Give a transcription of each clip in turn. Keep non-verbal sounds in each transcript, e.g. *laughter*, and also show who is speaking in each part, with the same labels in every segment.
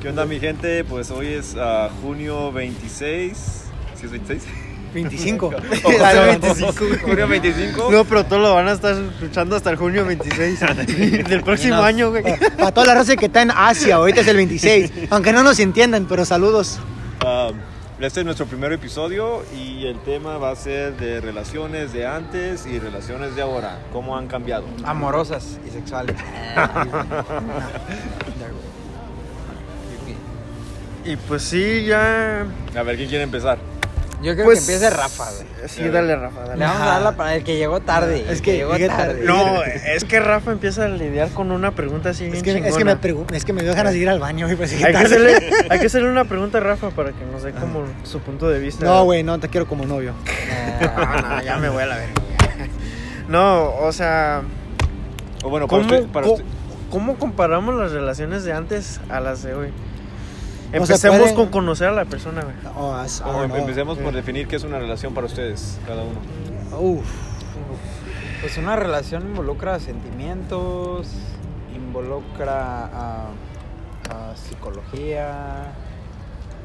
Speaker 1: ¿Qué onda mi gente? Pues hoy es ah, junio 26. ¿Sí es 26?
Speaker 2: *laughs*
Speaker 3: *laughs* 25.
Speaker 1: Ojalá, 25. Junio 25.
Speaker 2: No, pero todos lo van a estar escuchando hasta el junio *laughs* 26 del próximo
Speaker 3: Menos.
Speaker 2: año, güey.
Speaker 3: Eh, Para toda la raza que está en Asia, ahorita es el 26. Aunque no nos entiendan, pero saludos.
Speaker 1: Ah, este es nuestro primer episodio y el tema va a ser de relaciones de antes y relaciones de ahora. ¿Cómo han
Speaker 2: *laughs*
Speaker 1: cambiado?
Speaker 4: Amorosas
Speaker 3: *laughs*
Speaker 4: y sexuales.
Speaker 2: Y pues sí, ya.
Speaker 1: A ver, ¿quién quiere empezar?
Speaker 4: Yo creo
Speaker 2: Pues
Speaker 4: que empiece Rafa, güey.
Speaker 2: Sí, dale, Rafa,
Speaker 4: Le
Speaker 2: dale.
Speaker 4: vamos a dar la Ah, para el que llegó tarde.
Speaker 3: Es
Speaker 4: el
Speaker 3: que
Speaker 4: llegó
Speaker 3: llegué
Speaker 4: tarde.
Speaker 3: tarde.
Speaker 2: No, es que Rafa empieza a lidiar con una pregunta así
Speaker 3: Es
Speaker 2: bien
Speaker 3: que,
Speaker 2: chingona.
Speaker 3: es, que me pregun- es que me dio ganas de ir al baño. güey, pues, sí,
Speaker 2: hay que,
Speaker 3: tarde.
Speaker 2: hacerle, hay que hacerle una pregunta a Rafa para que nos dé como su punto de vista.
Speaker 3: No, güey, no, te quiero como novio.
Speaker 2: No, no, ya me voy a la verga. No, o sea,
Speaker 1: O bueno, para
Speaker 2: ¿cómo,
Speaker 1: usted, para
Speaker 2: co-
Speaker 1: usted-
Speaker 2: cómo comparamos las relaciones de antes a las de hoy?
Speaker 3: O sea,
Speaker 2: Empecemos
Speaker 3: puede-
Speaker 2: con conocer a la persona, güey.
Speaker 3: Oh, as-
Speaker 1: o
Speaker 3: oh,
Speaker 1: em-
Speaker 3: no.
Speaker 1: empecemos por
Speaker 2: Eh.
Speaker 1: definir qué es una relación para ustedes, cada uno.
Speaker 3: Uf.
Speaker 4: Pues una relación involucra sentimientos, involucra a, a psicología.
Speaker 2: Ah.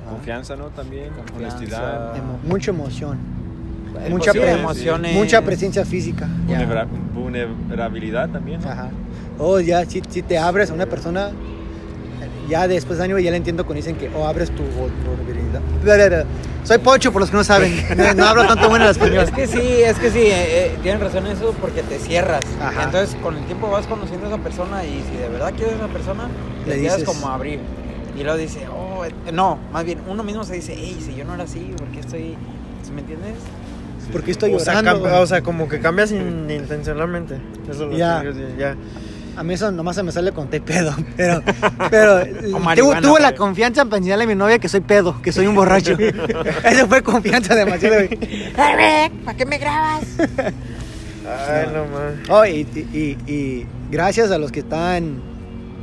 Speaker 4: ¿no?
Speaker 1: Confianza, ¿no? También,
Speaker 4: Confianza.
Speaker 1: honestidad,
Speaker 3: Emo- mucha emoción.
Speaker 4: Pues,
Speaker 3: Mucha
Speaker 4: sí,
Speaker 3: presencia.
Speaker 4: emociones.
Speaker 3: Mucha presencia física.
Speaker 4: Ya.
Speaker 1: vulnera- vulnerabilidad también.
Speaker 2: Ah.
Speaker 1: ¿no?
Speaker 3: Ajá. Oh, ya, si, si te abres a una persona, ya después de año ya la entiendo cuando dicen que oh, abres tu vulnerabilidad. Bla, bla, bla. Soy pocho, por los que no saben. No, no hablo tanto bueno el español.
Speaker 4: Es que sí, es que sí, eh, eh, tienen razón en eso porque te cierras.
Speaker 3: Ajá.
Speaker 4: Entonces con el tiempo vas conociendo a esa persona y si de verdad quieres a esa persona,
Speaker 3: Le
Speaker 4: le dices
Speaker 3: dices.
Speaker 4: como a abrir. Y luego dice, oh, eh, no, más bien uno mismo se dice, hey, si yo no era así, ¿por qué estoy? ¿Sí ¿Me entiendes?
Speaker 1: Sí,
Speaker 3: Porque
Speaker 1: sí.
Speaker 3: estoy
Speaker 2: o sea,
Speaker 3: llorando.
Speaker 2: cam-
Speaker 3: güey.
Speaker 2: o sea, como que cambias in- intencionalmente. Eso es lo que
Speaker 3: Ya.
Speaker 2: quiero decir, ya.
Speaker 3: A mí eso nomás se me sale con té pedo, *laughs* pero, pero tuve- tuve,
Speaker 4: marihuana,
Speaker 3: la
Speaker 4: güey.
Speaker 3: confianza en enseñarle a mi novia que soy pedo, que soy un borracho. *laughs* Eso fue confianza demasiado. güey.
Speaker 4: ¿Para qué me grabas?
Speaker 2: Ay, no, man.
Speaker 3: Oh, y, y- y- y gracias a los que están,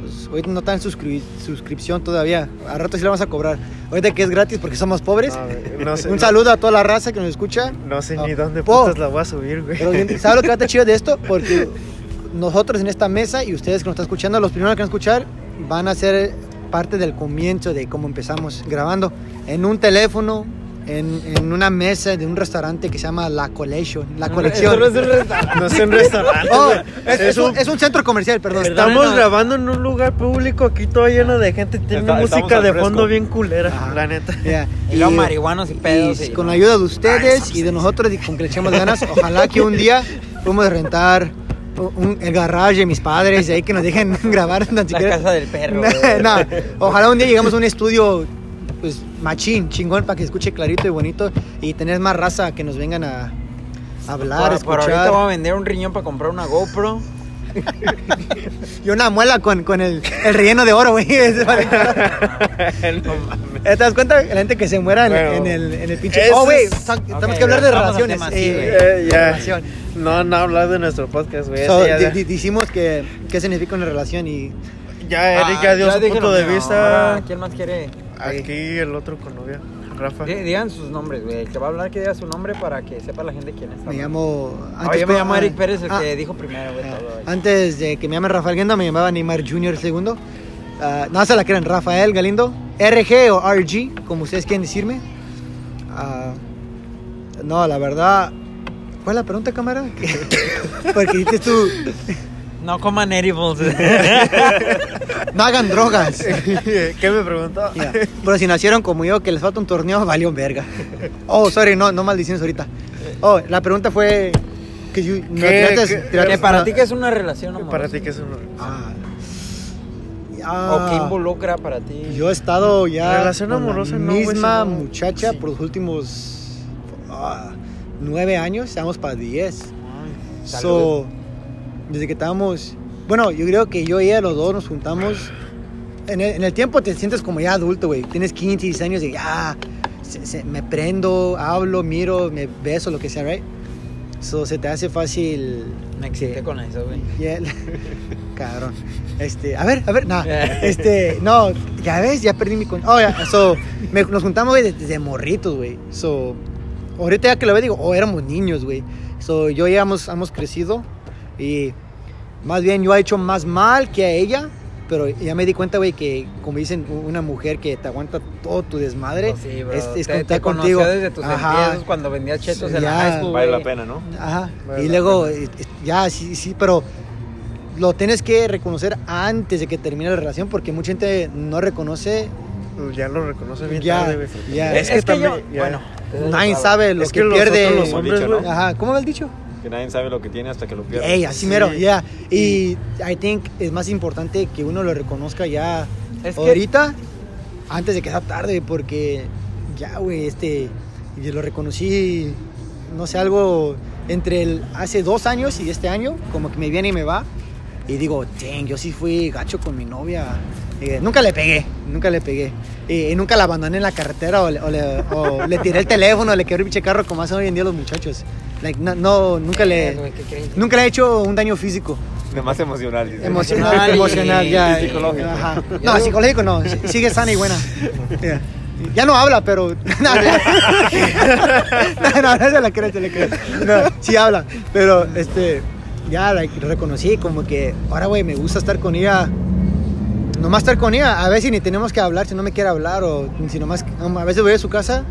Speaker 3: pues, ahorita no están en suscri- suscripción todavía, a rato sí la vamos a cobrar. Ahorita que es gratis porque somos pobres.
Speaker 2: A ver, no sé,
Speaker 3: *laughs* un
Speaker 2: no-
Speaker 3: saludo a toda la raza que nos escucha.
Speaker 2: No sé
Speaker 3: Ah,
Speaker 2: ni dónde
Speaker 3: po.
Speaker 2: putas la voy a subir, güey. *laughs*
Speaker 3: Pero bien, ¿sabes lo que va a estar chido de esto? Porque nosotros en esta mesa y ustedes que nos están escuchando, los primeros que van a escuchar van a ser parte del comienzo de cómo empezamos grabando en un teléfono, en, en una mesa de un restaurante que se llama La Collection, La Colección.
Speaker 4: Eso no es un restaurante.
Speaker 2: No sé, un restaurante.
Speaker 3: Oh,
Speaker 2: güey.
Speaker 3: es, es un, es un centro comercial, perdón.
Speaker 2: Estamos
Speaker 4: no.
Speaker 2: grabando en un lugar público aquí todo lleno de gente. Tiene
Speaker 1: Está- estamos
Speaker 2: música
Speaker 1: al
Speaker 2: de
Speaker 1: fresco.
Speaker 2: fondo bien culera,
Speaker 3: Ajá.
Speaker 2: la neta. *laughs*
Speaker 3: Ya,
Speaker 4: Y luego marihuanos y pedos.
Speaker 3: y
Speaker 4: y-
Speaker 3: con la ayuda de ustedes y de nosotros y con que le echemos ganas, ojalá que un día podamos rentar un- el garage de mis padres y ahí que nos dejen *laughs* grabar tan
Speaker 4: La
Speaker 3: siquiera.
Speaker 4: casa del perro.
Speaker 3: *laughs* No,
Speaker 4: güey.
Speaker 3: no, ojalá un día llegamos a un estudio pues machín, chingón para que escuche clarito y bonito y tener más raza que nos vengan a hablar,
Speaker 4: Por, por
Speaker 3: Pues
Speaker 4: ahorita voy a
Speaker 3: escuchar.
Speaker 4: vender un riñón para comprar una GoPro.
Speaker 3: Y una muela con, con el, el relleno de oro, güey. *laughs* Eso vale.
Speaker 2: *laughs*
Speaker 3: Eh,
Speaker 2: No mames.
Speaker 3: ¿Te das cuenta? La gente que se muera en,
Speaker 2: Bueno.
Speaker 3: en el, en el pinche.
Speaker 2: Eso
Speaker 3: Oh, güey,
Speaker 2: es-
Speaker 3: son- tenemos
Speaker 4: Ok,
Speaker 3: que hablar de
Speaker 4: vamos al
Speaker 3: relaciones.
Speaker 4: tema, sí,
Speaker 3: eh,
Speaker 4: güey.
Speaker 2: Eh, ya.
Speaker 3: relación.
Speaker 2: No, no hablar de nuestro podcast, güey.
Speaker 3: So,
Speaker 2: Ese ya,
Speaker 3: di- di- Dijimos que qué significa una relación y
Speaker 2: ya Eric ya
Speaker 4: Ah,
Speaker 2: dio su
Speaker 4: dije
Speaker 2: punto
Speaker 4: lo
Speaker 2: de
Speaker 4: mío. Ah,
Speaker 2: vista.
Speaker 4: Ahora, ¿Quién más quiere?
Speaker 2: Aquí el otro con novia, Rafa.
Speaker 4: Di- Digan sus nombres, güey. El que va a hablar que diga su nombre para que sepa la gente quién es.
Speaker 3: me llamo.
Speaker 4: Ah, yo me
Speaker 3: fue-
Speaker 4: llamo
Speaker 3: ah,
Speaker 4: Eric Pérez, el
Speaker 3: ah,
Speaker 4: que dijo primero, güey. todo, güey.
Speaker 3: Antes de que me llame Rafael Galindo, me llamaba Neymar Jr. segundo. Ah, no se la crean, Rafael Galindo. RG o RG, como ustedes quieren decirme. Ah, no, la verdad. ¿Cuál es la pregunta, cámara? *laughs* Porque dices tú,
Speaker 4: No coman edibles. *laughs*
Speaker 3: no hagan drogas.
Speaker 2: *laughs* ¿Qué me preguntó?
Speaker 3: Ya. Pero si nacieron como yo, que les falta un torneo, *laughs* valió verga. Oh, sorry, no, no maldiciones ahorita. Oh, la pregunta fue. Que yo- no, tiraste-
Speaker 2: qué-
Speaker 3: tiraste
Speaker 4: que para
Speaker 3: una-
Speaker 4: ti que es una relación amorosa.
Speaker 2: Para ti, ¿qué es una
Speaker 3: Ah.
Speaker 4: O que
Speaker 3: Ah.
Speaker 4: involucra para ti.
Speaker 3: Yo he estado ya
Speaker 2: Relación
Speaker 3: con
Speaker 2: amorosa,
Speaker 3: la
Speaker 2: no, güey,
Speaker 3: misma
Speaker 2: sino-
Speaker 3: muchacha
Speaker 2: sí.
Speaker 3: por los últimos ah, nueve años, estamos para diez.
Speaker 4: Ay, salud.
Speaker 3: So, desde que estábamos, bueno, yo creo que yo y ella los dos nos juntamos. En el, en el tiempo te sientes como ya adulto, güey. Tienes 15, 16 años y ya se- se- me prendo, hablo, miro, me beso, lo que sea, right? So, se te hace fácil.
Speaker 4: Me excité
Speaker 3: que-
Speaker 4: con eso, güey.
Speaker 3: y él- *laughs* Cabrón. Este, a ver, a ver,
Speaker 4: *laughs*
Speaker 3: nada. Este, no, ya ves, ya perdí mi con. Oh, ya, so, me- nos juntamos, güey, desde morritos, güey. So, ahorita ya que lo veo, digo, oh, éramos niños, güey. So, yo ya hemos, hemos crecido y más bien yo he hecho más mal que a ella pero ya me di cuenta, güey, que como dicen, u- una mujer que te aguanta todo tu desmadre,
Speaker 4: Pues sí, bro.
Speaker 3: es, es
Speaker 4: te,
Speaker 3: contar
Speaker 4: te conoció
Speaker 3: contigo.
Speaker 4: desde tus empiezos cuando vendía chetos en la
Speaker 3: Ya.
Speaker 4: high school,
Speaker 1: Vale la
Speaker 4: güey.
Speaker 1: pena, ¿no?
Speaker 3: Ajá.
Speaker 2: Vale
Speaker 3: y
Speaker 2: la
Speaker 3: luego,
Speaker 2: pena.
Speaker 3: eh, eh, ya, sí, sí, pero lo tienes que reconocer antes de que termine la relación porque mucha gente no reconoce.
Speaker 2: Pues Ya lo reconoce bien
Speaker 3: Ya,
Speaker 2: tarde, güey.
Speaker 3: ya.
Speaker 4: Es,
Speaker 3: Es
Speaker 4: que,
Speaker 2: también-
Speaker 4: yo,
Speaker 2: ya.
Speaker 4: bueno,
Speaker 3: Nadie sabe lo
Speaker 2: Es
Speaker 3: que,
Speaker 2: que los
Speaker 3: pierde.
Speaker 2: otros, los hombres,
Speaker 1: Dicho, ¿no?
Speaker 2: güey.
Speaker 3: Ajá, ¿cómo va el dicho?
Speaker 1: Que nadie sabe lo que tiene hasta que lo pierde.
Speaker 3: Ey, así mero,
Speaker 2: Sí.
Speaker 3: ya. Y I think es más importante que uno lo reconozca ya
Speaker 4: es que
Speaker 3: ahorita, antes de que sea tarde, porque ya, güey, este, yo lo reconocí, no sé, algo entre el hace dos años y este año, como que me viene y me va, y digo, dang, yo sí fui gacho con mi novia. Eh, nunca le pegué, nunca le pegué. Eh, Y nunca la abandoné en la carretera o le, o le- o le tiré el teléfono, o le quebré el pinche carro como hacen hoy en día los muchachos. Like, no, no, nunca le,
Speaker 4: Güey, ¿qué creen?
Speaker 3: nunca le he hecho un daño físico.
Speaker 1: Nada más emocional. dice. *laughs*
Speaker 3: Emocional,
Speaker 4: y-
Speaker 3: emocional, ya.
Speaker 1: y psicológico.
Speaker 3: Ajá. No, psicológico no. si- Sigue sana y buena. Ya. Ya no habla, pero. *laughs* No, no, no, no se la creo, se la creo. No, sí habla. Pero, este. Ya la reconocí, como que ahora, güey, me gusta estar con ella. Nomás estar con ella. A veces ni tenemos que hablar si no me quiere hablar. O si nomás. A veces voy a su casa.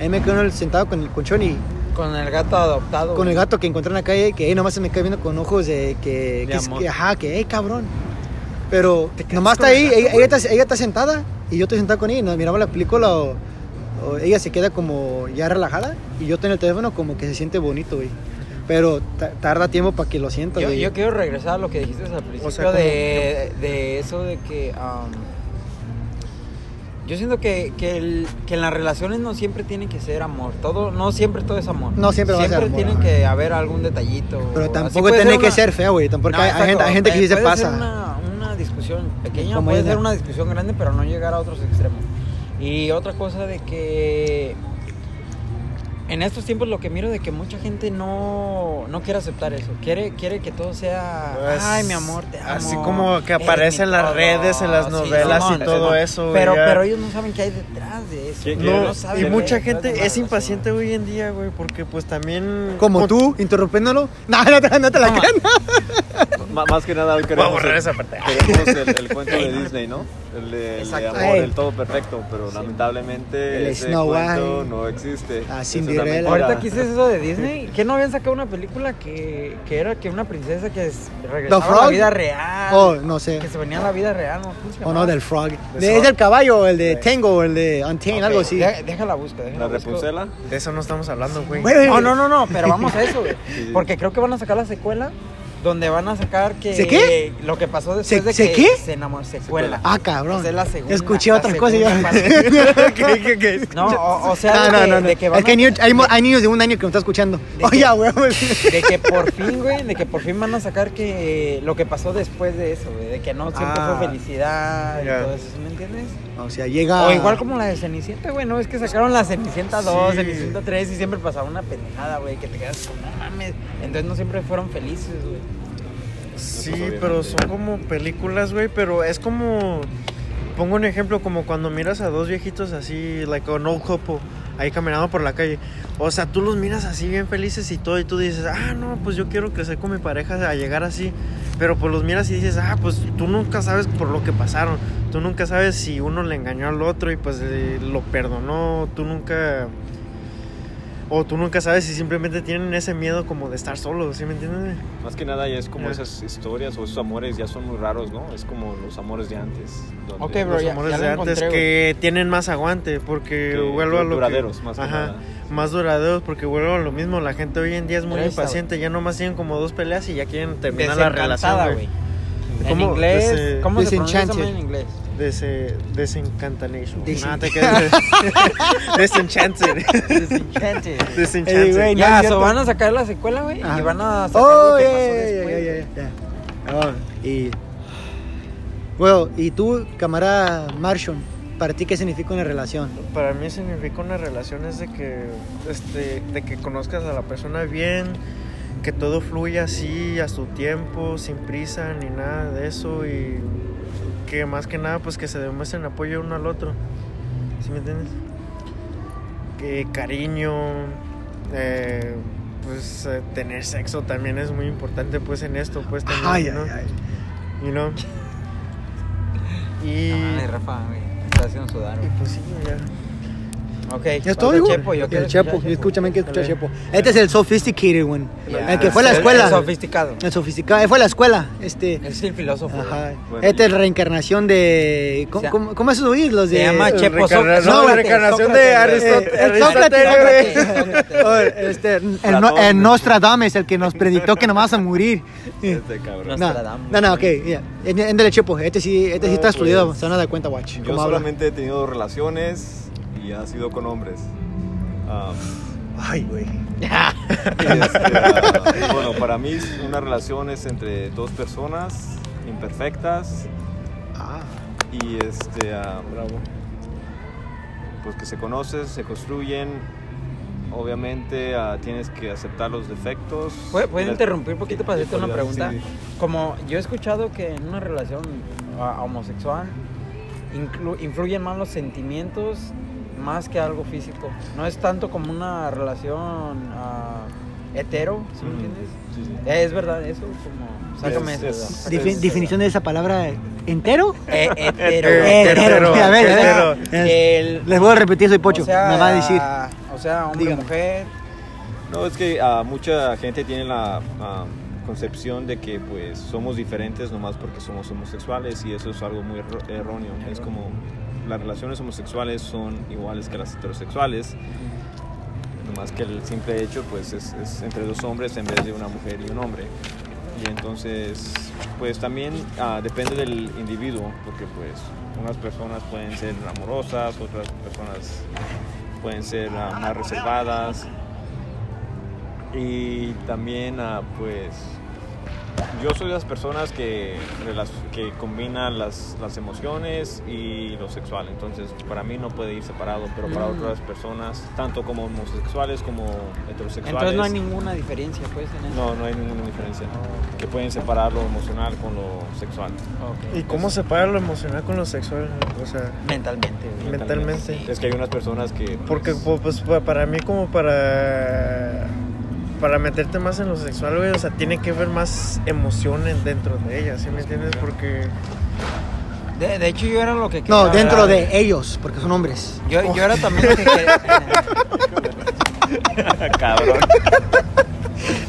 Speaker 3: Ahí me quedo en el- sentado con el colchón y
Speaker 4: Con el gato adoptado.
Speaker 3: con el
Speaker 4: güey.
Speaker 3: gato que encontré en la calle, que ahí nomás se me cae viendo con ojos de que,
Speaker 4: De
Speaker 3: que, es-
Speaker 4: amor.
Speaker 3: que, ajá, que, hey, cabrón. Pero nomás
Speaker 4: con
Speaker 3: está
Speaker 4: el
Speaker 3: ahí,
Speaker 4: gato,
Speaker 3: ella, ella está, ella está sentada y yo estoy sentado con ella y nos miramos la película o, o ella se queda como ya relajada y yo tengo el teléfono como que se siente bonito, güey. Pero ta- tarda tiempo para que lo sienta,
Speaker 4: Yo,
Speaker 3: güey.
Speaker 4: yo quiero regresar a lo que dijiste al principio
Speaker 2: como-
Speaker 4: de, de eso de que... um, yo siento que, que, el- que en las relaciones no siempre tiene que ser amor. todo No siempre todo es amor.
Speaker 3: No siempre va a ser amor,
Speaker 4: tiene
Speaker 3: ajá.
Speaker 4: que haber algún detallito.
Speaker 3: Pero
Speaker 4: o- así
Speaker 3: tampoco
Speaker 4: puede
Speaker 3: tiene que
Speaker 4: una-
Speaker 3: ser fea, güey. Tampoco
Speaker 4: No,
Speaker 3: hay, hay
Speaker 4: exacto,
Speaker 3: gente, hay gente que sí se
Speaker 4: puede ser
Speaker 3: pasa.
Speaker 4: una, una discusión pequeña,
Speaker 3: Como
Speaker 4: puede
Speaker 3: ella.
Speaker 4: ser una discusión grande, pero no llegar a otros extremos. Y otra cosa de que en estos tiempos lo que miro de que mucha gente no, no quiere aceptar eso. Quiere, quiere que todo sea,
Speaker 2: Pues,
Speaker 4: ay, mi amor, te amo.
Speaker 2: así como que
Speaker 4: eres mi
Speaker 2: aparece en las
Speaker 4: todo".
Speaker 2: redes, en las
Speaker 4: Sí,
Speaker 2: novelas y
Speaker 4: Simón,
Speaker 2: todo
Speaker 4: Simón.
Speaker 2: eso, güey,
Speaker 4: Pero,
Speaker 2: ya.
Speaker 4: pero ellos no saben qué hay detrás de eso.
Speaker 1: ¿Qué-
Speaker 4: güey,
Speaker 1: qué-
Speaker 2: No,
Speaker 1: no
Speaker 4: saben
Speaker 2: y
Speaker 4: qué hay
Speaker 2: mucha
Speaker 4: detrás de
Speaker 2: gente
Speaker 4: una
Speaker 2: es
Speaker 4: relación.
Speaker 2: impaciente hoy en día, güey, porque pues también...
Speaker 3: Como tú, interrumpiéndolo. *laughs* No, no te, no te la
Speaker 4: No,
Speaker 3: crean.
Speaker 1: M- más que nada hoy
Speaker 2: Voy a
Speaker 1: queremos,
Speaker 2: borrar
Speaker 1: el,
Speaker 2: esa parte.
Speaker 1: queremos el, el cuento de Disney, ¿no? El de, el de
Speaker 4: Exacto.
Speaker 1: amor,
Speaker 3: Ey.
Speaker 1: el todo perfecto, pero lamentablemente
Speaker 3: El
Speaker 1: ese
Speaker 3: Snow
Speaker 1: cuento
Speaker 3: White.
Speaker 1: no existe. Eso
Speaker 3: Ah,
Speaker 1: es una
Speaker 3: Cinderella.
Speaker 1: mentira.
Speaker 4: Ahorita quise eso de Disney. ¿Que no habían sacado una película que, que era que una princesa que es- regresaba a la
Speaker 3: Frog?
Speaker 4: vida real?
Speaker 3: Oh, no sé.
Speaker 4: Que se venía a la vida real, ¿no? ¿Cómo se
Speaker 3: O no,
Speaker 4: llamaba?
Speaker 3: del frog.
Speaker 2: Del
Speaker 3: es
Speaker 2: frog.
Speaker 3: del caballo, el de
Speaker 2: Sí.
Speaker 3: Tango, el de Untamed,
Speaker 4: Ok,
Speaker 3: algo así.
Speaker 4: de- déjala busca, déjala
Speaker 1: La
Speaker 4: busco.
Speaker 1: Rapunzela.
Speaker 2: De eso no estamos hablando, güey.
Speaker 3: Güey,
Speaker 4: No, no, no, no, pero vamos a
Speaker 3: *laughs*
Speaker 4: eso, güey.
Speaker 1: Sí, sí.
Speaker 4: Porque creo que van a sacar la secuela donde van a sacar que...
Speaker 3: ¿Se qué?
Speaker 4: Lo que pasó después
Speaker 3: ¿Se-
Speaker 4: de
Speaker 3: se
Speaker 4: que
Speaker 3: qué?
Speaker 4: se enamoró. Secuela.
Speaker 3: Ah, cabrón.
Speaker 4: O sea, la segunda,
Speaker 3: Escuché
Speaker 4: la
Speaker 3: otra cosa y yo.
Speaker 4: segunda
Speaker 2: *laughs*
Speaker 3: *laughs*
Speaker 2: ¿Qué, qué, qué?
Speaker 4: No, o, o sea,
Speaker 3: No,
Speaker 4: de,
Speaker 3: no,
Speaker 4: que,
Speaker 3: no, no.
Speaker 4: de que van
Speaker 3: Es que hay
Speaker 4: a-
Speaker 3: niños- hay, mo- hay niños de un año que me está escuchando.
Speaker 4: ¿De
Speaker 3: Oye,
Speaker 4: qué?
Speaker 3: güey.
Speaker 4: De que por fin, güey, de que por fin van a sacar que lo que pasó después de eso, güey, de que no siempre
Speaker 3: Ah.
Speaker 4: fue felicidad
Speaker 2: Ya.
Speaker 4: y todo eso, ¿sí ¿me entiendes?
Speaker 3: O sea, llega.
Speaker 4: O igual como la de Cenicienta, güey, no, es que sacaron la Cenicienta 2,
Speaker 2: Sí.
Speaker 4: Cenicienta 3 y siempre pasaba una pendejada, güey, que te quedas con no mames. Entonces no siempre fueron felices, güey.
Speaker 2: Sí, pero son como películas, güey, pero es como... Pongo un ejemplo, como cuando miras a dos viejitos así, like un old couple, ahí caminando por la calle. O sea, tú los miras así bien felices y todo, y tú dices, ah, no, pues yo quiero crecer con mi pareja a llegar así. Pero pues los miras y dices, ah, pues tú nunca sabes por lo que pasaron. Tú nunca sabes si uno le engañó al otro y pues eh, lo perdonó. Tú nunca... O tú nunca sabes si simplemente tienen ese miedo como de estar solos, ¿sí me entiendes?
Speaker 1: Más que nada ya es como
Speaker 2: Ya.
Speaker 1: esas historias o esos amores ya son muy raros, ¿no? Es como los amores de antes. donde-
Speaker 4: Ok, bro,
Speaker 2: los
Speaker 4: ya-
Speaker 2: amores
Speaker 4: ya lo
Speaker 2: de antes
Speaker 4: encontré,
Speaker 2: que tienen más aguante porque
Speaker 1: que
Speaker 2: vuelvo a lo que-
Speaker 1: duraderos, más que
Speaker 2: Ajá,
Speaker 1: nada.
Speaker 2: más duraderos porque vuelvo a lo mismo la gente hoy en día es muy
Speaker 4: Esa,
Speaker 2: impaciente ya nomás tienen como dos peleas y ya quieren terminar la relación
Speaker 4: Desencantada,
Speaker 2: güey
Speaker 4: En
Speaker 2: ¿Cómo?
Speaker 4: inglés,
Speaker 2: Dese-
Speaker 4: ¿cómo se pronuncia esa
Speaker 3: Desenchanted.
Speaker 4: madre en inglés?
Speaker 2: Dese- desencantation
Speaker 3: Desen-
Speaker 2: Nah, te *laughs* quedas-
Speaker 4: *laughs*
Speaker 2: desenchanted
Speaker 4: Desenchanted.
Speaker 3: Ey, güey,
Speaker 2: desenchanted
Speaker 3: no
Speaker 4: ya,
Speaker 3: es
Speaker 4: so
Speaker 3: cierto.
Speaker 4: van a sacar la secuela, güey,
Speaker 3: Ajá.
Speaker 4: y van a sacar lo
Speaker 3: Oh,
Speaker 4: que
Speaker 3: ya,
Speaker 4: pasó
Speaker 3: ya,
Speaker 4: después.
Speaker 3: ya,
Speaker 4: güey.
Speaker 3: ya, ya. Oh, y. Bueno, y tú, camarada Marshall, ¿para ti qué significa una relación?
Speaker 2: para mí significa una relación es de que este de que conozcas a la persona bien que todo fluya así a su tiempo sin prisa ni nada de eso y que más que nada pues que se demuestren apoyo uno al otro ¿sí me entiendes? que cariño eh, pues eh, tener sexo pues, también es muy importante pues en esto pues también
Speaker 3: Ay,
Speaker 4: *laughs*
Speaker 2: ¿no?
Speaker 3: ay, ay.
Speaker 2: You know? Y,
Speaker 4: No mames, Rafa, güey. me Está haciendo sudar,
Speaker 2: y
Speaker 4: güey.
Speaker 2: pues sí, ya.
Speaker 4: Ok.
Speaker 3: Ya es todo, güey.
Speaker 4: Pues Chepo, yo quiero
Speaker 3: El Chepo.
Speaker 4: escuchar
Speaker 3: Yo escúchame que escuchar
Speaker 2: Dale.
Speaker 3: Chepo. Este es el sophisticated one.
Speaker 4: Ya,
Speaker 3: El que fue a la
Speaker 4: es
Speaker 3: escuela.
Speaker 4: El sofisticado.
Speaker 3: El sofisticado. Él fue a la escuela. Este.
Speaker 4: Es el filósofo.
Speaker 3: Ajá.
Speaker 1: Bueno,
Speaker 3: Esta
Speaker 1: y-
Speaker 3: es reencarnación de. ¿Cómo,
Speaker 4: Se-
Speaker 3: cómo, cómo esos güeyes? Los de.
Speaker 4: Se llama
Speaker 3: Eh,
Speaker 4: Chepo
Speaker 2: Reencarna-
Speaker 4: Sócrates.
Speaker 2: no,
Speaker 4: Sócrates,
Speaker 2: reencarnación de
Speaker 4: Sócrates, Eh,
Speaker 2: Aristot-
Speaker 4: güey.
Speaker 3: el
Speaker 2: Aristóteles,
Speaker 3: Sócrates,
Speaker 4: güey.
Speaker 3: Sócrates. Oh, este, el, no,
Speaker 1: Platón.
Speaker 3: el Nostradamus, el que nos predictó que nos vas a morir.
Speaker 1: Este cabrón.
Speaker 3: No,
Speaker 4: Nostradamus.
Speaker 3: no, no, ok, ya. Éndale, Chepo. Este sí, este sí
Speaker 1: No,
Speaker 3: está estudiado,
Speaker 1: pues,
Speaker 3: se van a dar cuenta, watch.
Speaker 1: Yo
Speaker 3: cómo habla.
Speaker 1: solamente he tenido relaciones y ha sido con hombres. Ah,
Speaker 3: Ay, güey.
Speaker 1: y este, ah, bueno, para mí una relación es entre dos personas imperfectas
Speaker 3: Ah,
Speaker 1: y este, ah, pues que se conocen, se construyen. Obviamente ah, tienes que aceptar los defectos.
Speaker 4: ¿Puedo, puedo
Speaker 1: Las-
Speaker 4: interrumpir un poquito para hacerte una
Speaker 1: Híjole,
Speaker 4: pregunta?
Speaker 1: sí.
Speaker 4: Como yo he escuchado que en una relación ah, homosexual inclu- influyen más los sentimientos más que algo físico. No es tanto como una relación ah, hetero, ¿sí me
Speaker 1: Ujú.
Speaker 4: entiendes?
Speaker 1: Sí, sí.
Speaker 4: Eh, Es verdad eso, como sácame
Speaker 1: Es-
Speaker 4: esa
Speaker 1: es-
Speaker 4: duda, sácame
Speaker 3: Defi-
Speaker 4: esa
Speaker 3: definición de esa palabra, *laughs* ¿entero?
Speaker 4: duda. Eh, hetero.
Speaker 2: Hetero.
Speaker 3: Sí, a ver, a ver.
Speaker 2: Hetero.
Speaker 3: Eh,
Speaker 4: El-
Speaker 3: Les voy a repetir, soy Pocho.
Speaker 4: o sea,
Speaker 3: me va a decir.
Speaker 4: O sea, hombre,
Speaker 3: Dígame.
Speaker 4: mujer.
Speaker 1: No, es que ah, mucha gente tiene la ah, concepción de que pues somos diferentes nomás porque somos homosexuales y eso es algo muy erro- erróneo. Es como las relaciones homosexuales son iguales que las heterosexuales, nomás que el simple hecho pues es, es entre dos hombres en vez de una mujer y un hombre. Y entonces pues también ah, depende del individuo porque pues unas personas pueden ser amorosas, otras personas pueden ser ah, más reservadas. Y también, ah, pues, yo soy de las personas que, relac- que combinan las, las emociones y lo sexual. Entonces, para mí no puede ir separado, pero para
Speaker 4: Mm.
Speaker 1: otras personas, tanto como homosexuales como heterosexuales,
Speaker 4: Entonces no hay ninguna diferencia, pues, en eso.
Speaker 1: no, no hay ninguna diferencia. Que pueden separar lo emocional con lo sexual.
Speaker 4: Ok.
Speaker 2: ¿Y
Speaker 3: Eh.
Speaker 2: cómo separa lo emocional con lo sexual? O sea,
Speaker 4: Mentalmente, güey.
Speaker 2: mentalmente.
Speaker 1: Es que hay unas personas que...
Speaker 2: Porque
Speaker 1: pues,
Speaker 2: po- pues, pa- para mí como para para meterte más en lo sexual, güey, o sea, tiene que ver más emociones dentro de ella, ¿sí me entiendes? Porque
Speaker 4: De, de hecho, yo era lo que quería
Speaker 3: No, dentro
Speaker 4: hablar.
Speaker 3: de Oh. ellos, porque son hombres.
Speaker 4: Yo, yo era también lo que
Speaker 3: *laughs*
Speaker 4: quería.
Speaker 1: *laughs* Cabrón.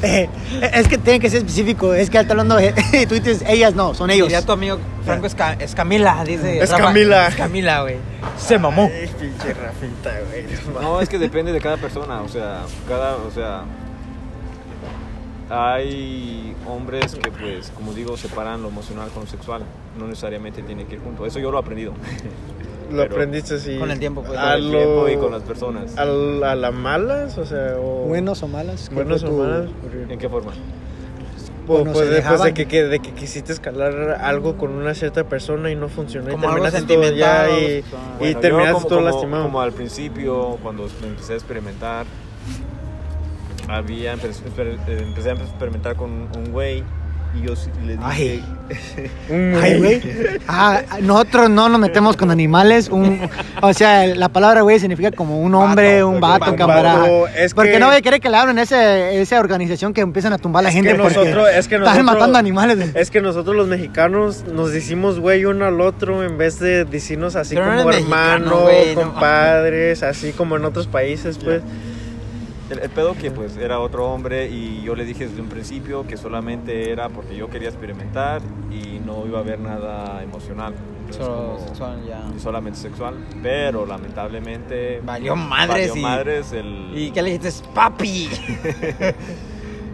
Speaker 3: Eh, es que tiene que ser específico. Es que al estar *laughs* hablando, eh, tú dices, ellas no, son ellos.
Speaker 4: Diría tu amigo Franco Esca, Escamila, dice.
Speaker 2: Es
Speaker 4: Rafa,
Speaker 2: Camila.
Speaker 4: Escamila, güey. Se mamó.
Speaker 2: Ay, pinche Rafita, güey. no mames.
Speaker 1: No, es que depende de cada persona, o sea, cada, o sea, hay hombres que pues, como digo, separan lo emocional con lo sexual, no necesariamente tiene que ir junto. Eso yo lo he aprendido.
Speaker 2: Lo
Speaker 1: pero-
Speaker 2: aprendiste así.
Speaker 4: Con el tiempo, pues.
Speaker 1: Con
Speaker 2: A
Speaker 1: el tiempo
Speaker 2: lo
Speaker 1: y con las personas.
Speaker 2: a la- a las malas, o sea, o
Speaker 3: Buenos o malas. ¿qué
Speaker 2: buenos
Speaker 3: fue
Speaker 2: o
Speaker 3: tu-
Speaker 2: malas.
Speaker 1: ¿En qué forma?
Speaker 2: O,
Speaker 3: Bueno,
Speaker 2: pues
Speaker 3: se
Speaker 2: después de
Speaker 3: dejaban.
Speaker 2: que, que- de que quisiste escalar algo con una cierta persona y no funcionó y
Speaker 4: Como algo
Speaker 2: terminaste todo ya
Speaker 4: sentimental.
Speaker 2: y,
Speaker 4: o
Speaker 2: y
Speaker 1: Bueno, yo
Speaker 2: terminaste
Speaker 1: como-
Speaker 2: todo
Speaker 1: como-
Speaker 2: lastimado.
Speaker 1: Como al principio, cuando me empecé a experimentar, había, empe- esper- eh, empecé a experimentar con un güey y yo sí le dije...
Speaker 3: Ay.
Speaker 2: Un
Speaker 3: Ay, güey. Ah, nosotros no nos metemos con animales. Un, o sea, la palabra güey significa como un hombre,
Speaker 1: Vato,
Speaker 3: un
Speaker 1: güey,
Speaker 3: vato,
Speaker 1: vato,
Speaker 3: camarada.
Speaker 2: vato, es
Speaker 3: porque
Speaker 2: que-
Speaker 3: no voy a querer que le abran esa, esa organización que empiezan a tumbar a la
Speaker 2: Es
Speaker 3: gente
Speaker 2: que
Speaker 3: porque
Speaker 2: nosotros- es que
Speaker 3: están
Speaker 2: nosotros-
Speaker 3: matando animales. güey.
Speaker 2: Es que nosotros los mexicanos nos decimos güey uno al otro en vez de decirnos así
Speaker 4: Pero no
Speaker 2: como
Speaker 4: eres
Speaker 2: hermano,
Speaker 4: mexicano, güey, no.
Speaker 2: compadres, así como en otros países, pues.
Speaker 1: El, el pedo que pues era otro hombre y yo le dije desde un principio que solamente era porque yo quería experimentar y no iba a haber nada emocional. Entonces,
Speaker 4: Solo
Speaker 1: como-
Speaker 4: sexual, ya.
Speaker 1: y solamente sexual, pero lamentablemente...
Speaker 4: Valió madres
Speaker 1: valió
Speaker 4: y-
Speaker 1: madres el-
Speaker 4: ¿Y qué le dijiste? Papi.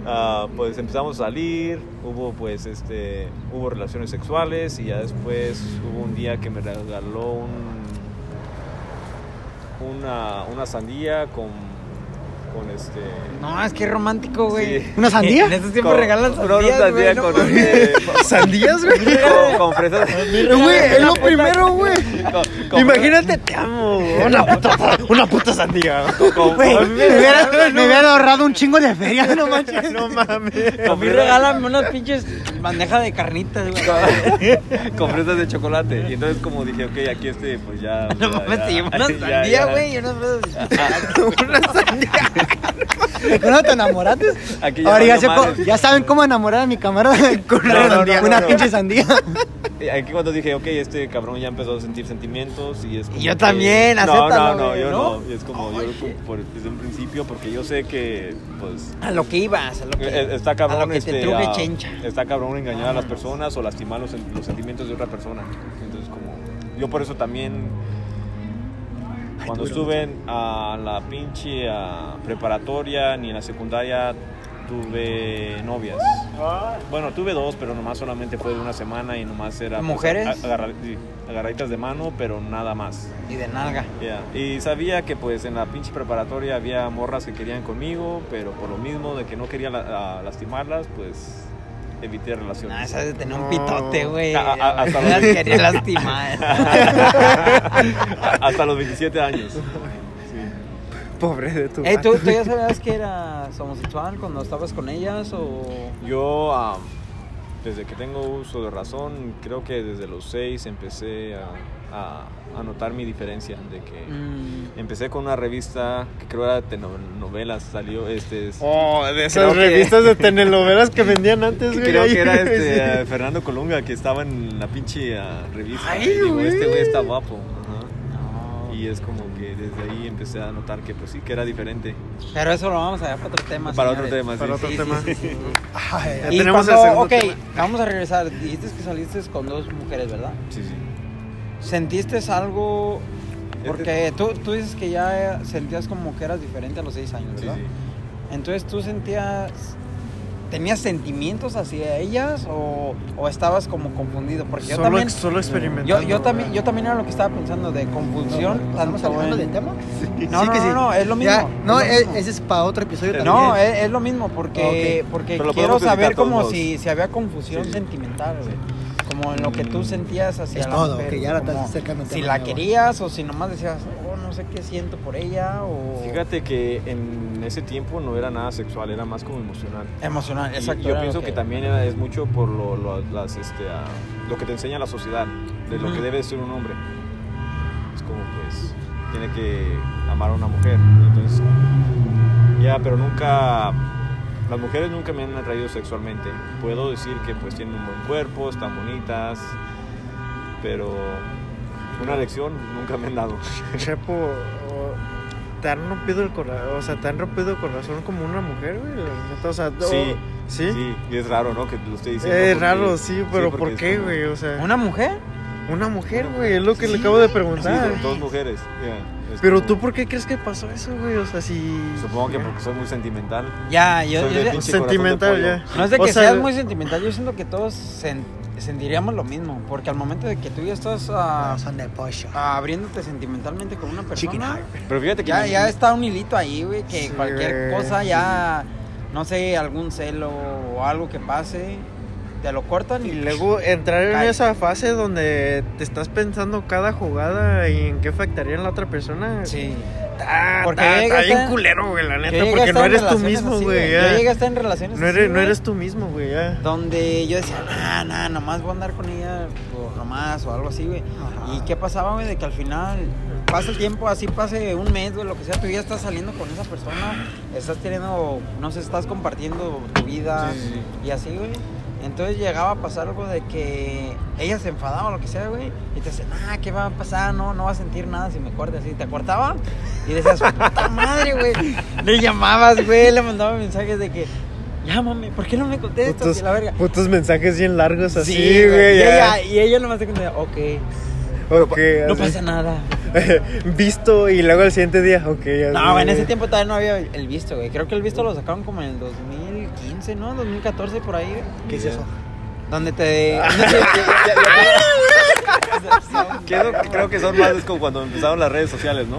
Speaker 1: ah, pues empezamos a salir, hubo pues este, hubo relaciones sexuales y ya después hubo un día que me regaló un- una, una sandía con, con este...
Speaker 4: No, es que romántico, güey.
Speaker 1: Sí.
Speaker 3: ¿Una sandía?
Speaker 2: Eh,
Speaker 4: En estos tiempos
Speaker 1: con-
Speaker 4: regalan
Speaker 1: no, no,
Speaker 4: sandías,
Speaker 1: sandía
Speaker 4: güey. no
Speaker 1: con,
Speaker 4: mames.
Speaker 1: eh, *laughs*
Speaker 2: ¿Sandías, güey?
Speaker 1: con, con fresas. *laughs*
Speaker 2: Güey, es lo primero, güey.
Speaker 1: con- con-
Speaker 2: Imagínate, te amo. Una puta, una puta
Speaker 4: *laughs*
Speaker 2: sandía.
Speaker 1: con-
Speaker 3: Güey,
Speaker 1: con-
Speaker 3: me
Speaker 2: *laughs*
Speaker 3: hubiera, me hubiera ahorrado un chingo de feria, *laughs* no manches.
Speaker 2: No mames.
Speaker 4: A mí regálame unas pinches bandejas de carnitas, güey.
Speaker 1: con- con fresas de chocolate. Y entonces como dije, ok, aquí este, pues *laughs* ya...
Speaker 4: *laughs* No
Speaker 1: ya-
Speaker 4: mames, te llevo
Speaker 1: ya-
Speaker 4: una
Speaker 1: ya-
Speaker 4: sandía,
Speaker 1: ya.
Speaker 4: güey. Y unas
Speaker 3: ¿Cuándo te enamoraste?
Speaker 1: Aquí ya
Speaker 3: Ahora ya,
Speaker 1: valió
Speaker 3: sé
Speaker 1: madres.
Speaker 3: co- ya saben cómo enamorar a mi camarada con
Speaker 1: No,
Speaker 3: una,
Speaker 1: no, no,
Speaker 3: una
Speaker 1: no.
Speaker 3: pinche sandía.
Speaker 1: eh, aquí cuando dije, ok, este cabrón ya empezó a sentir sentimientos y es como
Speaker 4: Y yo también,
Speaker 1: No,
Speaker 4: acéptalo,
Speaker 1: no, no,
Speaker 4: güey,
Speaker 1: yo
Speaker 4: ¿no?
Speaker 1: no. Y es como, yo como por- desde un principio, porque yo sé que, pues...
Speaker 4: A lo que ibas, a lo
Speaker 1: eh,
Speaker 4: que,
Speaker 1: Está cabrón,
Speaker 4: a lo que
Speaker 1: este,
Speaker 4: te truje
Speaker 1: ah,
Speaker 4: chencha.
Speaker 1: está cabrón engañar a las personas o lastimar los, sen- los sentimientos de otra persona. Entonces, como, yo por eso también, cuando estuve en- a la pinche ah, preparatoria ni en la secundaria, tuve novias. Bueno, tuve dos, pero nomás solamente fue de una semana y nomás era... pues,
Speaker 4: ¿Mujeres?
Speaker 1: a- agarra- sí, agarraditas de mano, pero nada más.
Speaker 4: Y de nalga.
Speaker 1: Ya, Y sabía que pues en la pinche preparatoria había morras que querían conmigo, pero por lo mismo de que no quería la- a lastimarlas, pues evité relaciones.
Speaker 4: No, Ah, esa de tener un
Speaker 2: No.
Speaker 4: pitote, güey.
Speaker 1: A- a- hasta
Speaker 4: Las
Speaker 1: los-
Speaker 4: quería lastimar.
Speaker 1: *laughs* *laughs* Hasta los 27 años.
Speaker 2: Pobre de tu.
Speaker 4: *laughs* Ey, Eh, ¿tú,
Speaker 1: *laughs*
Speaker 4: tú ya sabías que eras homosexual cuando estabas con ellas o...?
Speaker 1: Yo ah, desde que tengo uso de razón, creo que desde los 6 empecé a, a- a notar mi diferencia de que...
Speaker 4: Mm,
Speaker 1: Empecé con una revista que creo era de novelas, salió este... es-
Speaker 2: Oh, de esas
Speaker 1: Creo que-
Speaker 2: revistas de telenovelas que vendían
Speaker 4: *laughs*
Speaker 2: antes, güey.
Speaker 1: Creo
Speaker 2: ahí,
Speaker 1: que
Speaker 2: *laughs*
Speaker 1: era
Speaker 2: güey,
Speaker 1: este
Speaker 2: sí.
Speaker 1: eh, Fernando Colunga que estaba en la pinche eh, revista.
Speaker 2: Ay,
Speaker 1: y digo,
Speaker 2: güey.
Speaker 1: este güey está guapo. Ajá.
Speaker 4: no.
Speaker 1: Y es como que desde ahí empecé a notar que pues sí que era diferente.
Speaker 4: Pero eso lo vamos a dejar para otro tema.
Speaker 1: Para otro
Speaker 4: señores.
Speaker 1: tema,
Speaker 2: Para
Speaker 1: sí.
Speaker 2: otro
Speaker 4: Sí, sí,
Speaker 2: tema.
Speaker 4: sí, sí.
Speaker 3: Ay,
Speaker 2: Ya
Speaker 4: Y
Speaker 2: tenemos el
Speaker 4: cuando-
Speaker 2: segundo
Speaker 4: ok,
Speaker 2: tema.
Speaker 4: vamos a regresar. Dijiste que saliste con dos mujeres, ¿verdad?
Speaker 1: Sí, sí. Este,
Speaker 4: ¿Sentiste algo...?
Speaker 2: Este
Speaker 4: Porque tú, tú dices que ya sentías como que eras diferente a los seis años,
Speaker 1: Sí,
Speaker 4: ¿verdad?
Speaker 1: sí.
Speaker 4: Entonces tú sentías... ¿Tenías sentimientos hacia ellas o, o estabas como confundido? Porque yo
Speaker 2: Solo,
Speaker 4: también...
Speaker 2: ex- solo experimentando.
Speaker 4: Yo, yo, también, yo también era lo que estaba pensando de confusión.
Speaker 3: ¿Estamos
Speaker 4: tanto
Speaker 3: alejando
Speaker 4: en-
Speaker 3: del tema?
Speaker 4: No,
Speaker 3: Sí
Speaker 4: no,
Speaker 3: que sí.
Speaker 4: no, no, es lo mismo.
Speaker 3: Ya, no,
Speaker 4: es lo
Speaker 3: e-
Speaker 4: mismo.
Speaker 3: ese es para otro episodio también.
Speaker 4: No, es, es lo mismo porque, porque
Speaker 1: Ah, Pero lo
Speaker 4: quiero
Speaker 1: podemos
Speaker 4: saber
Speaker 1: editar todos
Speaker 4: como
Speaker 1: modos.
Speaker 4: si, si había confusión
Speaker 1: Sí, Mm, sí.
Speaker 4: sentimental, güey. Como en lo que tú sentías hacia
Speaker 3: Es
Speaker 4: la
Speaker 3: todo,
Speaker 4: mujer,
Speaker 3: que ya la estás
Speaker 4: como
Speaker 3: acercando a
Speaker 4: Si
Speaker 3: temas
Speaker 4: la
Speaker 3: nuevos.
Speaker 4: querías o si nomás decías, oh, no sé qué siento por ella o...
Speaker 1: Fíjate que en ese tiempo no era nada sexual, era más como emocional.
Speaker 4: Emocional,
Speaker 1: Y
Speaker 4: exacto.
Speaker 1: yo
Speaker 4: era lo
Speaker 1: pienso que, también era- es mucho por lo, lo- las, este, ah, lo que te enseña la sociedad, de lo que
Speaker 4: Ujú.
Speaker 1: debe ser un hombre. Es como, pues, tiene que amar a una mujer. Entonces, ya, pero nunca, las mujeres nunca me han atraído sexualmente. Puedo decir que, pues, tienen un buen cuerpo, están bonitas, pero una lección nunca me han dado.
Speaker 2: Chepo, o- te han rompido el corazón. O sea, te han rompido el corazón como una mujer, güey. la neta, O sea, o-
Speaker 1: Sí,
Speaker 2: Sí.
Speaker 1: y es raro, ¿no? Que lo esté
Speaker 2: Es
Speaker 1: diciendo. porque-
Speaker 2: raro, sí, pero
Speaker 1: porque
Speaker 2: ¿por
Speaker 1: es
Speaker 2: qué,
Speaker 1: como-
Speaker 2: güey? O sea, una,
Speaker 4: ¿Una mujer?
Speaker 2: mujer,
Speaker 1: una-
Speaker 2: güey, es lo que le
Speaker 4: Sí,
Speaker 2: acabo de
Speaker 1: Sí,
Speaker 2: preguntar.
Speaker 1: dos, dos mujeres. ya, es
Speaker 2: Pero
Speaker 1: como-
Speaker 2: tú, ¿por qué crees que pasó eso, güey? O sea, si.
Speaker 1: Supongo que porque soy muy sentimental.
Speaker 4: Ya, yo...
Speaker 1: Soy de
Speaker 4: yo-
Speaker 1: pinche
Speaker 2: Sentimental,
Speaker 1: corazón de
Speaker 2: ya.
Speaker 1: pollo.
Speaker 4: No es de
Speaker 2: O
Speaker 4: que
Speaker 2: sea,
Speaker 4: seas muy sentimental, yo siento que todos sen- sentiríamos lo mismo, porque al momento de que tú ya estás ah,
Speaker 3: No, son de pollo.
Speaker 4: abriéndote sentimentalmente con una
Speaker 3: Chicken
Speaker 4: persona,
Speaker 3: heart.
Speaker 1: Pero fíjate que
Speaker 4: ya,
Speaker 1: me-
Speaker 4: ya está un hilito ahí, güey, que
Speaker 2: Sí,
Speaker 4: cualquier
Speaker 2: güey,
Speaker 4: cosa ya, no sé, algún celo o algo que pase, te lo cortan
Speaker 2: Y
Speaker 4: y
Speaker 2: luego entrar en
Speaker 4: Cae.
Speaker 2: esa fase donde te estás pensando cada jugada y en qué afectaría en la otra persona.
Speaker 4: Sí.
Speaker 2: Está,
Speaker 4: Porque
Speaker 2: está-
Speaker 4: ya
Speaker 2: está
Speaker 4: llegas
Speaker 2: bien
Speaker 4: a-
Speaker 2: culero, güey, la
Speaker 4: Yo
Speaker 2: neta.
Speaker 4: llegué a
Speaker 2: Porque
Speaker 4: estar
Speaker 2: no
Speaker 4: en
Speaker 2: eres tú
Speaker 4: relaciones
Speaker 2: mismo,
Speaker 4: así,
Speaker 2: güey.
Speaker 4: Yo
Speaker 2: ya.
Speaker 4: llegué a estar en relaciones
Speaker 2: No eres,
Speaker 4: así,
Speaker 2: no
Speaker 4: güey,
Speaker 2: eres tú mismo, güey. ya.
Speaker 4: Donde yo decía, nah, nah, nomás voy a andar con ella, o nomás, o algo así, güey.
Speaker 3: Ajá.
Speaker 4: ¿Y qué pasaba, güey? De que al final pasa el tiempo, así pase un mes, güey, lo que sea, tú ya estás saliendo con esa persona, estás teniendo, no sé, estás compartiendo tu vida
Speaker 1: Sí, sí,
Speaker 4: y así, güey. Entonces llegaba a pasar algo de que ella se enfadaba o lo que sea, güey, y te decía, ah, ¿qué va a pasar? No, no va a sentir nada si me corta así. Te cortaba y decías, puta madre, güey. Le llamabas, güey, le mandaba mensajes de que, llámame, ¿por qué no me contestas?
Speaker 2: Putos,
Speaker 4: Y la verga.
Speaker 2: putos mensajes bien largos así,
Speaker 4: Sí,
Speaker 2: güey.
Speaker 4: Y
Speaker 2: ya.
Speaker 4: ella, y ella nomás te contestaba, ok,
Speaker 2: Ok,
Speaker 4: no
Speaker 2: así.
Speaker 4: pasa nada.
Speaker 2: *laughs* Visto y luego el siguiente día, ok. así,
Speaker 4: No, en ese
Speaker 2: güey.
Speaker 4: tiempo todavía no había el visto, güey. Creo que el visto lo sacaron como en el 2015, ¿no? 2014 por ahí, güey.
Speaker 3: ¿Qué es
Speaker 1: Ya.
Speaker 3: eso?
Speaker 2: *laughs*
Speaker 4: Donde te...
Speaker 1: Creo, creo que son más es como cuando empezaron las redes sociales, ¿no?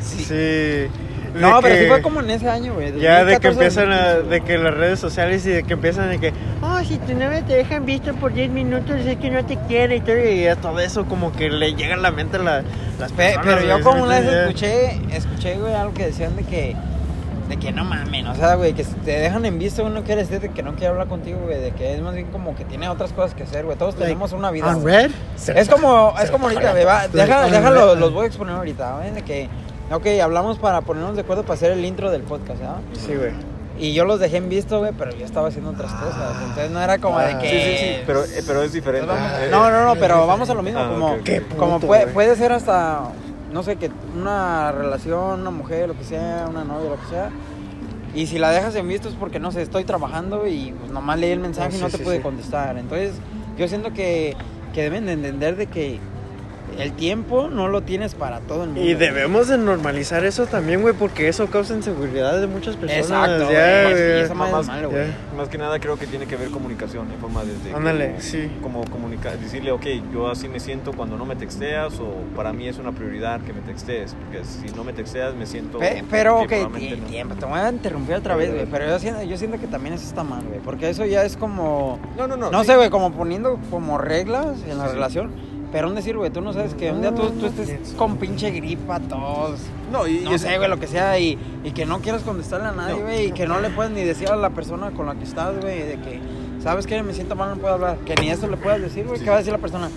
Speaker 4: Sí.
Speaker 2: Sí.
Speaker 4: No,
Speaker 2: De
Speaker 4: pero sí
Speaker 2: que-
Speaker 4: fue como en ese año, güey.
Speaker 2: Ya de que
Speaker 4: 2014,
Speaker 2: empiezan a,
Speaker 4: 2015,
Speaker 2: de que las redes sociales y de que empiezan de que, oh, si tu novia te dejan visto por 10 minutos es que no te quiere y todo, y ya todo eso como que le llega a la mente a la, las
Speaker 4: Pe-
Speaker 2: personas.
Speaker 4: pero
Speaker 2: güey,
Speaker 4: yo
Speaker 2: Pues, ¿sí
Speaker 4: como
Speaker 2: me
Speaker 4: una vez
Speaker 2: entiendes?
Speaker 4: escuché, escuché, güey, algo que decían de que, de que no mamen, o sea, güey, que si te dejan en visto, uno quiere decir de que no quiere hablar contigo, güey, de que es más bien como que tiene otras cosas que hacer, güey. Todos
Speaker 3: Like,
Speaker 4: tenemos una vida.
Speaker 3: ¿On
Speaker 4: güey.
Speaker 3: red?
Speaker 4: Es como, es como ahorita, güey, va, deja,
Speaker 3: Like,
Speaker 4: déjalo,
Speaker 3: unread.
Speaker 4: los voy a exponer ahorita, güey, de que, ok, hablamos para ponernos de acuerdo para hacer el intro del podcast, ¿verdad?
Speaker 2: Sí, güey.
Speaker 4: Y yo los dejé en visto, güey, pero yo estaba haciendo otras cosas. Entonces no era como de que.
Speaker 1: Ah, Sí, sí, sí, pero, eh, pero es diferente. Eh,
Speaker 4: No,
Speaker 1: eh,
Speaker 4: no, no, pero vamos a lo mismo.
Speaker 1: Ah,
Speaker 4: como
Speaker 1: ok, ok.
Speaker 2: Qué puto,
Speaker 4: como puede,
Speaker 2: güey.
Speaker 4: puede ser hasta, no sé, que una relación, una mujer, lo que sea, una novia, lo que sea. Y si la dejas en visto es porque, no sé, estoy trabajando y pues nomás leí el mensaje
Speaker 2: No,
Speaker 4: y
Speaker 2: Ah, sí,
Speaker 4: no te
Speaker 2: sí,
Speaker 4: pude
Speaker 2: sí.
Speaker 4: contestar. Entonces, yo siento que, que deben de entender de que el tiempo no lo tienes para todo el mundo.
Speaker 2: Y debemos de normalizar eso también, güey, porque eso causa inseguridad de muchas personas.
Speaker 4: Exacto,
Speaker 2: ya,
Speaker 4: güey, sí,
Speaker 2: güey.
Speaker 4: esa madre es
Speaker 1: Mamás,
Speaker 4: malo,
Speaker 2: ya.
Speaker 4: güey.
Speaker 1: Más que nada creo que tiene que ver comunicación en forma desde...
Speaker 2: Ándale,
Speaker 1: cómo-
Speaker 2: sí.
Speaker 1: Como comunicar, decirle, ok, yo así me siento cuando no me texteas o para mí es una prioridad que me textees, porque si no me texteas me siento...
Speaker 4: Pe- pero,
Speaker 1: sí,
Speaker 4: ok,
Speaker 1: probablemente
Speaker 4: ti-
Speaker 1: no.
Speaker 4: tiempo, te voy a interrumpir otra vez, güey. Pero yo siento, yo siento que también eso está mal, güey. Porque eso ya es como...
Speaker 1: No, no, no.
Speaker 4: No
Speaker 1: sí.
Speaker 4: sé, güey, como poniendo como reglas en la
Speaker 1: Sí, sí.
Speaker 4: relación. Pero un decir, güey, tú no sabes que un día tú, tú estés
Speaker 1: Ah,
Speaker 4: con pinche gripa, tos,
Speaker 1: No, y, y
Speaker 4: no
Speaker 1: es-
Speaker 4: sé, güey, lo que sea, y, y que no quieras contestarle a nadie,
Speaker 1: No.
Speaker 4: güey, y que no le puedes ni decir a la persona con la que estás, güey, de que, ¿sabes qué? Me siento mal, no puedo hablar. Que ni eso le puedas decir, güey,
Speaker 1: Sí,
Speaker 4: ¿qué va a
Speaker 1: sí.
Speaker 4: decir la persona?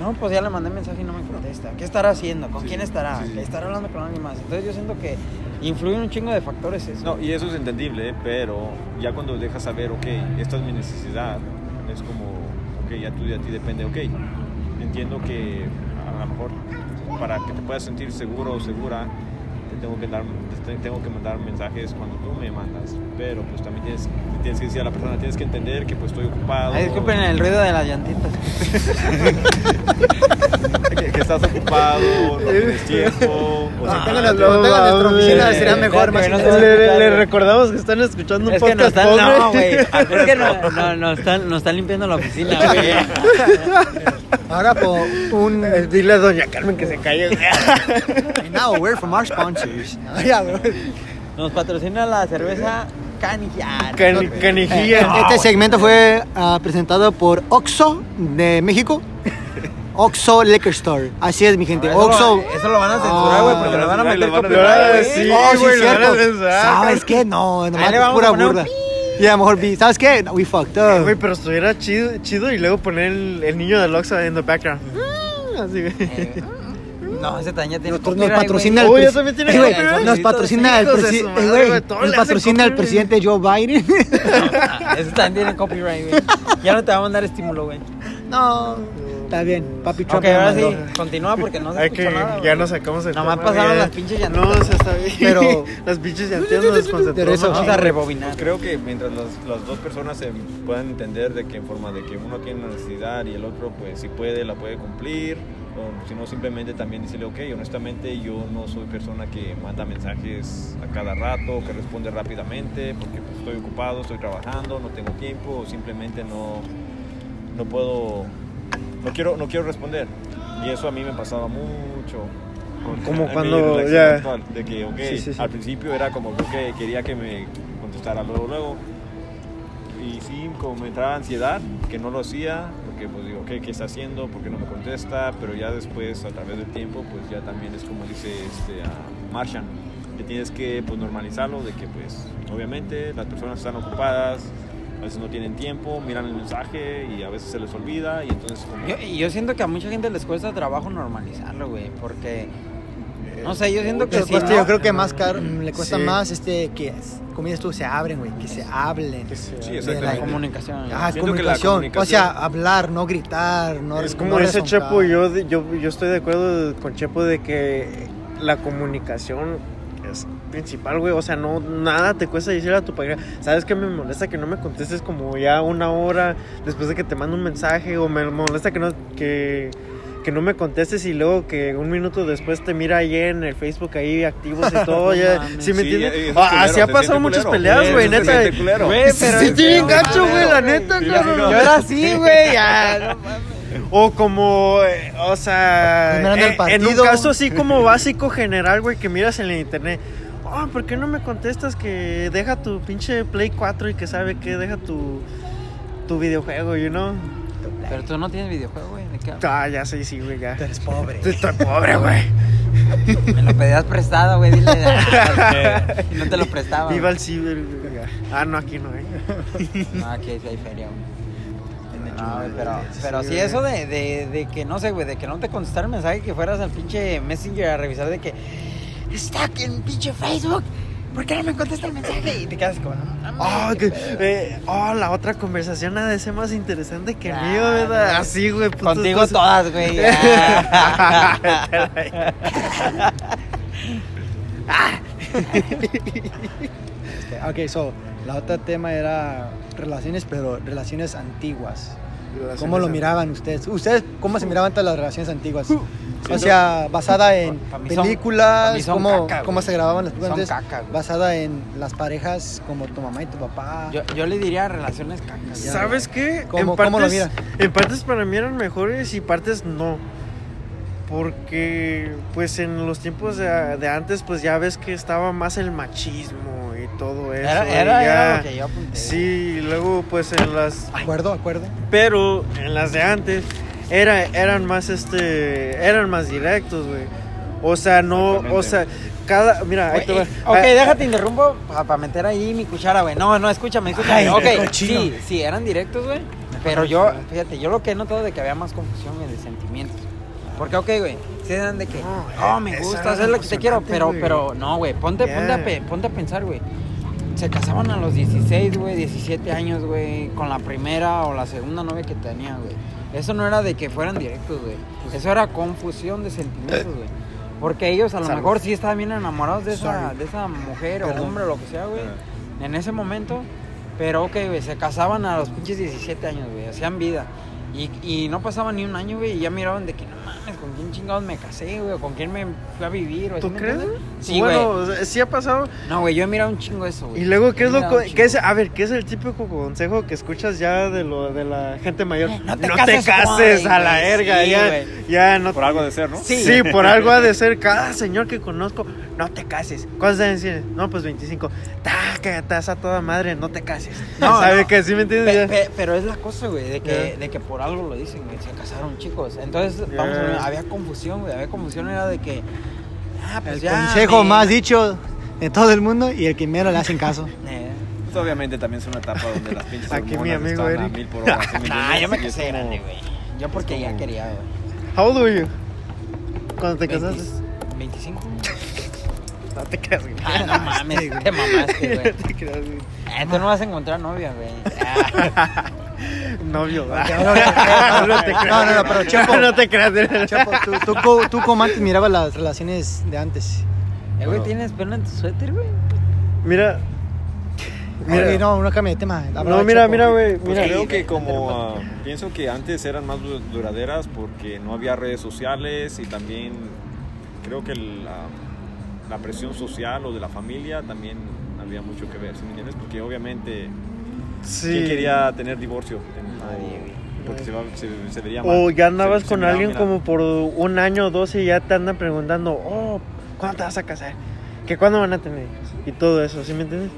Speaker 4: No, pues ya le mandé mensaje y no me contesta. ¿Qué estará haciendo? ¿Con
Speaker 1: Sí,
Speaker 4: quién
Speaker 1: sí.
Speaker 4: estará?
Speaker 1: Sí, sí.
Speaker 4: ¿Que ¿Estará hablando con alguien más? Entonces yo siento que influyen un chingo de factores eso.
Speaker 1: No, y eso es entendible, pero ya cuando dejas saber, ok, esta es mi necesidad, es como, ok, ya tú de a ti depende, ok, entiendo que a lo mejor para que te puedas sentir seguro o segura, te tengo que, dar, te tengo que mandar mensajes cuando tú me mandas, pero pues también tienes, tienes que decir a la persona, tienes que entender que pues estoy ocupado.
Speaker 4: Ay, disculpen el ruido de las llantitas.
Speaker 1: que, que estás ocupado, no
Speaker 4: *laughs*
Speaker 1: tienes tiempo. o
Speaker 2: Pues,
Speaker 3: Ah,
Speaker 1: si-
Speaker 3: tengan las- lo tengan en nuestra oficina, sería mejor, más
Speaker 4: no se va a
Speaker 2: Le, le-
Speaker 4: escuchar,
Speaker 2: le
Speaker 4: güey.
Speaker 2: recordamos que están escuchando un
Speaker 4: Es que
Speaker 2: podcast
Speaker 4: no están,
Speaker 2: pobre. *laughs*
Speaker 4: no, *laughs* güey. Ah, Es que no, no, no están, no están limpiando la *laughs* oficina, güey.
Speaker 3: Ahora por un...
Speaker 2: Eh, Dile a doña Carmen que se calle.
Speaker 4: *laughs*
Speaker 2: güey.
Speaker 3: And now we're from our sponsors. Ah, ya, güey.
Speaker 4: Nos patrocina la cerveza Canijar.
Speaker 2: Can-
Speaker 3: Eh,
Speaker 2: canijilla.
Speaker 3: este segmento fue ah, presentado por Oxxo de
Speaker 4: *laughs*
Speaker 3: México. Oxxo Liquor Store. Así es, mi gente.
Speaker 4: Eso,
Speaker 3: Oxxo.
Speaker 4: lo, Eh, eso lo van a censurar, güey, porque
Speaker 1: Ah,
Speaker 4: le van a
Speaker 1: ahí
Speaker 4: meter
Speaker 1: lo van a censurar,
Speaker 4: copyright, güey.
Speaker 2: sí.
Speaker 3: oh, sí,
Speaker 2: güey,
Speaker 3: es
Speaker 2: lo van a
Speaker 3: cierto.
Speaker 2: censurar.
Speaker 3: ¿Sabes qué? No, nomás
Speaker 4: Ahí le vamos
Speaker 3: pura
Speaker 4: a poner un
Speaker 3: burla.
Speaker 4: pi.
Speaker 3: Y a lo mejor vi. ¿Sabes qué? We fucked up.
Speaker 2: Güey, pero estuviera chido, chido y luego poner el, el niño de Loxa en the background. Así, güey.
Speaker 4: Eh, *laughs* No, ese taña tiene
Speaker 3: Nosotros nos
Speaker 4: copyright,
Speaker 3: patrocina el
Speaker 4: güey.
Speaker 2: Uy,
Speaker 3: pres-
Speaker 2: eso me tiene
Speaker 3: Eh, güey,
Speaker 4: copyright.
Speaker 3: Nos patrocina el
Speaker 2: Hijos de su
Speaker 3: presidente.
Speaker 2: madre, güey, todo
Speaker 3: Nos
Speaker 2: le hacen
Speaker 3: patrocina el
Speaker 2: copyright.
Speaker 3: presidente Joe Biden.
Speaker 4: Ah, Ese también tiene copyright, güey. Ya no te va a mandar estímulo, güey.
Speaker 3: no. Está bien, papi Trump
Speaker 4: Ok, ahora
Speaker 3: me
Speaker 4: sí,
Speaker 3: mandó.
Speaker 4: continúa porque no se
Speaker 2: Ah, Hay que
Speaker 4: escucha nada.
Speaker 2: ya
Speaker 4: güey.
Speaker 2: nos sacamos el
Speaker 4: Nomás
Speaker 2: tema,
Speaker 4: pasaron
Speaker 2: güey.
Speaker 4: las pinches llantas.
Speaker 2: No, o sea, está bien.
Speaker 3: Pero-
Speaker 2: *laughs* las pinches llantas nos
Speaker 4: *laughs*
Speaker 2: desconcentró.
Speaker 3: Pero eso-
Speaker 4: Vamos a rebobinar.
Speaker 1: pues Creo que mientras las, las dos personas se puedan entender de que en forma de que uno tiene una necesidad y el otro pues si puede la puede cumplir o si no simplemente también decirle ok honestamente yo no soy persona que manda mensajes a cada rato que responde rápidamente porque pues, estoy ocupado estoy trabajando no tengo tiempo o simplemente no no puedo no quiero no quiero responder y eso a mí me pasaba mucho con-
Speaker 2: Como
Speaker 1: en mi
Speaker 2: cuando,
Speaker 1: relación
Speaker 2: ya.
Speaker 1: actual, de que ok
Speaker 2: Sí, sí, sí.
Speaker 1: al principio era como que ok, quería que me contestara luego luego y sí, como me entraba ansiedad, que no lo hacía, porque pues digo, ¿qué, qué está haciendo? ¿Por qué no me contesta? Pero ya después, a través del tiempo, pues ya también es como dice este, a Marshan, que tienes que pues, normalizarlo, de que pues obviamente las personas están ocupadas, a veces no tienen tiempo, miran el mensaje y a veces se les olvida y entonces como...
Speaker 4: Yo, y yo siento que a mucha gente les cuesta trabajo normalizarlo, güey, porque... No sé, yo siento que
Speaker 3: Les
Speaker 4: sí,
Speaker 3: cuesta,
Speaker 4: ¿no?
Speaker 3: Este, yo creo que más caro, le cuesta
Speaker 2: Sí.
Speaker 3: más este que como dices tú se abren, güey, que se hablen.
Speaker 1: Sí,
Speaker 4: eh, La
Speaker 1: exactamente.
Speaker 4: comunicación.
Speaker 3: Ah,
Speaker 1: Siento que la
Speaker 3: comunicación. O
Speaker 1: comunicación-
Speaker 3: sea, hablar, no gritar, no
Speaker 2: es
Speaker 3: no
Speaker 2: como dice
Speaker 3: rezoncar.
Speaker 2: Chepo, yo, yo, yo estoy de acuerdo con Chepo de que la comunicación es principal, güey. O sea, no nada te cuesta decir a tu pareja, ¿sabes qué me molesta que no me contestes como ya una hora después de que te mando un mensaje? O me molesta que no, que, que no me contestes y luego que un minuto después te mira ahí en el Facebook ahí activos y todo. ya,
Speaker 4: mames.
Speaker 2: ¿Sí me
Speaker 1: Sí, eh,
Speaker 2: entiendes?
Speaker 1: eso es
Speaker 2: Ah,
Speaker 1: culero,
Speaker 2: así ha
Speaker 1: se
Speaker 2: pasado
Speaker 1: siente
Speaker 2: muchas
Speaker 1: culero.
Speaker 2: peleas,
Speaker 1: Sí,
Speaker 2: güey,
Speaker 1: eso se
Speaker 2: neta.
Speaker 1: siente culero.
Speaker 2: Güey,
Speaker 1: Sí,
Speaker 2: pero
Speaker 4: sí,
Speaker 2: sentí bien
Speaker 4: pero-
Speaker 2: gacho, güey, la neta,
Speaker 1: Sí, sí,
Speaker 2: cabrón.
Speaker 1: no.
Speaker 4: Yo era así, güey, ya, no
Speaker 2: O como, eh, o sea,
Speaker 3: Mirando el
Speaker 2: eh, en un
Speaker 3: partido.
Speaker 2: caso así como básico general, güey, que miras en el internet. Ah, ¿por qué no me contestas que deja tu pinche Play 4 y que sabe que deja tu, tu videojuego, you know?
Speaker 4: Pero tú no tienes videojuego, güey. ¿De qué
Speaker 2: *laughs*
Speaker 4: hablas?
Speaker 2: Ah, ya sé, sí, güey, ya.
Speaker 3: Tú eres pobre.
Speaker 2: Estoy estoy pobre, güey.
Speaker 4: Me lo pedías prestado, güey. Dile. ah,
Speaker 2: *laughs*
Speaker 4: y no te lo prestaba.
Speaker 2: Viva
Speaker 4: güey.
Speaker 2: el ciber, güey. ya. Ah, no, aquí no, eh.
Speaker 4: No, aquí sí hay feria, güey. No, güey, pero,
Speaker 2: Sí,
Speaker 4: pero sí,
Speaker 2: güey.
Speaker 4: eso de, de, de que no sé, güey, de que no te contestara el mensaje, que fueras al pinche Messenger a revisar de que está aquí en pinche Facebook. ¿por qué no me contesta el mensaje? Y te quedas como, no, no,
Speaker 2: Oh,
Speaker 4: qué
Speaker 2: que-
Speaker 4: pedo.
Speaker 2: eh, oh, la otra conversación ha de ser más interesante que
Speaker 4: Ah,
Speaker 2: mío, ¿verdad?
Speaker 4: no.
Speaker 2: Así, güey. puto,
Speaker 4: Contigo
Speaker 2: entonces-
Speaker 4: todas, güey.
Speaker 2: *laughs*
Speaker 4: ya.
Speaker 3: Este, Ok, so, la otra tema era relaciones, pero relaciones antiguas. ¿Cómo lo miraban ustedes? ¿Ustedes cómo se miraban todas las relaciones antiguas? O sea, basada en
Speaker 4: Uh, Pa- pa' mí son- pa' mí
Speaker 3: películas,
Speaker 4: son
Speaker 3: cómo,
Speaker 4: caca, güey.
Speaker 3: cómo se grababan las
Speaker 4: Son
Speaker 3: películas,
Speaker 4: caca, güey.
Speaker 3: basada en las parejas como tu mamá y tu papá.
Speaker 4: Yo, yo le diría relaciones cacas.
Speaker 3: Ya.
Speaker 2: ¿Sabes qué?
Speaker 3: ¿Cómo-
Speaker 2: en, partes,
Speaker 3: cómo lo mira?
Speaker 2: en partes para mí eran mejores y partes no. Porque, pues en los tiempos de, de antes, pues ya ves que estaba más el machismo y todo eso.
Speaker 4: Era,
Speaker 2: y
Speaker 4: era,
Speaker 2: ya-
Speaker 4: era lo que yo apunté.
Speaker 2: Sí, y luego, pues en las.
Speaker 3: ¿Acuerdo? ¿Acuerdo?
Speaker 2: Pero en las de antes, era, eran más este. Eran más directos, güey. O sea, no. O
Speaker 1: Exactamente.
Speaker 2: sea, cada. Mira, ahí
Speaker 4: Güey,
Speaker 2: te va.
Speaker 4: eh, ok,
Speaker 2: Ah,
Speaker 4: déjate interrumpo para meter ahí mi cuchara, güey. No, no, escúchame, escúchame.
Speaker 3: Ay, qué
Speaker 4: ok,
Speaker 3: cochino.
Speaker 4: sí, sí, eran directos, güey. Pero yo, fíjate, yo lo que he notado de que había más confusión en el sentimiento. Porque, ok, güey, si eran de que,
Speaker 2: No,
Speaker 4: oh,
Speaker 2: eh,
Speaker 4: me
Speaker 2: esa
Speaker 4: gusta,
Speaker 2: era
Speaker 4: es lo que te quiero,
Speaker 2: emocionante,
Speaker 4: pero,
Speaker 2: güey.
Speaker 4: pero, no, güey, ponte,
Speaker 2: Ya.
Speaker 4: ponte, a, pe- ponte a pensar, güey. Se casaban a los 16, güey, 17 años, güey, con la primera o la segunda novia que tenía, güey. Eso no era de que fueran directos, güey.
Speaker 2: Pues
Speaker 4: Eso era confusión de sentimientos, güey. Porque ellos a lo
Speaker 2: Salud.
Speaker 4: mejor sí estaban bien enamorados de esa,
Speaker 3: Sorry.
Speaker 4: de esa mujer o
Speaker 3: Perdón.
Speaker 4: hombre o lo que sea, güey.
Speaker 2: Ah.
Speaker 4: En ese momento. Pero, ok, güey, se casaban a los pinches 17 años, güey. Hacían vida. Y, y no pasaba ni un año, güey. Y ya miraban de que, no mames, ¿con quién chingados me casé, güey? ¿O ¿Con quién me fui a vivir? o
Speaker 2: ¿Tú
Speaker 4: así, ¿me
Speaker 2: crees?
Speaker 4: entiendes? Sí, güey.
Speaker 2: bueno, o sea, sí ha pasado.
Speaker 4: No, güey, yo he mirado un chingo eso, güey.
Speaker 2: Y luego, ¿qué
Speaker 4: He
Speaker 2: es lo
Speaker 4: mirado
Speaker 2: co-
Speaker 4: un
Speaker 2: qué es,
Speaker 4: chingo.
Speaker 2: a ver, qué es el típico consejo que escuchas ya de lo de la gente mayor?
Speaker 4: No te cases,
Speaker 2: cases
Speaker 4: güey,
Speaker 2: a la
Speaker 4: güey,
Speaker 2: verga,
Speaker 4: sí,
Speaker 2: ya,
Speaker 4: güey.
Speaker 2: ya no.
Speaker 1: Por algo de ser, ¿no?
Speaker 2: sí. por algo ha de ser cada señor que conozco, no te cases. ¿Cuántos años tienes? No, pues 25. Taca, estás a toda madre, no te cases. *laughs*
Speaker 4: No,
Speaker 2: No, ¿sabes
Speaker 4: no.
Speaker 2: que sí me entiendes?
Speaker 4: Pe-
Speaker 2: Ya.
Speaker 4: pe- pero es la cosa, güey, de que,
Speaker 2: Ya.
Speaker 4: de que por algo lo dicen, güey, se casaron chicos. Entonces, vamos a
Speaker 2: Ya.
Speaker 4: ver, había confusión, güey, había confusión, era de que... Ah, pues
Speaker 3: El
Speaker 4: ya,
Speaker 3: consejo
Speaker 4: me-
Speaker 3: más dicho de todo el mundo y el que menos le hacen
Speaker 4: *laughs*
Speaker 3: caso.
Speaker 4: Eh,
Speaker 1: Pues obviamente también es una etapa donde las pinches
Speaker 2: Aquí mi
Speaker 1: hormonas están
Speaker 2: amigo
Speaker 1: a
Speaker 2: Eric.
Speaker 1: mil por hora. ¿sí me
Speaker 4: Nah,
Speaker 1: entiendes?
Speaker 4: Ah, yo me
Speaker 1: Y es
Speaker 4: casé
Speaker 1: como-
Speaker 4: grande, güey. Yo porque ya quería, güey.
Speaker 2: How old were you? Cuando te casaste. *laughs*
Speaker 4: 25.
Speaker 2: No te cases. güey.
Speaker 4: Ah, no mames, te mamaste,
Speaker 2: *laughs*
Speaker 4: güey.
Speaker 2: Te creas, güey.
Speaker 4: Ah, Tú no vas a encontrar novia, güey. Ah,
Speaker 2: Novio.
Speaker 3: no, no,
Speaker 2: ¿verdad? *laughs*
Speaker 3: no, no, no, pero Chepo.
Speaker 2: No te creas.
Speaker 3: Chapo, ¿tú, tú, co- tú cómo antes mirabas las relaciones de antes?
Speaker 4: eh, güey, ¿tienes pelo en tu suéter, güey?
Speaker 2: Mira. Mira.
Speaker 3: Ay, no, no cambia de tema. Hablaba
Speaker 2: No, mira,
Speaker 3: Chepo.
Speaker 2: mira, güey.
Speaker 1: Pues
Speaker 2: Mira.
Speaker 1: creo que como ah, pienso que antes eran más du- duraderas porque no había redes sociales y también creo que la, la presión social o de la familia también había mucho que ver, ¿sí me entiendes? Porque obviamente
Speaker 2: Sí.
Speaker 1: quién quería tener divorcio, O-
Speaker 4: Nadie, güey.
Speaker 1: porque se, va- se- se vería mal.
Speaker 2: O ya
Speaker 1: Se-
Speaker 2: andabas
Speaker 1: se
Speaker 2: con
Speaker 1: miraba,
Speaker 2: alguien
Speaker 1: mira,
Speaker 2: como por un año o dos y ya te andan preguntando, oh, ¿cuándo te vas a casar? ¿Que cuándo van a tener hijos? Y todo eso, ¿sí me entiendes?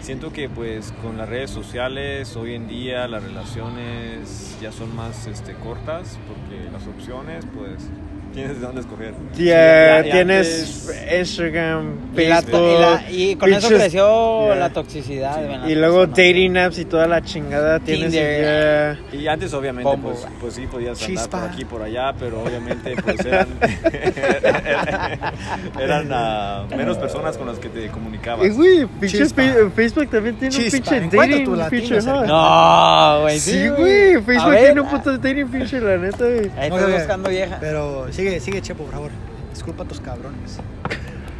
Speaker 1: Siento que pues con las redes sociales hoy en día las relaciones ya son más este, cortas porque las opciones pues tienes de dónde escoger. Sí,
Speaker 2: Ya
Speaker 1: ya- ya
Speaker 2: eh, tienes
Speaker 1: antes-
Speaker 2: Instagram,
Speaker 4: Y, la to-
Speaker 2: Facebook.
Speaker 4: y, la- y con eso
Speaker 2: pinches-
Speaker 4: creció
Speaker 2: Ya.
Speaker 4: la toxicidad, güey. en las
Speaker 2: Y luego
Speaker 4: personas, güey.
Speaker 2: dating apps y toda la chingada tienes.
Speaker 4: Tinder.
Speaker 2: ya.
Speaker 1: Y antes obviamente
Speaker 4: Combo.
Speaker 1: pues, pues sí podías andar
Speaker 3: Chispa.
Speaker 1: por aquí por allá, pero obviamente pues eran, *laughs* eran ah, menos personas con las que te comunicabas.
Speaker 2: Eh, güey, pinches
Speaker 3: Chispa.
Speaker 2: fe- Facebook también tiene
Speaker 3: Chispa,
Speaker 2: un pinche
Speaker 3: encuentra tu
Speaker 2: dating
Speaker 3: latino
Speaker 2: feature.
Speaker 3: cerca.
Speaker 2: ¿no?
Speaker 4: No, pues güey.
Speaker 2: Sí, güey,
Speaker 4: A
Speaker 2: Facebook
Speaker 4: ver,
Speaker 2: tiene un puto dating feature, la neta, güey.
Speaker 4: Ahí
Speaker 3: Oye,
Speaker 4: estás buscando vieja.
Speaker 3: Pero sigue, sigue Chepo, por favor. Disculpa a tus cabrones.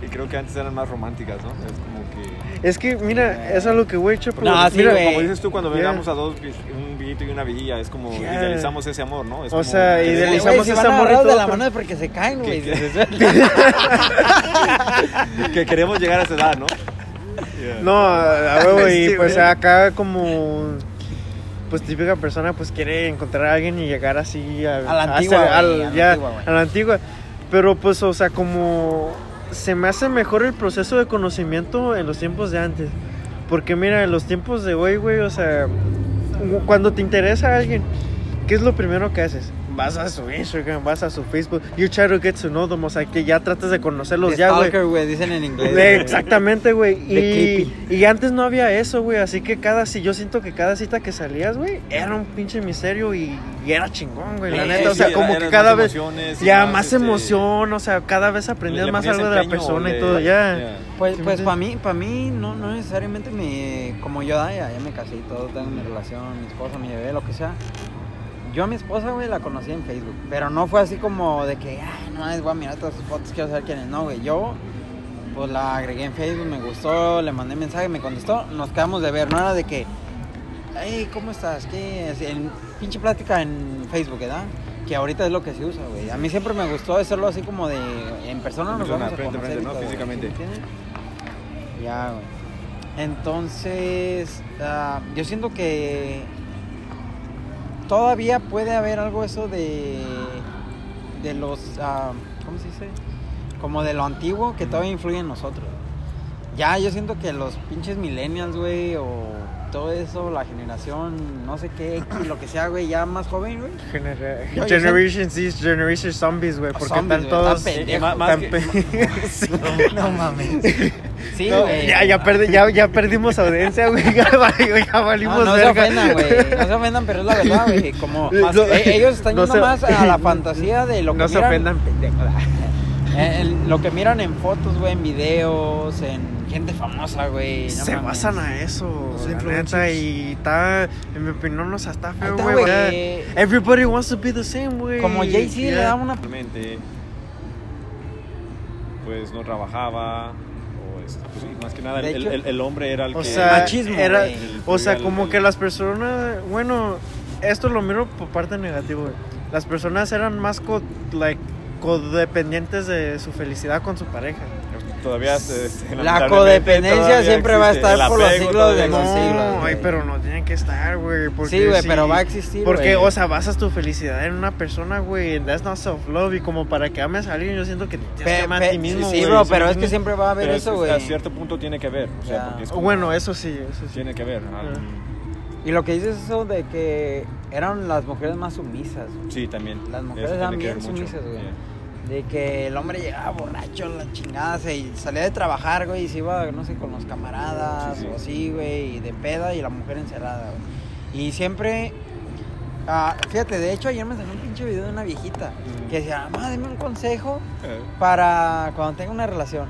Speaker 1: Y creo que antes eran más románticas, ¿no? Es como que...
Speaker 2: Es que, mira, eso es lo que, güey, chapo.
Speaker 4: No, sí,
Speaker 2: mira,
Speaker 4: güey.
Speaker 1: Pues Como dices tú, cuando
Speaker 2: Yeah.
Speaker 1: veíamos a dos, vi- un viejito y una viejilla, es como
Speaker 2: Yeah.
Speaker 1: idealizamos ese amor, ¿no? Es
Speaker 2: O
Speaker 1: como-
Speaker 2: sea,
Speaker 1: queremos-
Speaker 4: Güey,
Speaker 2: idealizamos
Speaker 4: si
Speaker 2: esa
Speaker 4: van
Speaker 2: morra y
Speaker 4: agarrados de
Speaker 2: todo,
Speaker 4: la
Speaker 2: pero-
Speaker 4: mano es porque se caen, güey.
Speaker 1: ¿Qué-
Speaker 4: se
Speaker 1: qué?
Speaker 2: *laughs*
Speaker 4: sueltan.
Speaker 1: *laughs* que queremos llegar a esa edad, ¿no? Yeah.
Speaker 2: No, a
Speaker 4: *laughs*
Speaker 2: a huevo,
Speaker 3: Sí,
Speaker 2: y pues
Speaker 3: güey.
Speaker 2: acá como pues típica persona pues quiere encontrar a alguien y llegar así a,
Speaker 4: A la antigua,
Speaker 2: hacer- al-
Speaker 4: güey, a la
Speaker 2: ya,
Speaker 4: antigua, güey.
Speaker 2: a la antigua. Pero pues, o sea, como se me hace mejor el proceso de conocimiento en los tiempos de antes. Porque mira, en los tiempos de hoy, güey, o sea, cuando te interesa a alguien, ¿qué es lo primero que haces? vas a su Instagram, vas a su Facebook, you try to get to know them, o sea, que ya tratas de conocerlos ya, güey.
Speaker 4: Stalker, güey, dicen en inglés.
Speaker 2: De-
Speaker 4: güey.
Speaker 2: exactamente, güey.
Speaker 4: De
Speaker 2: Y, y antes no había eso, güey. Así que cada si yo siento que cada cita que salías, güey, era un pinche misterio y, y era chingón, güey. La
Speaker 1: Sí,
Speaker 2: neta, o
Speaker 1: sí,
Speaker 2: sea,
Speaker 1: era-
Speaker 2: como
Speaker 1: eran
Speaker 2: que
Speaker 1: más
Speaker 2: cada vez.
Speaker 1: emociones y
Speaker 2: Ya,
Speaker 1: más,
Speaker 2: más
Speaker 1: este,
Speaker 2: emoción, o sea, cada vez aprendías
Speaker 1: le
Speaker 2: más
Speaker 1: ponías
Speaker 2: algo de la
Speaker 1: empeño,
Speaker 2: persona
Speaker 1: le-
Speaker 2: y todo, ya.
Speaker 4: Pues,
Speaker 2: Sí,
Speaker 4: pues
Speaker 2: sí.
Speaker 4: para mí, para mí no, no necesariamente me, como yo, ay, ya, ya me casé y todo, tengo mi relación, mi esposa, mi bebé, lo que sea. Yo a mi esposa, güey, la conocí en Facebook, pero no fue así como de que, ay, no, es voy a mirar todas sus fotos, quiero saber quién es. No, güey, yo, pues la agregué en Facebook, me gustó, le mandé mensaje, me contestó, nos quedamos de ver, no era de que, hey, ¿cómo estás? ¿Qué es? En pinche plática en Facebook, ¿verdad? Que ahorita es lo que se usa, güey. A mí siempre me gustó hacerlo así como de, en persona,
Speaker 1: En
Speaker 4: nos
Speaker 1: persona,
Speaker 4: vamos a
Speaker 1: frente a
Speaker 4: conocer
Speaker 1: frente,
Speaker 4: y
Speaker 1: ¿no?
Speaker 4: todo, güey, ¿sí
Speaker 1: Físicamente.
Speaker 4: me entiendes? Ya, güey. Entonces, ah, yo siento que todavía puede haber algo eso de, de los, ah, ¿cómo se dice? Como de lo antiguo que todavía influye en nosotros. Ya, yo siento que los pinches millennials, güey, o todo eso, la generación, no sé qué, X, lo que sea, güey, ya más joven, güey.
Speaker 2: Genera-
Speaker 4: Yo- yo
Speaker 2: Generation Z, Generation Zombies,
Speaker 1: Ah,
Speaker 2: güey, porque
Speaker 4: Zombies,
Speaker 2: están
Speaker 4: güey,
Speaker 2: todos.
Speaker 4: están
Speaker 1: Y ma-
Speaker 4: pendejos.
Speaker 1: más
Speaker 2: tan
Speaker 1: que-
Speaker 2: pe- Sí.
Speaker 4: *laughs* No mames.
Speaker 2: *laughs*
Speaker 4: Sí,
Speaker 2: No,
Speaker 4: güey.
Speaker 2: ya, ya, perdi- ya, ya perdimos audiencia, güey. *laughs* Ya, vali- ya valimos
Speaker 1: Ah,
Speaker 4: No, no se
Speaker 2: verga.
Speaker 4: ofendan, güey.
Speaker 2: *laughs*
Speaker 4: No se ofendan, pero es la verdad, güey. Como
Speaker 2: Más-
Speaker 4: eh, ellos están
Speaker 2: no
Speaker 4: yendo
Speaker 2: se-
Speaker 4: más a la fantasía de lo que
Speaker 2: No se
Speaker 4: miran-
Speaker 2: ofendan, pendejos.
Speaker 4: *laughs* eh, el- lo que miran en fotos, güey, en videos, en gente famosa, güey. no
Speaker 2: se
Speaker 4: mames.
Speaker 2: basan a eso,
Speaker 3: Los
Speaker 2: la
Speaker 3: influencers.
Speaker 2: neta, y está, en mi opinión, no sea, está
Speaker 4: Ahí
Speaker 2: feo,
Speaker 4: está,
Speaker 2: güey.
Speaker 4: güey,
Speaker 2: ¿verdad?
Speaker 4: que
Speaker 2: Everybody wants to be the same, güey.
Speaker 4: Como Jay-Z le
Speaker 2: Yeah.
Speaker 4: da una.
Speaker 1: Realmente, pues no trabajaba. O este, pues, sí, más que nada, el,
Speaker 4: De hecho-
Speaker 1: el- el hombre era el
Speaker 2: O
Speaker 1: que.
Speaker 2: sea,
Speaker 4: Machismo,
Speaker 2: era-
Speaker 4: güey.
Speaker 2: o sea,
Speaker 1: el-
Speaker 2: como
Speaker 1: el-
Speaker 2: que las personas, bueno, esto lo miro por parte negativa, güey. Las personas eran más co- like, codependientes de su felicidad con su pareja.
Speaker 1: Todavía se-
Speaker 4: La
Speaker 1: lamentablemente,
Speaker 4: codependencia
Speaker 1: todavía
Speaker 4: siempre va a
Speaker 1: existe.
Speaker 4: estar
Speaker 1: El
Speaker 4: por los
Speaker 1: apego
Speaker 4: siglos de
Speaker 1: todavía
Speaker 4: los
Speaker 1: existe.
Speaker 4: siglos,
Speaker 2: No,
Speaker 4: güey.
Speaker 2: ay, pero no tienen que estar, güey. porque
Speaker 4: Sí, güey, pero va a existir,
Speaker 2: Porque,
Speaker 4: güey.
Speaker 2: o sea, basas tu felicidad en una persona, güey. and That's not self-love. Y como para que ames a alguien, yo siento que te tienes que
Speaker 4: Pe-
Speaker 2: amar a
Speaker 4: pe-
Speaker 2: ti mismo,
Speaker 4: sí,
Speaker 2: güey,
Speaker 4: bro,
Speaker 2: ¿sí me
Speaker 4: pero es que
Speaker 2: entiendes?
Speaker 4: siempre va a haber
Speaker 1: Pero
Speaker 4: eso,
Speaker 1: es-
Speaker 4: güey.
Speaker 1: A cierto punto tiene que haber. O sea,
Speaker 4: Ya.
Speaker 1: porque es como-
Speaker 2: Bueno, eso sí, eso sí.
Speaker 1: Tiene que ver. ah,
Speaker 2: Ajá.
Speaker 4: Y lo que dices eso de que eran las mujeres más sumisas, güey.
Speaker 1: Sí, también.
Speaker 4: Las mujeres
Speaker 1: Eso tiene
Speaker 4: eran
Speaker 1: que ver
Speaker 4: bien
Speaker 1: mucho.
Speaker 4: sumisas, güey.
Speaker 1: Yeah.
Speaker 4: De que el hombre llegaba borracho, la chingada, se salía de trabajar, güey, y se iba, no sé, con los camaradas
Speaker 1: Sí, sí.
Speaker 4: o así, güey, y de peda y la mujer encerrada, güey. Y siempre, ah, fíjate, de hecho ayer me salió un pinche video de una viejita que decía, mamá, dime un consejo
Speaker 1: Eh,
Speaker 4: para cuando tenga una relación.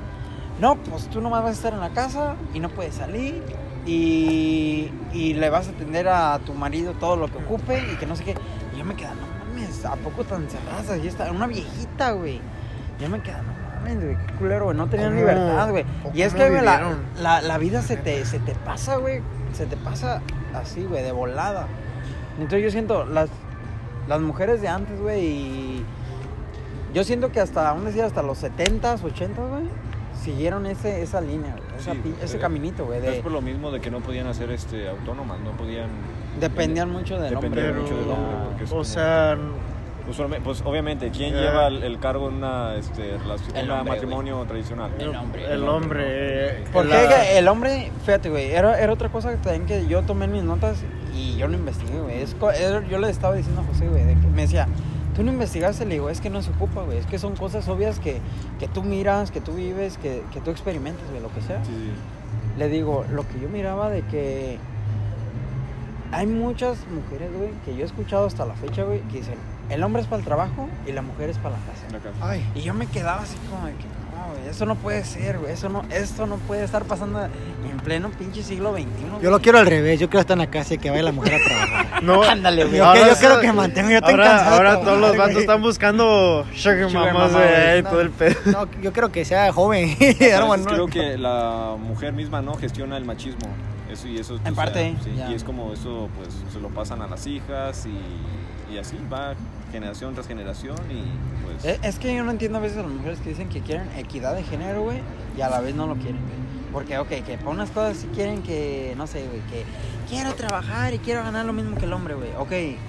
Speaker 4: No, pues tú nomás vas a estar en la casa y no puedes salir y, y le vas a atender a tu marido todo lo que ocupe y que no sé qué. Y yo me quedaba, no mames, ¿a poco tan cerradas? Y está una viejita, güey. Yo me quedaba, no mames, güey, qué culero, güey, no tenían
Speaker 2: ¿Cómo?
Speaker 4: libertad, güey. Y es
Speaker 2: ¿Cómo
Speaker 4: que, güey, la,
Speaker 2: vivieron?
Speaker 4: la, la vida se te, se te pasa, güey, se te pasa así, güey, de volada. Entonces yo siento, las, las mujeres de antes, güey, y yo siento que hasta, aún decir, hasta los 70s, 80s, güey, siguieron ese, esa línea, güey, esa
Speaker 1: Sí,
Speaker 4: pi- ese
Speaker 1: eh,
Speaker 4: caminito, güey,
Speaker 1: Es
Speaker 4: de,
Speaker 1: por lo mismo de que no podían hacer este, autónomas, no podían.
Speaker 4: dependían mucho del hombre.
Speaker 1: Dependían
Speaker 4: güey, Ah.
Speaker 1: mucho del
Speaker 4: ya.
Speaker 1: hombre, porque es
Speaker 2: O
Speaker 1: como-
Speaker 2: sea,
Speaker 1: Usualmente- pues obviamente, ¿quién
Speaker 2: Ya.
Speaker 1: lleva el, el cargo en una este, relación,
Speaker 4: El
Speaker 1: en un
Speaker 4: hombre,
Speaker 1: matrimonio tradicional?
Speaker 4: El hombre.
Speaker 2: El hombre. eh,
Speaker 4: Porque
Speaker 2: la-
Speaker 4: que el hombre, fíjate, güey, era, era otra cosa que también que yo tomé en mis notas y yo no investigué, güey. Es co- era- yo le estaba diciendo a José, güey, de que me decía, tú no investigaste, le digo, es que no se ocupa, güey. Es que son cosas obvias que, que tú miras, que tú vives, que, que tú experimentas, güey, lo que sea.
Speaker 1: Sí, sí.
Speaker 4: Le digo, lo que yo miraba de que hay muchas mujeres, güey, que yo he escuchado hasta la fecha, güey, que dicen, el hombre es para el trabajo y la mujer es para la casa.
Speaker 1: en la casa.
Speaker 3: Ay,
Speaker 4: Y yo me quedaba así como de que, no, güey, eso no puede ser, güey, eso no, esto no puede estar pasando en pleno pinche siglo XXI.
Speaker 3: yo lo quiero al revés, yo quiero estar en la casa y que vaya la mujer a trabajar.
Speaker 4: *laughs*
Speaker 2: No,
Speaker 4: Ándale, güey.
Speaker 3: Yo,
Speaker 2: Ahora
Speaker 3: que, yo
Speaker 2: sí.
Speaker 3: quiero que mantenga, yo estoy
Speaker 2: ahora,
Speaker 3: cansado. de
Speaker 2: ahora todos los
Speaker 3: trabajar,
Speaker 2: vatos
Speaker 3: güey.
Speaker 2: están buscando Sugar
Speaker 4: Sugar
Speaker 2: Mamas,
Speaker 4: mama,
Speaker 2: güey,
Speaker 4: güey.
Speaker 2: y
Speaker 3: No.
Speaker 2: todo el pedo.
Speaker 3: No, yo creo que sea
Speaker 4: *laughs*
Speaker 3: joven.
Speaker 1: Pero a
Speaker 3: Bueno,
Speaker 1: veces creo
Speaker 3: no-
Speaker 1: que la mujer misma no gestiona el machismo. Eso y eso. o sea,
Speaker 4: parte,
Speaker 1: sí,
Speaker 4: ya.
Speaker 1: y es como eso, pues se lo pasan a las hijas y, y así va generación tras generación y pues.
Speaker 4: Eh, Es que yo no entiendo a veces a las mujeres que dicen que quieren equidad de género, güey, y a la vez no lo quieren, güey. Porque, ok, que para unas cosas sí quieren que, no sé, güey, que quiero trabajar y quiero ganar lo mismo que el hombre, güey. Ok,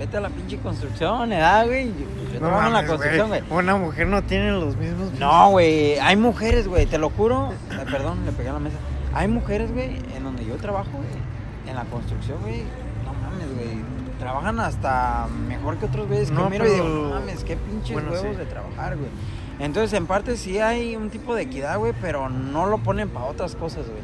Speaker 4: vete a la pinche construcción, ¿eh, güey? Yo, yo
Speaker 2: No
Speaker 4: trabajo en la
Speaker 2: mames,
Speaker 4: construcción,
Speaker 2: güey.
Speaker 4: güey.
Speaker 2: Una mujer no tiene los mismos.
Speaker 4: No, güey, hay mujeres, güey, te lo juro. Ay, perdón, le pegué a la mesa. Hay mujeres, güey, en donde yo trabajo, güey, en la construcción, güey. No mames, güey. trabajan hasta mejor que otros güeyes
Speaker 2: No,
Speaker 4: que miro y
Speaker 2: pero-
Speaker 4: digo, "No mames, qué pinches
Speaker 2: bueno,
Speaker 4: huevos
Speaker 2: sí.
Speaker 4: de trabajar, güey. Entonces, en parte sí hay un tipo de equidad, güey, pero no lo ponen para otras cosas, güey.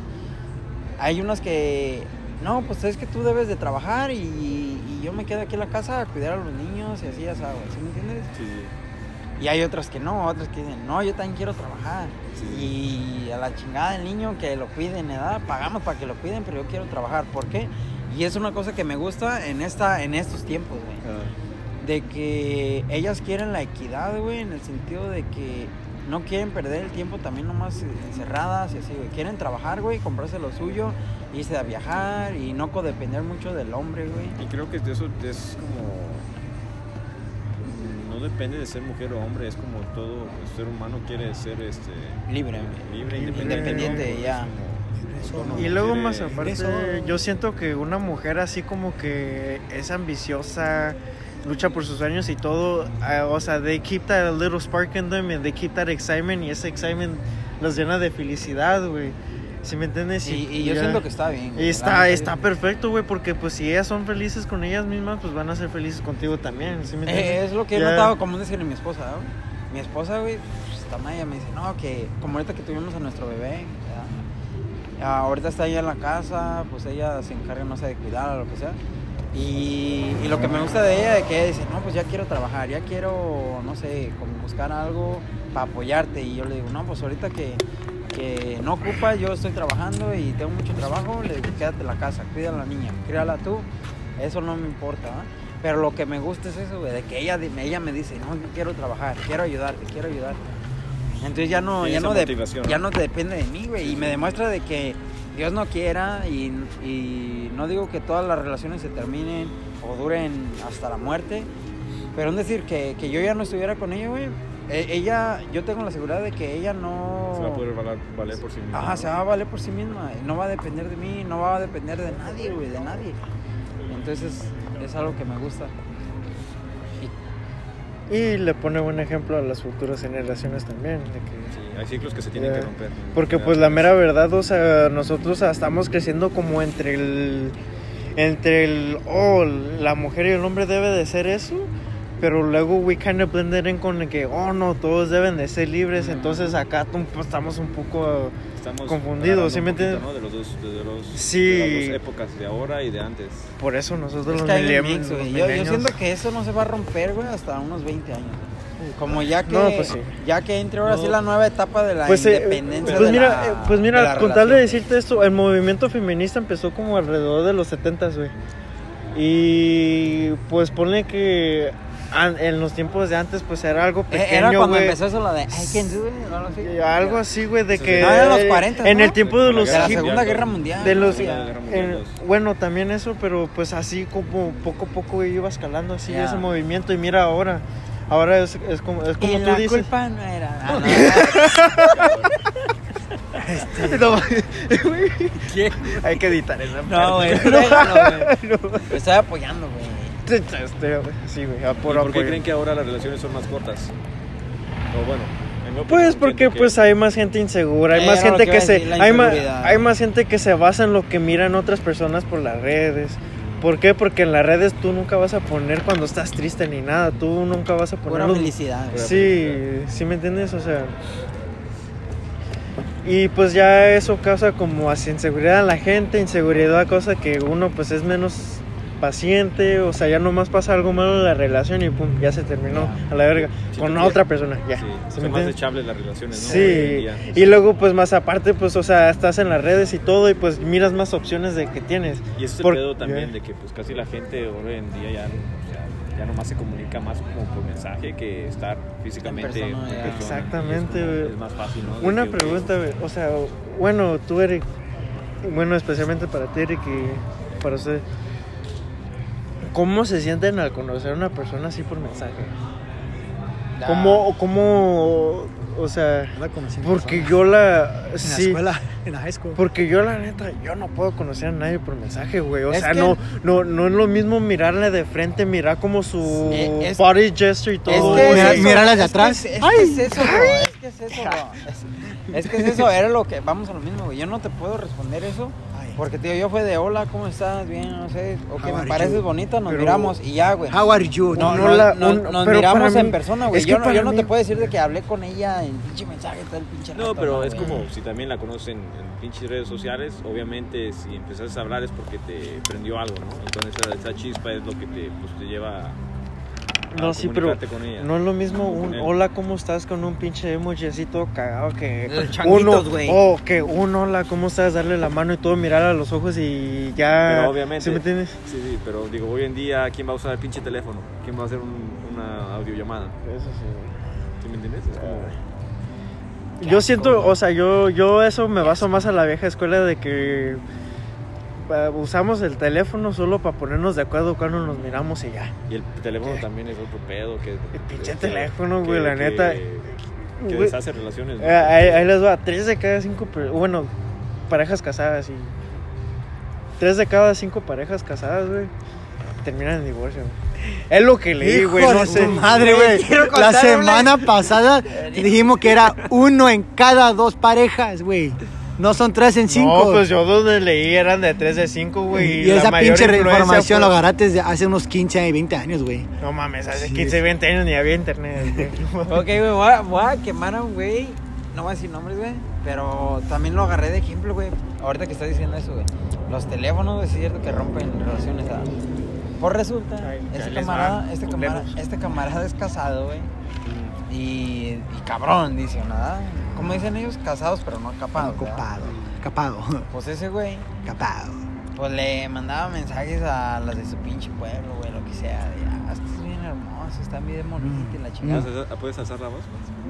Speaker 4: Hay unas que, no, pues es que tú debes de trabajar y, y yo me quedo aquí en la casa a cuidar a los niños y así, ya sabes, ¿sí me entiendes? Y hay otras que no, otras que dicen, no, yo también quiero trabajar. Y a la chingada el niño que lo cuiden, edad, pagamos para que lo cuiden, pero yo quiero trabajar. ¿Por qué? Y es una cosa que me gusta en, esta, en estos tiempos, güey.
Speaker 1: ah,
Speaker 4: De que ellas quieren la equidad, güey, en el sentido de que no quieren perder el tiempo también nomás encerradas y así, güey. Quieren trabajar, güey, comprarse lo suyo, irse a viajar y no codepender mucho del hombre, güey.
Speaker 1: Y creo que de eso es como. No depende de ser mujer o hombre, es como todo pues, ser humano quiere ser este,
Speaker 4: Libre, güey.
Speaker 1: libre,
Speaker 4: Independiente,
Speaker 1: ¿no?
Speaker 4: ya.
Speaker 1: Es como-
Speaker 2: Y luego
Speaker 1: quiere-
Speaker 2: más aparte,
Speaker 3: Eso.
Speaker 2: yo siento que una mujer así como que es ambiciosa, lucha por sus sueños y todo, ah, o sea, they keep that little spark in them and they keep that excitement y ese excitement los llena de felicidad, güey. ¿Sí me entiendes?
Speaker 4: Y, y yo
Speaker 2: ya-
Speaker 4: siento que Ah, está bien. güey.
Speaker 2: y
Speaker 4: La
Speaker 2: está,
Speaker 4: neta,
Speaker 2: está
Speaker 4: yo-
Speaker 2: perfecto, güey, porque pues si ellas son felices con ellas mismas, pues van a ser felices contigo también, ¿sí me entiendes?
Speaker 4: Eh, es lo que he
Speaker 2: Ya-
Speaker 4: notado común decir en mi esposa, ¿no? Mi esposa, güey, pues, está mal, ella me dice, no, que como ahorita que tuvimos a nuestro bebé, ¿verdad? Ah, ahorita está ella en la casa, pues ella se encarga, no sé, de cuidar o lo que sea. Y, y lo que me gusta de ella es que ella dice, no, pues ya quiero trabajar, ya quiero, no sé, como buscar algo para apoyarte. Y yo le digo, no, pues ahorita que, que no ocupa, yo estoy trabajando y tengo mucho trabajo, le digo, quédate en la casa, cuida a la niña, críala tú, eso no me importa, ¿va? Pero lo que me gusta es eso, güey, de que ella, di- ella me dice, no, yo quiero trabajar, quiero ayudarte, quiero ayudarte. Entonces ya no,
Speaker 1: Tiene
Speaker 4: ya
Speaker 1: esa
Speaker 4: no, de-
Speaker 1: motivación, ¿no?
Speaker 4: ya no depende de mí, güey, y me demuestra de que Dios no quiera y, y no digo que todas las relaciones se terminen o duren hasta la muerte, pero es decir, que, que yo ya no estuviera con ella, güey, e- ella, yo tengo la seguridad de que ella no...
Speaker 1: Se va a poder valer, valer por sí mismo.
Speaker 4: Ajá, se va a valer por sí misma. No va a depender de mí, no va a depender de nadie, güey, de nadie. Entonces es algo que me gusta.
Speaker 2: Y le pone buen ejemplo a las futuras generaciones también, de que...
Speaker 1: Sí, hay ciclos que se tienen
Speaker 2: Ya.
Speaker 1: que romper.
Speaker 2: Porque
Speaker 1: Ya,
Speaker 2: pues la mera verdad, o sea, nosotros estamos creciendo como entre el entre el oh, la mujer y el hombre debe de ser eso, pero luego we kind of blend it in con el que oh no, todos deben de ser libres,
Speaker 4: Mm.
Speaker 2: entonces acá tum- pues, estamos un poco
Speaker 1: Estamos
Speaker 2: confundidos, ¿sí me
Speaker 1: agarrando un poquito,
Speaker 2: entiendes?
Speaker 1: ¿no? De, los dos, de, los,
Speaker 2: Sí.
Speaker 1: de las dos épocas, de ahora y de antes.
Speaker 2: por eso nosotros
Speaker 4: Es
Speaker 2: los
Speaker 4: que hay un
Speaker 2: millennials-
Speaker 4: Este mix,
Speaker 2: los
Speaker 4: güey. Yo, yo
Speaker 2: millennials-
Speaker 4: siento que eso no se va a romper, güey, hasta unos 20 años. güey. Como ya que,
Speaker 2: No, pues sí.
Speaker 4: ya que entre ahora sí la nueva etapa de la
Speaker 2: pues, eh,
Speaker 4: independencia.
Speaker 2: pues
Speaker 4: de
Speaker 2: mira,
Speaker 4: la-
Speaker 2: eh, pues
Speaker 4: de la
Speaker 2: mira, con tal de
Speaker 4: relación.
Speaker 2: decirte esto, el movimiento feminista empezó como alrededor de los 70 güey. Y pues ponle que an- en los tiempos de antes pues era algo
Speaker 4: Eh,
Speaker 2: pequeño,
Speaker 4: era cuando
Speaker 2: güey.
Speaker 4: empezó eso, la de I can do it, o algo así.
Speaker 2: Y Algo así, güey, de
Speaker 1: Sí,
Speaker 2: que
Speaker 1: sí. Ah,
Speaker 4: eran los 40,
Speaker 2: en
Speaker 4: ¿no?
Speaker 2: el tiempo de los
Speaker 4: De la
Speaker 1: hip-
Speaker 4: Segunda
Speaker 1: ya,
Speaker 4: Guerra
Speaker 1: de-
Speaker 4: Mundial.
Speaker 2: de los-
Speaker 4: güey, ya.
Speaker 1: Guerra
Speaker 2: en- bueno, también eso, pero pues así como poco a poco iba escalando así
Speaker 4: Ya.
Speaker 2: ese movimiento y mira ahora, ahora es, es como, es como
Speaker 4: Y
Speaker 2: tú
Speaker 4: la
Speaker 2: dices.
Speaker 4: culpa
Speaker 2: *laughs*
Speaker 4: no era. Ah, no,
Speaker 2: Este.
Speaker 4: *laughs*
Speaker 2: *laughs*
Speaker 4: ¿Qué?
Speaker 2: Hay que editar esa *laughs*
Speaker 4: No, güey.
Speaker 2: parte.
Speaker 4: déjalo, güey.
Speaker 2: No.
Speaker 4: Me estoy apoyando, güey.
Speaker 2: Este, güey, Sí, güey, a
Speaker 1: ¿Y
Speaker 2: por
Speaker 1: ¿Por, qué
Speaker 2: apoyo.
Speaker 1: creen que ahora las relaciones son más cortas? O bueno, en mi opinión,
Speaker 2: Pues
Speaker 1: siento
Speaker 2: porque
Speaker 1: que-
Speaker 2: pues hay más gente insegura, hay
Speaker 4: Eh,
Speaker 2: más
Speaker 4: era lo
Speaker 2: gente
Speaker 4: que
Speaker 2: que,
Speaker 4: iba a
Speaker 2: se
Speaker 4: decir, la
Speaker 2: hay más
Speaker 4: inseguridad.
Speaker 2: hay más gente que se basa en lo que miran otras personas por las redes. ¿Por qué? Porque en las redes tú nunca vas a poner cuando estás triste ni nada, tú nunca vas a poner
Speaker 4: Pura
Speaker 2: los-
Speaker 4: felicidad. güey.
Speaker 2: Sí, sí me entiendes, o sea. Y pues ya eso causa como así inseguridad en la gente, inseguridad cosa que uno pues es menos paciente, o sea, ya nomás pasa algo malo en la relación y pum, ya se terminó
Speaker 4: Ya.
Speaker 2: a la verga
Speaker 1: Sí,
Speaker 2: con
Speaker 1: te-
Speaker 2: otra persona, ya.
Speaker 1: Sí,
Speaker 2: ¿sí me
Speaker 1: son más
Speaker 2: entiendes?
Speaker 1: dechables las relaciones, ¿no? Hoy en
Speaker 2: Sí,
Speaker 1: día.
Speaker 2: y luego pues más aparte pues o sea, estás en las redes y todo y pues miras más opciones de que tienes.
Speaker 1: Y ese es el
Speaker 2: Por-
Speaker 1: pedo también
Speaker 2: Ya.
Speaker 1: de que pues casi la gente hoy en día ya, o sea, ya nomás se comunica más como por mensaje que estar físicamente.
Speaker 4: En persona, ya.
Speaker 1: Y es como-
Speaker 2: Exactamente,
Speaker 1: Es,
Speaker 2: güey.
Speaker 1: más fácil, ¿no? De
Speaker 2: Una
Speaker 1: que, ok,
Speaker 2: pregunta, güey, o sea, bueno, tú Eric, bueno, especialmente para ti Eric y para usted, ¿cómo se sienten al conocer a una persona así por mensaje?
Speaker 4: La-
Speaker 1: Ah.
Speaker 2: ¿Cómo, cómo, o sea,
Speaker 3: No la conocí en
Speaker 2: porque
Speaker 3: persona.
Speaker 2: yo la,
Speaker 3: En la
Speaker 2: sí,
Speaker 3: escuela, en la high school.
Speaker 2: Porque yo la neta, yo no puedo conocer a nadie por mensaje, güey. O
Speaker 4: Es
Speaker 2: sea,
Speaker 4: que-
Speaker 2: no, no, no es lo mismo mirarle de frente, mirar como su
Speaker 4: Eh, es-
Speaker 2: body gesture y todo.
Speaker 4: es
Speaker 3: Mira-
Speaker 2: güey.
Speaker 4: eso,
Speaker 3: mira las de
Speaker 4: es que
Speaker 3: atrás.
Speaker 4: Es, es que es eso, bro, es que que es eso, bro. Es, es que es eso, era lo que. Vamos a lo mismo, güey. Yo no te puedo responder eso.
Speaker 3: Ay.
Speaker 4: Porque, tío, yo fue de hola, ¿cómo estás? Bien, no sé. O que
Speaker 3: How
Speaker 4: me
Speaker 3: are
Speaker 4: pareces
Speaker 3: you?
Speaker 4: bonita, nos
Speaker 2: Pero- Ah,
Speaker 4: miramos y ya, güey.
Speaker 3: How are you?
Speaker 4: pues, No,
Speaker 2: Un
Speaker 4: no,
Speaker 2: hola,
Speaker 4: no,
Speaker 2: un-
Speaker 4: nos
Speaker 2: pero
Speaker 4: miramos
Speaker 2: para
Speaker 4: en
Speaker 2: mí-
Speaker 4: persona, güey.
Speaker 2: es que
Speaker 4: Yo, no, yo
Speaker 2: para
Speaker 4: no
Speaker 2: mí-
Speaker 4: te puedo decir de que hablé con ella en pinche mensaje, todo el pinche
Speaker 1: No,
Speaker 4: rato,
Speaker 1: pero es
Speaker 4: güey.
Speaker 1: como si también la conocen en pinches redes sociales, obviamente si empezaste a hablar es porque te prendió algo, ¿no? Entonces esa, esa chispa es lo que te, pues, te lleva a, a
Speaker 2: No, sí, pero
Speaker 1: comunicarte con ella.
Speaker 2: no es lo mismo
Speaker 1: Con
Speaker 2: un
Speaker 1: él.
Speaker 2: hola, ¿cómo estás? con un pinche emoji así todo cagado que.
Speaker 4: Los
Speaker 2: Uno,
Speaker 4: changuitos, güey.
Speaker 2: oh, que un hola, ¿cómo estás? Darle la mano y todo, mirar a los ojos y ya.
Speaker 1: Pero obviamente-
Speaker 2: ¿Sí me entiendes?
Speaker 1: Sí, sí, pero digo, hoy en día, ¿quién va a usar el pinche teléfono? ¿Quién va a hacer un- una audiollamada?
Speaker 2: Eso sí.
Speaker 1: ¿Sí me entiendes? Es como...
Speaker 2: Yo siento, o sea, yo, yo eso me baso más a la vieja escuela de que eh, usamos el teléfono solo para ponernos de acuerdo cuando nos miramos y ya.
Speaker 1: Y el teléfono también es otro pedo que...
Speaker 2: El pinche
Speaker 1: que-
Speaker 2: teléfono,
Speaker 1: que-
Speaker 2: güey, la neta.
Speaker 1: Que, que
Speaker 2: Güey.
Speaker 1: deshace relaciones. ¿no?
Speaker 2: Eh, ahí, ahí les va, tres de cada cinco, per- bueno, parejas casadas y... Tres de cada cinco parejas casadas, güey, terminan en divorcio. güey. Es lo que leí,
Speaker 3: Hijo
Speaker 2: güey, no
Speaker 3: de
Speaker 2: sé.
Speaker 3: tu madre, güey.
Speaker 4: Quiero
Speaker 3: La
Speaker 4: contar una-
Speaker 3: semana pasada dijimos que era uno en cada dos parejas, güey. No son tres en cinco.
Speaker 2: No, pues yo donde leí eran de tres de cinco, güey.
Speaker 3: y
Speaker 2: la
Speaker 3: esa
Speaker 2: mayor
Speaker 3: pinche
Speaker 2: influencia pues.
Speaker 3: información
Speaker 2: fue-
Speaker 3: lo agarraste desde hace unos 15 y 20 años, güey.
Speaker 2: No mames, hace
Speaker 3: Sí.
Speaker 2: 15, 20 años ni había internet, güey. No
Speaker 3: *laughs*
Speaker 2: mames.
Speaker 4: Ok, güey, voy a, voy a quemar a un güey. No voy a decir nombres, güey. Pero también lo agarré de ejemplo, güey. Ahorita que estás diciendo eso, güey. Los teléfonos, es cierto que rompen relaciones. ¿ah? Pues resulta,
Speaker 2: Ay, ahí
Speaker 4: este
Speaker 2: les
Speaker 4: camarada,
Speaker 2: va,
Speaker 4: este, camarada,
Speaker 2: culeros.
Speaker 4: este camarada es casado, güey. Y, y cabrón, dice, nada. Como dicen ellos, casados pero no capados. ¿verdad?
Speaker 3: Copado, capado, *laughs*
Speaker 4: Pues ese güey,
Speaker 3: capado.
Speaker 4: pues le mandaba mensajes a las de su pinche pueblo, güey, lo que sea. De, ah, estás bien hermoso, están bien bonita y la chingada.
Speaker 1: ¿Puedes alzar- ¿Puedes alzar la voz?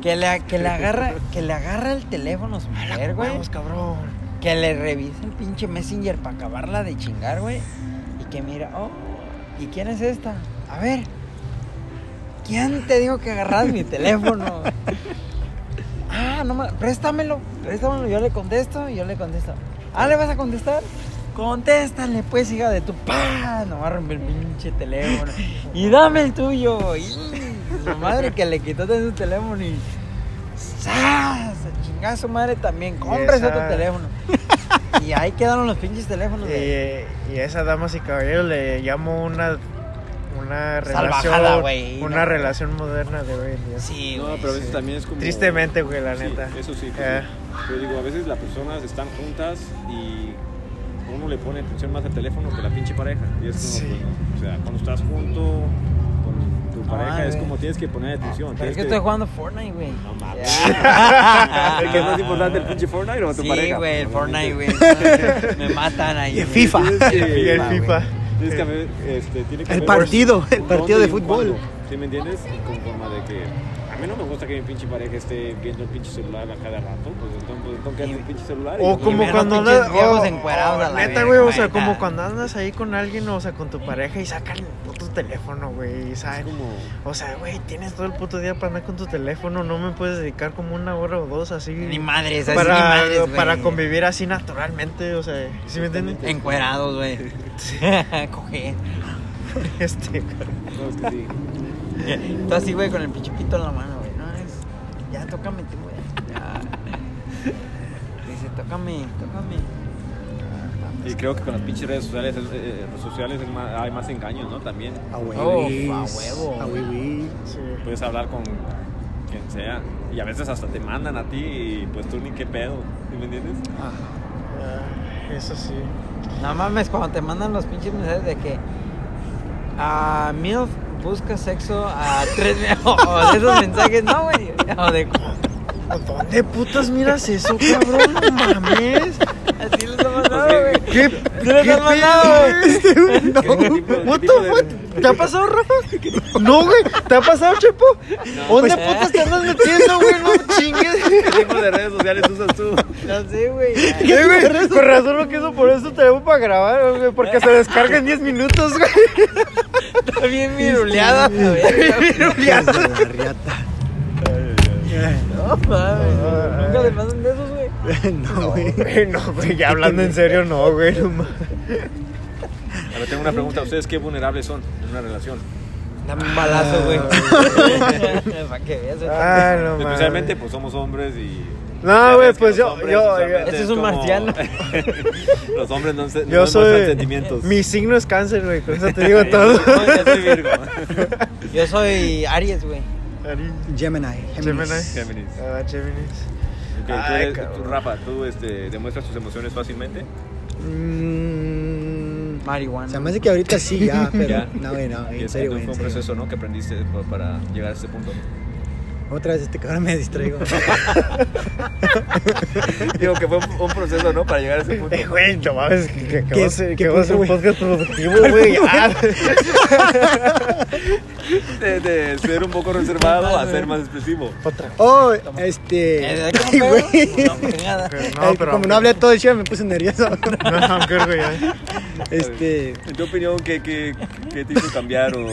Speaker 4: Que le, que le agarra, que le agarra el teléfono a su mujer, güey.
Speaker 2: Vamos, cabrón.
Speaker 4: Que le revisa el pinche Messenger para acabarla de chingar, güey. Y que mira, oh, ¿y quién es esta? A ver. ¿Quién te dijo que agarras mi teléfono? Ah, no ma- préstamelo, préstamelo, yo le contesto, yo le contesto. Ah, ¿le vas a contestar? Contéstale, pues, hija de tu pa. No va a romper el pinche teléfono. Y dame el tuyo. Y su madre que le quitó de su teléfono y. ¡Sas! Chingá a su madre también. Compres
Speaker 2: esa-
Speaker 4: otro teléfono. Y ahí quedaron los pinches teléfonos.
Speaker 2: Y,
Speaker 1: Eh,
Speaker 4: güey.
Speaker 2: y a esa damas y caballeros le llamo una una
Speaker 4: Salvajada,
Speaker 2: relación
Speaker 4: güey,
Speaker 2: una
Speaker 4: no.
Speaker 2: relación moderna de hoy en día.
Speaker 4: Sí,
Speaker 1: No,
Speaker 4: güey,
Speaker 1: pero a veces
Speaker 4: sí.
Speaker 1: también es como...
Speaker 2: Tristemente, güey, la
Speaker 1: Sí,
Speaker 2: neta.
Speaker 1: Eso sí, pues,
Speaker 2: Eh.
Speaker 1: sí. Yo digo, a veces las personas están juntas y uno le pone atención más al teléfono que la pinche pareja. Y es como,
Speaker 2: Sí.
Speaker 1: pues, no. o sea, cuando estás junto con tu
Speaker 4: No
Speaker 1: pareja es
Speaker 4: mames.
Speaker 1: como tienes que poner atención.
Speaker 4: Pero
Speaker 1: tienes
Speaker 4: es que estoy jugando Fortnite, güey.
Speaker 1: este- No mames.
Speaker 4: Ya.
Speaker 1: ¿El que *laughs* es más importante, el pinche Fortnite o tu
Speaker 4: Sí,
Speaker 1: pareja?
Speaker 4: güey, el Fortnite, güey. *laughs* Me matan ahí.
Speaker 3: Y el
Speaker 4: güey.
Speaker 3: FIFA.
Speaker 1: Sí,
Speaker 2: y el
Speaker 1: va,
Speaker 2: FIFA.
Speaker 1: Tienes que haber, este, tiene que
Speaker 3: El
Speaker 1: haber-
Speaker 3: partido, el
Speaker 1: un
Speaker 3: partido de
Speaker 1: dónde y un
Speaker 3: fútbol.
Speaker 1: cuándo, ¿Sí me entiendes? Y con forma de que a mí no me gusta que mi pinche pareja esté viendo el pinche celular a cada rato, pues entonces pues, tengo que hacer el pinche celular. y-
Speaker 2: O
Speaker 1: y
Speaker 2: como
Speaker 4: menos
Speaker 2: cuando
Speaker 4: pinches
Speaker 2: andas oh,
Speaker 4: viejos encuerados a la
Speaker 2: neta,
Speaker 4: verga,
Speaker 2: güey, o sea,
Speaker 4: güey,
Speaker 2: como
Speaker 4: nada.
Speaker 2: cuando andas ahí con alguien, o sea, con tu pareja y sacan el puto teléfono, güey,
Speaker 1: es
Speaker 2: ¿sabes?
Speaker 1: como
Speaker 2: O sea, güey, tienes todo el puto día para andar con tu teléfono, no me puedes dedicar como una hora o dos así
Speaker 4: Ni madres, así ni
Speaker 2: para,
Speaker 4: madres, güey.
Speaker 2: para convivir así naturalmente, o sea, ¿sí me entiendes?
Speaker 4: Encuerados, güey. *laughs* Coge.
Speaker 2: *laughs* Este,
Speaker 1: No, es que sí.
Speaker 4: Tú así, güey, con el pinche pito en la mano, güey. No es. Ya, tócame tú, güey. Ya. Dice, tócame, tócame.
Speaker 1: Y creo que con las pinches redes sociales, es- eh, redes sociales es más- hay más engaños, ¿no? También
Speaker 3: A
Speaker 4: Uf, a huevo.
Speaker 3: A huevis. *laughs*
Speaker 2: sí.
Speaker 1: puedes hablar con quien sea y a veces hasta te mandan a ti y pues tú ni qué pedo, ¿sí me
Speaker 2: *laughs*
Speaker 1: entiendes?
Speaker 2: Ah, eso sí.
Speaker 4: No mames, cuando te mandan los pinches mensajes de que a MILF busca sexo a tres o, *laughs* o de esos mensajes, no, güey. O de
Speaker 2: ¿Dónde putas miras eso, cabrón? No mames.
Speaker 4: así les han mandado, güey.
Speaker 2: ¿Qué? este
Speaker 4: Sí les han mandado, güey.
Speaker 1: ¿Qué tipo- qué
Speaker 2: What the
Speaker 1: tipo de-
Speaker 2: fuck? ¿Te ha pasado, Rafa? No, güey. ¿Te ha pasado, Chepo? ¿Dónde
Speaker 4: pues-
Speaker 2: putas te andas metiendo, güey? No *laughs* chingues. Eh,
Speaker 1: ¿Qué tipo de redes sociales usas tú?
Speaker 4: No sé, güey.
Speaker 2: ¿Qué, güey? Con razón lo que hizo por eso tenemos para grabar, güey. Porque se descarga en 10 minutos, güey.
Speaker 4: *laughs*
Speaker 2: *laughs*
Speaker 4: Está bien miruleada, güey.
Speaker 3: Hijos de la riata.
Speaker 4: No mames. Nunca les mandan de esos, güey.
Speaker 3: No, güey.
Speaker 2: Güey, no, güey. Ya hablando en serio, no, güey. No mames.
Speaker 1: Ahora tengo una pregunta, ¿ustedes qué vulnerables son en una relación?
Speaker 4: Dame un balazo, *laughs* güey. Ah. Para que veas. güey.
Speaker 2: Ay, Ah, no, mames.
Speaker 1: Especialmente, pues somos hombres y.
Speaker 2: No,
Speaker 1: ya
Speaker 2: güey,
Speaker 1: ves que
Speaker 2: pues
Speaker 1: los
Speaker 2: yo-
Speaker 1: hombres
Speaker 2: yo- yo-
Speaker 1: usualmente
Speaker 4: Ese es un marciano.
Speaker 1: *laughs* los hombres no, se, no
Speaker 2: Yo
Speaker 1: nos
Speaker 2: soy-
Speaker 1: muestran sentimientos.
Speaker 2: Mi signo es cáncer, güey. Con eso
Speaker 1: *laughs*
Speaker 2: te digo todo.
Speaker 1: No, yo soy Virgo.
Speaker 2: *laughs*
Speaker 4: Yo soy Aries, güey.
Speaker 2: Ari-
Speaker 3: Gemini. Géminis.
Speaker 2: Gemini.
Speaker 1: Géminis.
Speaker 2: Ah, Géminis.
Speaker 1: Ok, tú
Speaker 2: Ay,
Speaker 1: eres- tú,
Speaker 2: cabrón.
Speaker 1: Rafa, ¿tú este, demuestras tus emociones fácilmente?
Speaker 3: Mm,
Speaker 4: Marihuana.
Speaker 3: se me hace que ahorita sí ya, pero
Speaker 1: Ya.
Speaker 3: no, güey, no,
Speaker 1: Y
Speaker 3: en
Speaker 1: es
Speaker 3: serio,
Speaker 1: que
Speaker 3: güey.
Speaker 1: fue un
Speaker 3: en serio.
Speaker 1: proceso, ¿no? Que aprendiste pa- para llegar a este
Speaker 3: *laughs*
Speaker 1: punto.
Speaker 3: Otra vez este cabrón me distraigo.
Speaker 1: Digo que fue un, un proceso, ¿no? Para llegar a este
Speaker 3: *laughs*
Speaker 1: punto.
Speaker 2: Eh, güey, no mames, que, que, que,
Speaker 3: ¿Qué-
Speaker 2: va a ser-
Speaker 3: qué
Speaker 2: que va a ser un
Speaker 3: punto,
Speaker 2: podcast productivo, güey.
Speaker 3: *laughs*
Speaker 2: Ah,
Speaker 1: De, de ser un poco reservado a ser más expresivo.
Speaker 2: Otra.
Speaker 3: Oh, este.
Speaker 4: Eh, *laughs*
Speaker 3: Ay,
Speaker 4: ¿cómo,
Speaker 3: güey.
Speaker 4: pedo? No, pues, chingada.
Speaker 2: No,
Speaker 3: Eh,
Speaker 2: pero-
Speaker 3: Como no hablé todo el show, me puse nervioso. *laughs*
Speaker 2: *laughs* No, I'm good, güey. ya.
Speaker 3: Este.
Speaker 1: En tu opinión, ¿qué, qué, qué te hizo cambiar o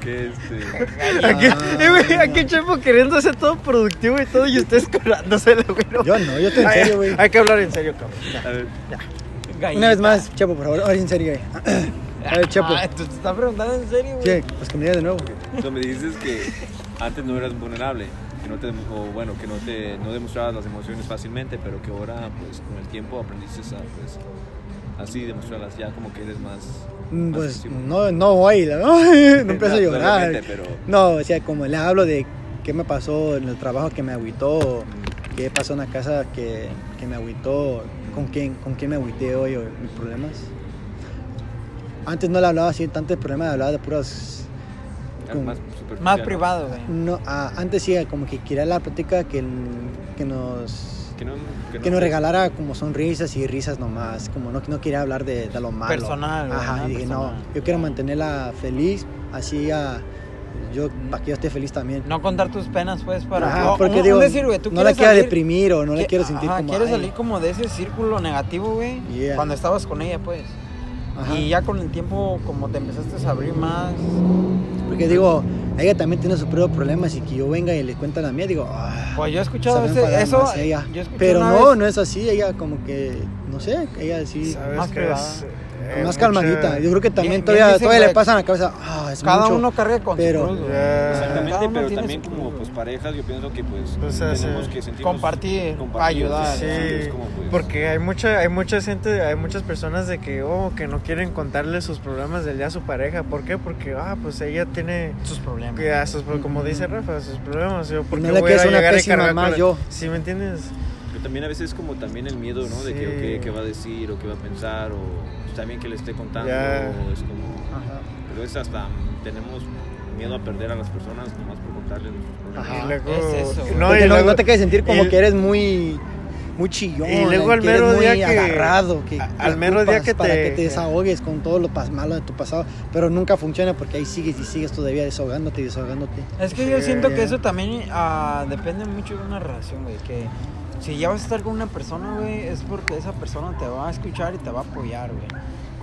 Speaker 1: qué este?
Speaker 4: Ah.
Speaker 2: Aquí, eh, güey, aquí Chepo queriendo hacer todo productivo y todo, y ustedes curándosela, güey.
Speaker 3: *laughs*
Speaker 2: no.
Speaker 3: Yo no, yo estoy en
Speaker 2: Ay,
Speaker 3: serio, güey.
Speaker 2: Hay que hablar en serio, cabrón.
Speaker 1: A ver,
Speaker 4: Galleta.
Speaker 3: Una vez más, Chapo, por favor, ahora en serio,
Speaker 4: *laughs*
Speaker 3: güey. A ver, Chapo.
Speaker 4: Ah, tú te estás preguntando en serio, güey.
Speaker 3: Che, pues que me digas de nuevo.
Speaker 1: tú me dices que antes no eras vulnerable, que no te, dem- o bueno, que no te no demostrabas las emociones fácilmente, pero que ahora, pues, con el tiempo aprendiste a, pues, así demostrarlas ya como que eres más...
Speaker 3: Mm,
Speaker 1: más
Speaker 3: Pues
Speaker 1: expresivo.
Speaker 3: no, no voy, la- *laughs*
Speaker 4: *laughs*
Speaker 3: no empiezo a llorar.
Speaker 1: Naturalmente, pero-
Speaker 3: No, o sea, como les hablo de qué me pasó en el trabajo que me agüitó, qué pasó en la casa que, que me agüitó, con quién, con quién me agüité hoy o mis problemas. Antes no le hablaba así de tantos problemas, hablaba de puras...
Speaker 1: Ya
Speaker 3: Como-
Speaker 1: más superficial,
Speaker 4: Más
Speaker 1: ¿no?
Speaker 4: privado, güey.
Speaker 3: No, ah, antes sí, como que quería la plática que, que nos...
Speaker 1: Que, no, que, pues, no-
Speaker 3: Que nos regalara como sonrisas y risas nomás, como no, no quería hablar de, de lo malo.
Speaker 4: Personal, güey,
Speaker 3: Ajá,
Speaker 4: nada
Speaker 3: y dije,
Speaker 4: personal.
Speaker 3: no, yo quiero mantenerla feliz, así ah, yo, para que yo esté feliz también.
Speaker 4: No contar tus penas, pues, para...
Speaker 3: Ajá,
Speaker 4: o-
Speaker 3: Ah, porque
Speaker 4: un-
Speaker 3: digo,
Speaker 4: un decir, güey, tú
Speaker 3: no la
Speaker 4: quieres
Speaker 3: quiero
Speaker 4: salir-
Speaker 3: deprimir o no la
Speaker 4: que-
Speaker 3: quiero sentir
Speaker 4: ajá,
Speaker 3: como...
Speaker 4: quieres
Speaker 3: ay,
Speaker 4: salir como de ese círculo negativo, güey.
Speaker 3: Yeah.
Speaker 4: Cuando estabas con ella, pues.
Speaker 3: ajá.
Speaker 4: Y ya con el tiempo, como te empezaste a abrir más.
Speaker 3: Porque digo, ella también tiene sus propios problemas y que yo venga y le cuente la mía, digo, ah,
Speaker 4: Pues yo he escuchado
Speaker 3: se va a
Speaker 4: ese-
Speaker 3: enfadar
Speaker 4: eso.
Speaker 3: más ella.
Speaker 4: yo escuché
Speaker 3: Pero
Speaker 4: una
Speaker 3: no,
Speaker 4: vez-
Speaker 3: no es así, ella como que, no sé, ella sí...
Speaker 4: Más
Speaker 2: Sabes que
Speaker 4: privada.
Speaker 2: es. eh,
Speaker 3: Más
Speaker 2: mucha-
Speaker 3: calmadita, yo creo que también
Speaker 4: Bien- bien
Speaker 3: todavía,
Speaker 4: dicen,
Speaker 3: todavía le
Speaker 4: güey,
Speaker 3: pasa en la cabeza, ah, es
Speaker 4: Cada
Speaker 3: mucho.
Speaker 4: uno carga con
Speaker 3: pero-
Speaker 4: su cruz, güey.
Speaker 2: Ya.
Speaker 4: Cada
Speaker 1: Exactamente,
Speaker 4: uno
Speaker 1: pero
Speaker 4: tiene
Speaker 1: también
Speaker 4: su-
Speaker 1: como pues parejas, yo pienso que pues
Speaker 2: O sea,
Speaker 1: tenemos
Speaker 2: sí.
Speaker 1: que sentirnos
Speaker 4: Compartir, ayudar.
Speaker 1: sí,
Speaker 2: Sí,
Speaker 1: es como, pues,
Speaker 2: porque hay mucha, hay mucha gente, hay muchas personas de que, oh, que no quieren contarle sus problemas del día a su pareja. ¿Por qué? Porque, ah, pues ella tiene,
Speaker 4: Sus problemas.
Speaker 2: que a sus pro- como dice Rafa, sus problemas. Yo, ¿por
Speaker 3: no
Speaker 2: qué
Speaker 3: le
Speaker 2: voy a
Speaker 3: quieres una
Speaker 2: llegar y
Speaker 3: pésima
Speaker 2: cargar con
Speaker 3: más
Speaker 2: la-
Speaker 3: yo?
Speaker 2: ¿Sí me entiendes?
Speaker 1: pero también a veces como también el miedo, ¿no? De que
Speaker 2: Sí.
Speaker 1: ok, qué va a decir o qué va a pensar o pues, también que le esté contando
Speaker 2: Ya.
Speaker 1: o es como
Speaker 3: Ajá.
Speaker 1: pero es hasta mm, tenemos miedo a perder a las personas nomás por contarles nuestros problemas.
Speaker 3: Ajá.
Speaker 2: Y luego-
Speaker 4: es eso, güey.
Speaker 2: no,
Speaker 3: Porque
Speaker 2: y
Speaker 3: no,
Speaker 2: luego-
Speaker 3: no te quieres sentir como
Speaker 2: y-
Speaker 3: que eres muy muy chillón
Speaker 2: y luego al
Speaker 3: que eres
Speaker 2: mero
Speaker 3: muy
Speaker 2: día que-
Speaker 3: agarrado que
Speaker 2: a-
Speaker 3: que
Speaker 2: al mero día
Speaker 3: ocupas
Speaker 2: que
Speaker 3: para
Speaker 2: te-
Speaker 3: que te desahogues con todo lo pas- malo de tu pasado pero nunca funciona porque ahí sigues y sigues todavía desahogándote y desahogándote
Speaker 4: Es que yo
Speaker 2: Sí,
Speaker 4: siento que
Speaker 2: ya.
Speaker 4: eso también ah, depende mucho de una relación, güey. Que si ya vas a estar con una persona, güey, es porque esa persona te va a escuchar y te va a apoyar, güey.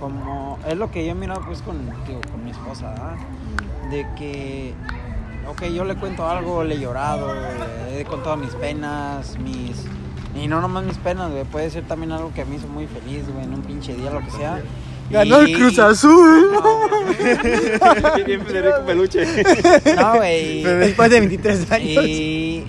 Speaker 4: Como es lo que yo he mirado, pues, con, digo, con mi esposa, ¿verdad? De que, ok, yo le cuento algo, le he llorado, le he contado mis penas, mis. Y no nomás mis penas, güey. Puede ser también algo que me hizo muy feliz, güey, en un pinche día, lo que sea.
Speaker 3: ganó
Speaker 4: Y-
Speaker 3: el Cruz Azul
Speaker 4: No, güey.
Speaker 1: Qué *laughs* bien Federico Peluche.
Speaker 2: *laughs*
Speaker 3: *laughs*
Speaker 4: No, güey.
Speaker 3: después de 23 años
Speaker 4: Y,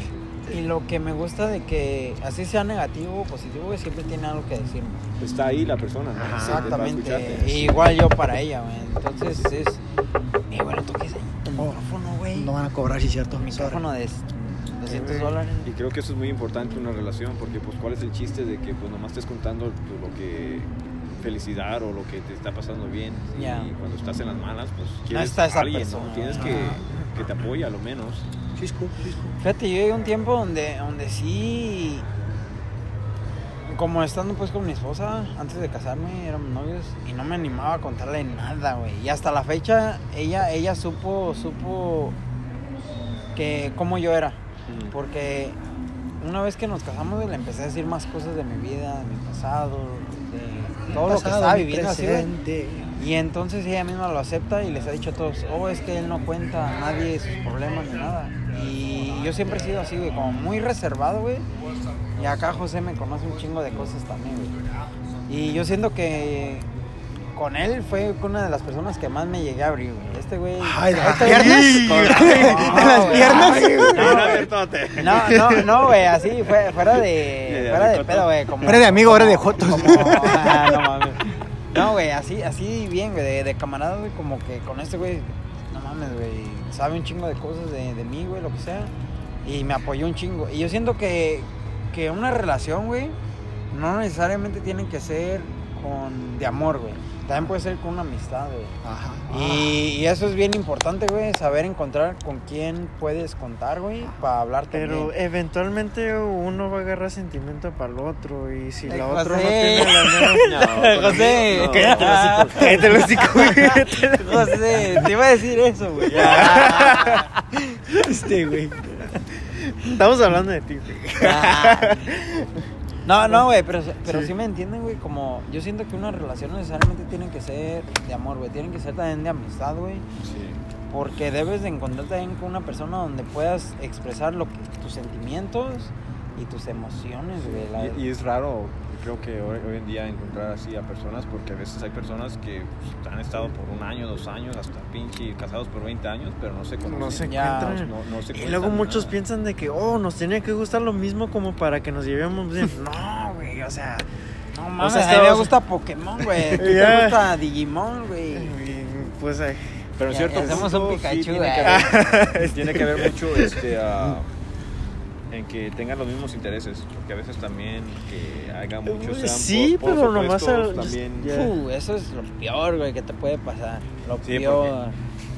Speaker 4: y lo que me gusta de que así sea negativo o positivo, güey, siempre tiene algo que decirme.
Speaker 1: Está ahí la persona, ¿no? Sí, Ah, te va a
Speaker 4: Exactamente. E
Speaker 1: escucharte.
Speaker 4: Igual yo para ella, güey. Entonces es. Y bueno, tú qué sé, el
Speaker 3: Oh,
Speaker 4: micrófono, güey.
Speaker 3: no van a cobrar sí cierto
Speaker 4: el micrófono de 200 dólares.
Speaker 1: Y creo que eso es muy importante en una relación, porque pues cuál es el chiste de que pues nomás estés contando tu- lo que felicidad o lo que te está pasando bien y
Speaker 4: Ya.
Speaker 1: cuando estás en las malas pues quieres
Speaker 4: está esa
Speaker 1: alguien, ¿no?
Speaker 4: persona.
Speaker 1: tienes que, que te apoye a lo menos.
Speaker 3: Sorry. Chisco, chisco.
Speaker 4: Fíjate, yo llegué a un tiempo donde, donde sí. Como estando pues con mi esposa, antes de casarme, éramos novios y no me animaba a contarle nada, güey. Y hasta la fecha, ella, ella supo, supo que cómo yo era. Porque una vez que nos casamos, güey, le empecé a decir más cosas de mi vida, de mi pasado, de todo lo que
Speaker 3: Pasado,
Speaker 4: estaba
Speaker 3: mi
Speaker 4: viviendo así, güey.
Speaker 3: presente.
Speaker 4: Y entonces ella misma lo acepta y les ha dicho a todos, oh, es que él no cuenta a nadie sus problemas ni nada. Y yo siempre he sido así, güey, como muy reservado, güey. Y acá José me conoce un chingo de cosas también, güey. Y yo siento que con él fue una de las personas que más me llegué a abrir, güey. Este güey.
Speaker 3: Ay, ¿de las
Speaker 4: este
Speaker 3: piernas?
Speaker 4: güey-
Speaker 3: *laughs* ¿De
Speaker 4: No,
Speaker 3: las
Speaker 4: güey.
Speaker 3: piernas?
Speaker 4: Ay, güey, no,
Speaker 1: Era
Speaker 4: güey.
Speaker 1: Bertote.
Speaker 4: No, no, no, güey, así, fue- fuera de,
Speaker 1: de
Speaker 4: fuera de
Speaker 1: joto.
Speaker 4: pedo, güey. como-
Speaker 3: Fuera de amigo, ahora de jotos. *laughs*
Speaker 4: como- ah, no mames. No, güey, así, así bien, güey, de, de camarada, güey, como que con este güey, no mames, güey, sabe un chingo de cosas de, de mí, güey, lo que sea, y me apoyó un chingo. Y yo siento que, que una relación, güey, no necesariamente tiene que ser con, de amor, güey, también puede ser con una amistad, güey.
Speaker 3: Ajá.
Speaker 4: Y, y eso es bien importante, güey, saber encontrar con quién puedes contar, güey, para hablar
Speaker 2: Pero
Speaker 4: también.
Speaker 2: eventualmente uno va a agarrar sentimiento para el otro y si
Speaker 4: Eh,
Speaker 2: la otra no
Speaker 4: José.
Speaker 2: tiene
Speaker 4: *laughs*
Speaker 2: la
Speaker 1: No,
Speaker 4: José.
Speaker 1: conmigo,
Speaker 4: Cállate el hocico.
Speaker 2: Cállate el hocico, güey.
Speaker 4: José, te iba a decir eso, güey.
Speaker 2: *laughs*
Speaker 3: Este, güey.
Speaker 2: Estamos hablando de ti. güey.
Speaker 4: No, no, güey, pero, pero sí.
Speaker 2: Sí.
Speaker 4: me entienden, güey, como yo siento que una relación no necesariamente tiene que ser de amor, güey, tienen que ser también de amistad, güey,
Speaker 1: Sí.
Speaker 4: porque debes de encontrar también con una persona donde puedas expresar lo que, tus sentimientos y tus emociones, güey. la-
Speaker 1: Y, y es raro, creo que hoy, hoy en día encontrar así a personas, porque a veces hay personas que pues, han estado por un año, dos años, hasta pinche casados por 20 años, pero no se conocen.
Speaker 2: No se
Speaker 4: Ya,
Speaker 2: encuentran.
Speaker 1: No- no se
Speaker 2: Y luego
Speaker 1: cuentan
Speaker 2: muchos
Speaker 1: nada.
Speaker 2: piensan de que, oh, nos tenía que gustar lo mismo como para que nos llevemos bien. No, güey, o sea,
Speaker 4: No mames,
Speaker 2: sea,
Speaker 4: a mí me
Speaker 2: estabas-
Speaker 4: gusta Pokémon,
Speaker 2: *laughs*
Speaker 4: güey. a ti
Speaker 2: Ya.
Speaker 4: te gusta Digimon, güey.
Speaker 2: y, pues ay,
Speaker 1: Pero en
Speaker 4: Ya-
Speaker 1: cierto
Speaker 4: ya hacemos
Speaker 1: punto,
Speaker 4: un
Speaker 1: sí,
Speaker 4: Pikachu,
Speaker 1: tiene, que
Speaker 4: eh.
Speaker 2: *laughs*
Speaker 1: haber, tiene que haber mucho este, ah, en que tengan los mismos intereses, porque a veces también que hagan muchos sean
Speaker 2: Sí,
Speaker 1: por- por
Speaker 2: pero nomás
Speaker 1: opuestos,
Speaker 2: al-
Speaker 1: también,
Speaker 2: Ya.
Speaker 4: Fu, eso es lo peor, güey, que te puede pasar. Lo
Speaker 1: Sí,
Speaker 4: peor.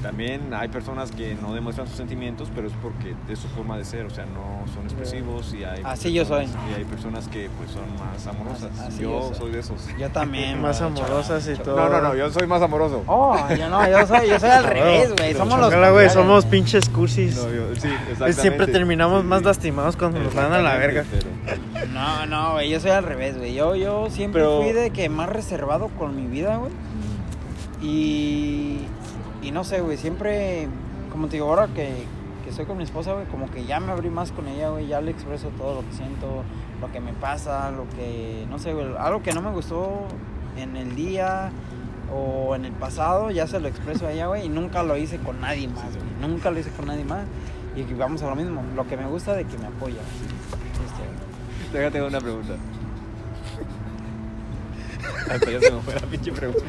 Speaker 1: también hay personas que no demuestran sus sentimientos, pero es porque es su forma de ser, o sea, no son expresivos y hay
Speaker 4: Así yo soy.
Speaker 1: Y hay personas que pues son más amorosas.
Speaker 4: Así
Speaker 1: yo
Speaker 4: yo soy.
Speaker 1: soy. de esos.
Speaker 4: Yo también.
Speaker 2: más
Speaker 4: güey,
Speaker 2: amorosas y
Speaker 4: chaval.
Speaker 2: todo.
Speaker 1: yo soy más amoroso.
Speaker 4: Oh, yo no, yo soy, yo
Speaker 2: *laughs*
Speaker 4: soy al revés, güey. Somos los.
Speaker 2: Ojalá, güey,
Speaker 4: contrarios,
Speaker 2: somos
Speaker 4: güey.
Speaker 2: pinches cursis.
Speaker 1: No, yo- sí,
Speaker 2: Y
Speaker 1: exactamente.
Speaker 2: Siempre terminamos más lastimados cuando nos van a la verga.
Speaker 1: Exactamente, pero-
Speaker 4: No, no, güey, yo soy al revés, güey. Yo, yo siempre
Speaker 1: Pero-
Speaker 4: fui de que más reservado con mi vida, güey. Y. Y no sé, güey, siempre. Como te digo, ahora que, que estoy con mi esposa, güey, como que ya me abrí más con ella, güey. Ya le expreso todo lo que siento, lo que me pasa, lo que. No sé, güey. Algo que no me gustó en el día o en el pasado, ya se lo expreso a ella, güey. Y nunca lo hice con nadie más, güey. Nunca lo hice con nadie más. Y vamos a lo mismo. Lo que me gusta de que me apoya. güey. Este,
Speaker 1: Déjate hago una pregunta. Hasta ya se me fue la pinche pregunta.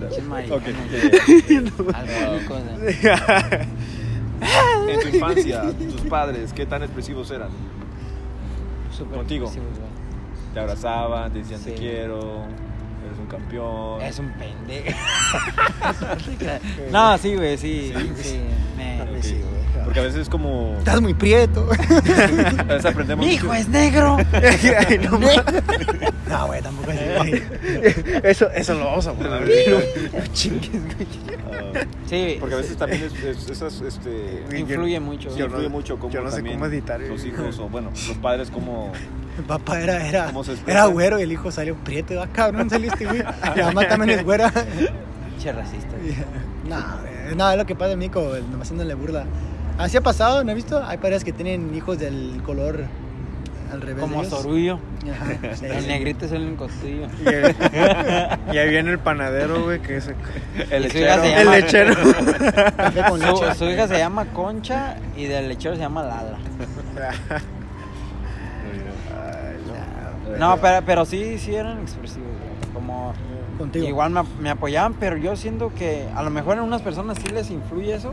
Speaker 4: Pinche maricón,
Speaker 1: Ok, *laughs*
Speaker 4: güey.
Speaker 1: ya, ya.
Speaker 4: Alcohólico, güey.
Speaker 1: En tu infancia, tus padres, ¿qué tan expresivos eran?
Speaker 4: Súper
Speaker 1: Contigo.
Speaker 4: impulsivo, güey.
Speaker 1: Te abrazaban, te decían te
Speaker 4: Sí.
Speaker 1: quiero, eres un campeón.
Speaker 4: Es un pendejo.
Speaker 1: *laughs*
Speaker 4: no, sí, güey, sí. sí,
Speaker 1: pues.
Speaker 4: me-
Speaker 1: Ok.
Speaker 4: sí, güey.
Speaker 1: Porque a veces es como.
Speaker 3: Estás muy prieto. *laughs*
Speaker 1: A veces aprendemos.
Speaker 4: Mi hijo
Speaker 1: *laughs*
Speaker 4: es negro. *laughs*
Speaker 2: *laughs* Ay, no mames.
Speaker 3: No, güey, tampoco así,
Speaker 2: *laughs*
Speaker 3: güey.
Speaker 2: eso, eso lo vamos a borrar.
Speaker 1: Ah,
Speaker 4: Sí,
Speaker 1: Porque a veces también es- es- esas. Este,
Speaker 2: Güey,
Speaker 4: influye mucho.
Speaker 1: sí
Speaker 2: yo
Speaker 4: güey.
Speaker 2: no-
Speaker 1: influye mucho cómo
Speaker 2: yo no sé
Speaker 1: también
Speaker 2: cómo editar,
Speaker 1: Los
Speaker 2: güey.
Speaker 1: hijos, o bueno, los padres, como.
Speaker 3: El papá era, era,
Speaker 1: ¿Cómo se expresa?
Speaker 3: era güero y el hijo salió prieto. Ah, cabrón, salió este güey. La mamá también es güera.
Speaker 4: Che racista. güey.
Speaker 3: *laughs* No, güey, no, eh, es lo que pasa en México, el- nomás haciéndole burla. Así ha pasado, ¿no has visto? Hay parejas que tienen hijos del color al revés.
Speaker 4: Como
Speaker 3: de ellos.
Speaker 4: Sorullo. *laughs*
Speaker 3: Ajá, sí,
Speaker 4: El
Speaker 3: sí.
Speaker 4: negrito es el encostillo.
Speaker 2: Y ahí- y ahí viene el panadero, güey, que es
Speaker 1: El
Speaker 4: Y su hija
Speaker 1: lechero.
Speaker 4: se
Speaker 2: el
Speaker 4: llama-
Speaker 1: *laughs*
Speaker 2: lechero. *laughs*
Speaker 3: Café con
Speaker 4: Su,
Speaker 3: leche.
Speaker 4: su hija se llama Concha y del lechero se llama Lala.
Speaker 1: Ah,
Speaker 4: No, pero, pero sí, sí eran expresivos, güey. Como
Speaker 3: Contigo.
Speaker 4: Igual me, me apoyaban, pero yo siento que a lo mejor en unas personas sí les influye eso,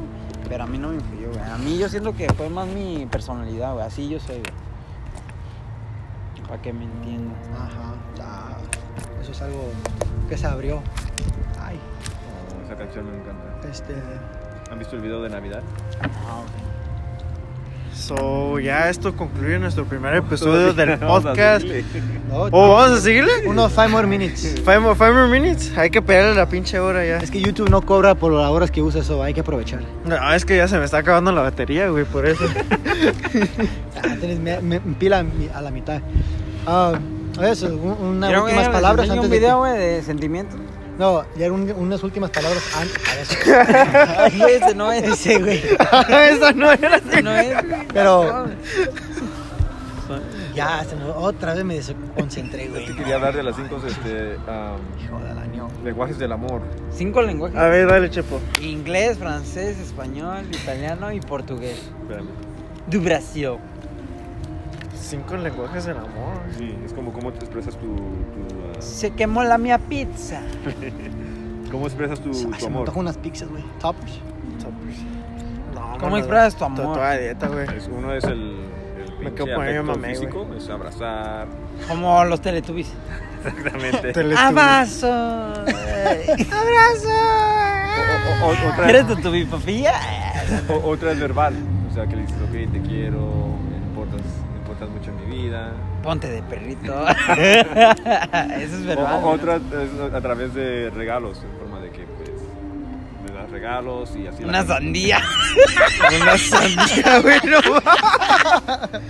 Speaker 4: pero a mí no me influyó, güey. A mí yo siento que fue más mi personalidad, güey. Así yo soy, güey. Para que me entiendan.
Speaker 3: Ajá. ah, eso es algo que se abrió. Ay,
Speaker 1: Oh, Esa canción me encanta.
Speaker 3: este.
Speaker 1: ¿Han visto el video de Navidad?
Speaker 4: Ah, ok.
Speaker 2: So, ya esto concluye nuestro primer episodio
Speaker 1: *laughs*
Speaker 2: del podcast.
Speaker 3: No,
Speaker 2: ¿O vamos a seguirle?
Speaker 3: Unos five more minutes.
Speaker 2: Five more, five more minutes. Hay que pegarle la pinche hora ya.
Speaker 3: Es que YouTube no cobra por las horas que usa eso, hay que aprovechar.
Speaker 2: No, es que ya se me está acabando la batería, güey, por eso. *laughs*
Speaker 3: Ah, tienes me- me- pila a mi- a la mitad. Ah, eso, un- unas
Speaker 4: Quiero, güey,
Speaker 3: últimas
Speaker 4: les
Speaker 3: palabras
Speaker 4: enseño
Speaker 3: antes
Speaker 4: un
Speaker 3: de que-
Speaker 4: video, güey, de sentimientos.
Speaker 3: No, ya un- unas últimas palabras antes. a eso.
Speaker 4: *laughs* Ay, güey, ese no es.
Speaker 3: Ese, güey.
Speaker 2: eso no era así.
Speaker 4: Ese no es. güey.
Speaker 3: Pero Ya, se me- otra vez me desconcentré,
Speaker 1: Yo
Speaker 3: güey.
Speaker 1: te quería hablar de las cinco este, am,
Speaker 4: Hijo del año.
Speaker 1: lenguajes del amor.
Speaker 4: Cinco lenguajes.
Speaker 2: A ver, dale, Chepo.
Speaker 4: Inglés, francés, español, italiano y portugués.
Speaker 1: Espérame.
Speaker 4: Du Brasil.
Speaker 2: Cinco lenguajes del amor.
Speaker 1: Sí, es como cómo te expresas tu, tu, ah,
Speaker 4: Se quemó la mía pizza.
Speaker 1: cómo expresas tu,
Speaker 3: Ay,
Speaker 1: tu
Speaker 3: se me
Speaker 1: amor.
Speaker 3: antojó unas pizzas, güey. Toppers.
Speaker 2: No,
Speaker 4: ¿Cómo expresas tu
Speaker 2: to-
Speaker 4: amor?
Speaker 2: Toda dieta,
Speaker 1: *laughs*
Speaker 2: güey.
Speaker 1: Es- uno es el, el
Speaker 2: Me
Speaker 1: pinche
Speaker 2: quedo con ella,
Speaker 1: afecto
Speaker 2: mamé, güey.
Speaker 1: físico, es abrazar, *laughs*
Speaker 4: Como los Teletubbies.
Speaker 1: exactamente.
Speaker 2: Teletubbies.
Speaker 4: Ah, *laughs* ¡Abrazo! ¡Abrazo!
Speaker 1: O- o- o- otra-
Speaker 4: ¿Eres tu tubipapilla?
Speaker 1: O- otra es verbal, o sea, que le dices, ok, te quiero, me importas, me importas mucho en mi vida.
Speaker 4: Ponte
Speaker 2: *laughs*
Speaker 4: de perrito. Eso es
Speaker 1: O-
Speaker 4: verdad.
Speaker 1: o- otra es a través de regalos, en forma de que, pues, me das regalos y así. la
Speaker 4: Una
Speaker 1: gente-
Speaker 4: sandía.
Speaker 2: Una sandía, güey, no mames.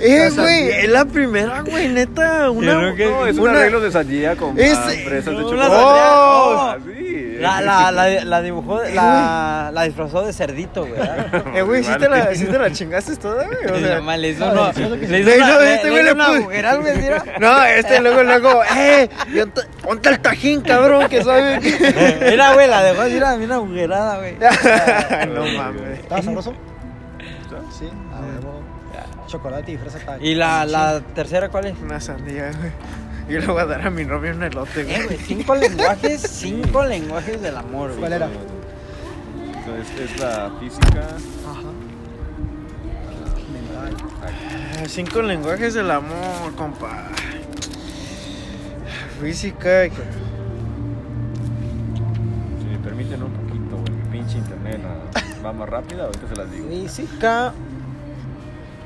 Speaker 2: Eh, güey, es la primera, güey, neta. Una,
Speaker 1: No, no, es un
Speaker 2: una-
Speaker 1: arreglo de sandía con
Speaker 2: Es- Oh.
Speaker 1: ah, fresas de
Speaker 4: no,
Speaker 1: chocolate.
Speaker 4: una sandía,
Speaker 1: Ah,
Speaker 4: no.
Speaker 1: sí.
Speaker 4: La, la,
Speaker 1: *laughs*
Speaker 4: la, la dibujó, la, la disfrazó de cerdito, güey. ¿verdad?
Speaker 2: Eh, güey, ¿sí te, la,
Speaker 1: *laughs* Vale.
Speaker 2: sí te la chingaste toda,
Speaker 4: *laughs*
Speaker 2: güey. *laughs* O
Speaker 4: Y
Speaker 2: sea,
Speaker 4: nomás le hizo uno- le hizo
Speaker 2: Sí,
Speaker 4: una-
Speaker 2: no,
Speaker 4: le-
Speaker 2: este
Speaker 4: le
Speaker 2: güey
Speaker 4: hizo
Speaker 2: le
Speaker 4: una
Speaker 2: puso-
Speaker 4: agujeral, güey, mira.
Speaker 2: No, este luego, luego, eh, yo te- ponte el tajín, cabrón, que sabe.
Speaker 4: *laughs*
Speaker 2: *laughs*
Speaker 4: Mira, güey, la dejó así, mira, una agujerada, güey.
Speaker 2: no mames.
Speaker 3: ¿Estaba sabroso?
Speaker 1: ¿Está?
Speaker 3: Sí, a huevo. Chocolate y fresa está-
Speaker 4: ¿Y la, la tercera cuál es?
Speaker 2: Una sandía, güey. Yo le voy a dar a mi novia un elote,
Speaker 4: Eh,
Speaker 2: güey.
Speaker 4: güey, cinco lenguajes, cinco lenguajes del amor, güey.
Speaker 3: ¿Cuál era?
Speaker 1: Entonces, es la física.
Speaker 3: Ajá.
Speaker 2: Ah, Cinco lenguajes del amor, compa. Física. y-
Speaker 1: Si me permiten un poquito, güey, mi pinche internet ah, va más rápida, ahorita se las digo.
Speaker 4: Física.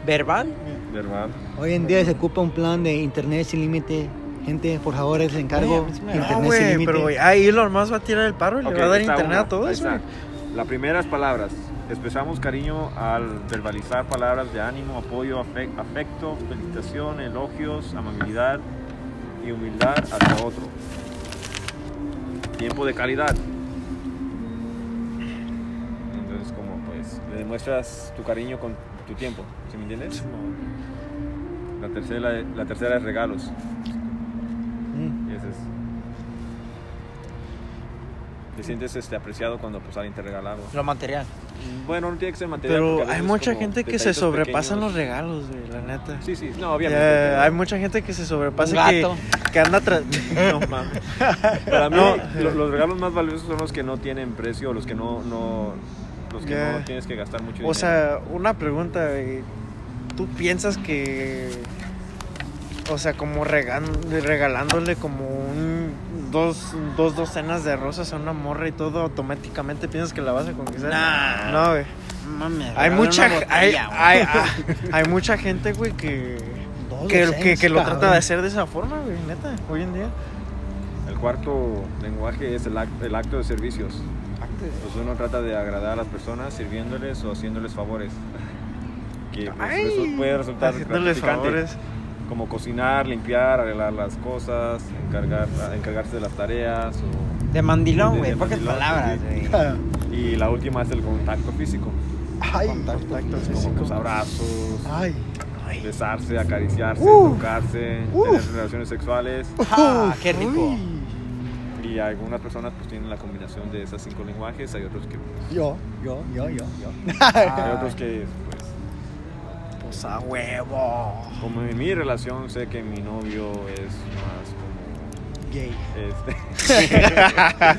Speaker 4: Verbal.
Speaker 1: Verbal.
Speaker 3: Hoy en día se ocupa un plan de internet sin límite. Gente, por favor, les encargo.
Speaker 4: Oye, sí me-
Speaker 3: internet
Speaker 2: No,
Speaker 3: sin
Speaker 2: güey,
Speaker 3: límite.
Speaker 2: pero güey, ahí Elon Musk va a tirar el paro y
Speaker 1: Ok,
Speaker 2: le va a dar
Speaker 1: está
Speaker 2: internet
Speaker 1: una,
Speaker 2: a todos,
Speaker 1: ahí
Speaker 2: güey.
Speaker 1: está. La primera es palabras. Expresamos cariño al verbalizar palabras de ánimo, apoyo, afe- afecto, felicitación, elogios, amabilidad y humildad hacia otro. Tiempo de calidad. Entonces, como pues, le demuestras tu cariño con tu tiempo, ¿sí me entiendes? La tercera, la tercera es regalos.
Speaker 3: Mm.
Speaker 1: Y ese es. Te sientes este, apreciado cuando pues, alguien te regala algo.
Speaker 4: Lo material.
Speaker 1: Bueno, no tiene que ser material. porque a
Speaker 2: Pero
Speaker 1: veces
Speaker 2: hay
Speaker 1: es
Speaker 2: mucha
Speaker 1: como
Speaker 2: gente que se
Speaker 1: detallitos
Speaker 2: sobrepasan
Speaker 1: pequeños.
Speaker 2: los regalos, güey, la neta.
Speaker 1: Sí, sí, no,
Speaker 2: Eh,
Speaker 1: obviamente. pero *laughs*
Speaker 2: hay mucha gente que se sobrepasa
Speaker 4: Un
Speaker 2: que,
Speaker 4: gato.
Speaker 2: que anda atrás. No mames.
Speaker 1: Para mí,
Speaker 2: No. eh.
Speaker 1: lo- los regalos más valiosos son los que no tienen precio, los que no. no los que
Speaker 2: Ya.
Speaker 1: no tienes que gastar mucho dinero.
Speaker 2: O sea, una pregunta, güey. ¿Tú piensas que. O sea, como regan- regalándole como un, dos, dos docenas de rosas a una morra y todo, automáticamente piensas que la vas a conquistar?
Speaker 4: Nah.
Speaker 2: No, güey.
Speaker 4: Mami,
Speaker 2: Hay
Speaker 4: regala
Speaker 2: mucha,
Speaker 4: una
Speaker 2: hay,
Speaker 4: botella, güey. *laughs*
Speaker 2: hay, ah, hay- hay mucha gente, güey, que,
Speaker 3: Dos
Speaker 2: que, que,
Speaker 3: docenas,
Speaker 2: que lo trata
Speaker 3: cabrón.
Speaker 2: de hacer de esa forma, güey, neta, hoy en día.
Speaker 1: El cuarto lenguaje es el acto, el acto de servicios. Pues uno trata de agradar a las personas sirviéndoles o haciéndoles favores. *laughs* Que pues, eso puede resultar
Speaker 2: haciéndoles
Speaker 1: gratificante.
Speaker 2: favores.
Speaker 1: como cocinar, limpiar, arreglar las cosas, encargar, encargarse de las tareas. o-
Speaker 4: De mandilón, güey.
Speaker 1: de
Speaker 4: Pocas
Speaker 1: mandilón,
Speaker 4: palabras,
Speaker 1: sí. *laughs*
Speaker 4: güey.
Speaker 1: Y la última es el contacto físico,
Speaker 3: *laughs* Ay,
Speaker 2: Contacto
Speaker 1: como
Speaker 2: físico.
Speaker 1: los abrazos,
Speaker 3: ay.
Speaker 1: besarse, acariciarse,
Speaker 2: Uh.
Speaker 1: tocarse,
Speaker 2: Uh.
Speaker 1: tener relaciones sexuales.
Speaker 4: Ah, qué rico.
Speaker 2: Uy.
Speaker 1: Y algunas personas pues tienen la combinación de esos cinco lenguajes, hay otros que, pues,
Speaker 3: Yo, yo, yo, yo, yo.
Speaker 1: hay otros que pues,
Speaker 2: Pues a huevo.
Speaker 1: como en mi relación sé que mi novio es más como
Speaker 3: Gay.
Speaker 1: este, *laughs*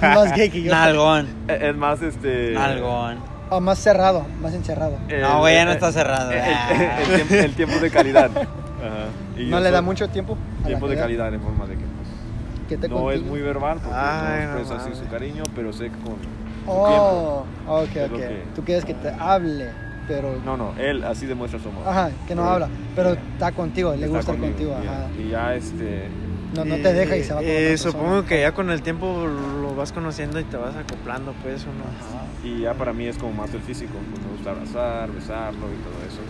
Speaker 3: Más gay que yo.
Speaker 4: Nalgón,
Speaker 1: es más este
Speaker 4: nalgón.
Speaker 3: Ah, más cerrado, más encerrado.
Speaker 1: el-
Speaker 4: No, güey, ya no
Speaker 1: eh,
Speaker 4: está cerrado.
Speaker 1: El,
Speaker 4: ah.
Speaker 1: el- el tiempo, el tiempo de
Speaker 4: *laughs*
Speaker 1: calidad. Ajá. Y
Speaker 3: No
Speaker 1: yo
Speaker 3: le da
Speaker 1: soy
Speaker 3: mucho tiempo. a la
Speaker 1: Tiempo de
Speaker 3: edad
Speaker 1: calidad en forma de que pues,
Speaker 3: que te
Speaker 1: no es
Speaker 3: contigo.
Speaker 1: muy verbal porque
Speaker 2: Ay,
Speaker 1: no
Speaker 2: no
Speaker 1: expresa así
Speaker 2: mames.
Speaker 1: su cariño, pero sé que con su
Speaker 3: Oh, ok,
Speaker 1: Es
Speaker 3: ok.
Speaker 1: lo que-
Speaker 3: Tú quieres que te hable, pero.
Speaker 1: tiempo- No, no, él así demuestra su amor.
Speaker 3: Ajá, que no
Speaker 1: Pero-
Speaker 3: habla, pero está contigo, le
Speaker 1: Está
Speaker 3: gusta estar contigo.
Speaker 1: y ya-
Speaker 3: Ajá.
Speaker 1: Y ya este
Speaker 3: No, no te deja y se va con
Speaker 2: Eh,
Speaker 3: otra
Speaker 2: Supongo que ya con el tiempo lo vas conociendo y te vas acoplando, pues, ¿o no?
Speaker 1: y ya para mí es como más el físico, pues me gusta abrazar, besarlo y todo eso.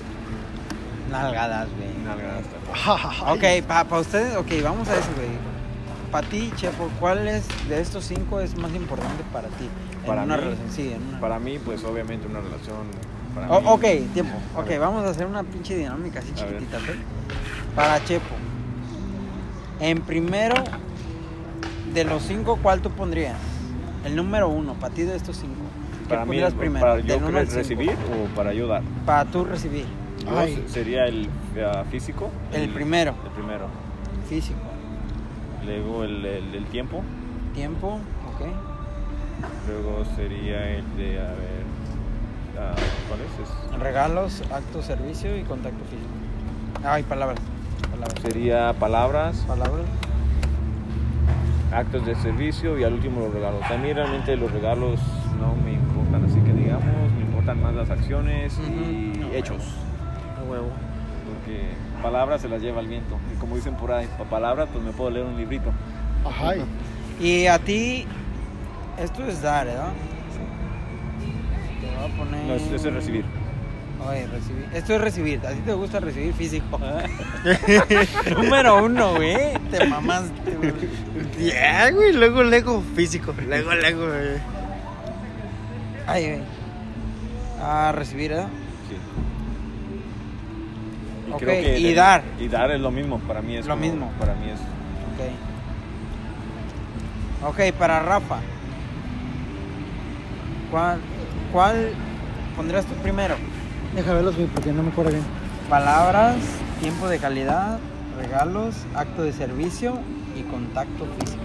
Speaker 4: *laughs* Nalgadas, güey.
Speaker 1: eh. Nalgadas también.
Speaker 3: persona.
Speaker 4: Ok, para ustedes, ok, vamos a eso, güey. Para ti, Chepo, ¿cuál es de estos cinco es más importante para ti? En
Speaker 1: Para
Speaker 4: una
Speaker 1: mí,
Speaker 4: relación, sí, en una.
Speaker 1: Para mí pues obviamente una relación para
Speaker 4: O-
Speaker 1: mí-
Speaker 4: Oh, ok, tiempo.
Speaker 1: A
Speaker 4: Ok,
Speaker 1: ver.
Speaker 4: vamos a hacer una pinche dinámica así
Speaker 1: A ver.
Speaker 4: chiquitita, ¿ok? para Chepo. En primero, de los cinco, ¿cuál tú pondrías? El número uno, para ti de estos cinco. ¿Qué
Speaker 1: Para mí,
Speaker 4: pondrías primero?
Speaker 1: para
Speaker 4: Del
Speaker 1: yo
Speaker 4: uno
Speaker 1: cre-
Speaker 4: al cinco.
Speaker 1: recibir o para ayudar.
Speaker 4: Para tú recibir,
Speaker 1: Yo
Speaker 2: Ay.
Speaker 1: se- sería el eh, físico.
Speaker 4: El primero.
Speaker 1: El primero.
Speaker 4: físico.
Speaker 1: Luego el, el- el tiempo.
Speaker 4: Tiempo, ok.
Speaker 1: Luego sería el de, a ver, ah, ¿cuál es? Es-
Speaker 4: Regalos, acto, servicio y contacto físico. Ay, palabras. Palabras.
Speaker 1: Sería palabras,
Speaker 4: Palabras.
Speaker 1: actos de servicio y al último los regalos. A mí realmente los regalos no me importan, así que digamos, me importan más las acciones y
Speaker 4: Ujú. No,
Speaker 1: hechos.
Speaker 2: A huevo.
Speaker 1: Porque palabras se las lleva el viento. Y como dicen por ahí, pa' palabras pues me puedo leer un librito.
Speaker 3: Ajá.
Speaker 4: Y a ti, esto es dar, ¿verdad? Te voy a poner.
Speaker 1: No, es- eso es recibir.
Speaker 4: Oye, recibir. Esto es recibir. A ti te gusta recibir físico.
Speaker 1: Ah.
Speaker 4: *laughs* Número uno, güey. Te mamaste, güey.
Speaker 2: Ya, güey, luego, luego, físico. Luego, luego, güey.
Speaker 4: Ay, güey. Ah, recibir, ¿verdad?
Speaker 1: Sí.
Speaker 4: Ok, y dar.
Speaker 1: Y dar es lo mismo, para mí es
Speaker 4: Lo
Speaker 1: como-
Speaker 4: mismo.
Speaker 1: Para mí es.
Speaker 4: Ok. Ok, para Rafa. ¿Cuál, cuál pondrías tú primero?
Speaker 3: Deja verlos, güey, porque no me acuerdo bien.
Speaker 4: Palabras, tiempo de calidad, regalos, acto de servicio y contacto físico.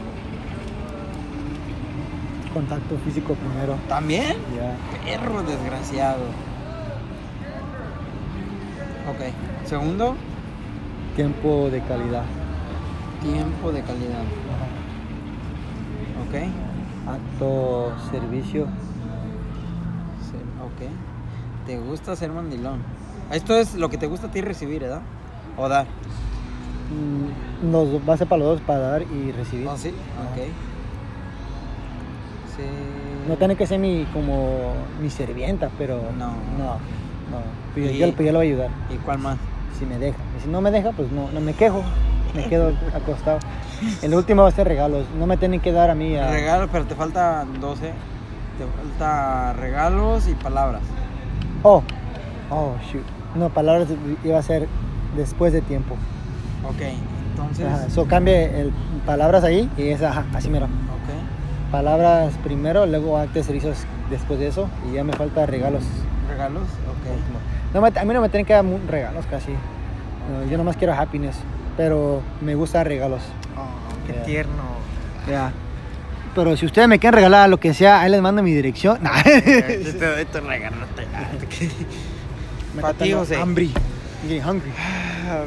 Speaker 3: Contacto físico primero.
Speaker 4: ¿También?
Speaker 3: Ya.
Speaker 4: Perro desgraciado. Ok. Segundo,
Speaker 3: Tiempo de calidad.
Speaker 4: tiempo de calidad. Ok.
Speaker 3: Acto servicio.
Speaker 4: se- Ok. ¿Te gusta ser mandilón? Esto es lo que te gusta a ti recibir, ¿verdad? O dar.
Speaker 3: Mm, Nos va a ser para los dos, para dar y recibir.
Speaker 4: ¿O Ah, Oh, sí? Ok. Sí.
Speaker 3: No tiene que ser mi, como, mi servienta, pero...
Speaker 4: No.
Speaker 3: No, no. Pero
Speaker 4: Y-
Speaker 3: yo, pues yo lo voy a ayudar,
Speaker 4: ¿Y cuál más?
Speaker 3: si me deja. Y si no me deja, pues no, no me quejo. Me quedo acostado. El último va a ser regalos. No me tienen que dar a mí a...
Speaker 4: Regalos, pero te faltan 12. Te falta regalos y palabras.
Speaker 3: Oh, oh, shoot. No, palabras iba a ser después de tiempo.
Speaker 4: Ok, entonces.
Speaker 3: Ajá, so cambie el palabras ahí y es ajá, así mero.
Speaker 4: Ok,
Speaker 3: Palabras primero, luego actos de servicios después de eso y ya me falta regalos.
Speaker 4: regalos, ok.
Speaker 3: último. No me- a mí no me tienen que dar mu- regalos casi. No, yo nomás quiero happiness, pero me gusta regalos. Ah,
Speaker 2: Oh, qué
Speaker 3: Ya.
Speaker 2: tierno.
Speaker 3: Ya. Pero si ustedes me quieren regalar lo que sea, ahí les mando mi dirección. *laughs* Nah.
Speaker 2: Yo te doy tu regalo. te-
Speaker 3: Me
Speaker 4: Pa'
Speaker 3: está
Speaker 4: ti,
Speaker 3: dando
Speaker 4: José.
Speaker 3: Hungry. Getting hungry. Ah,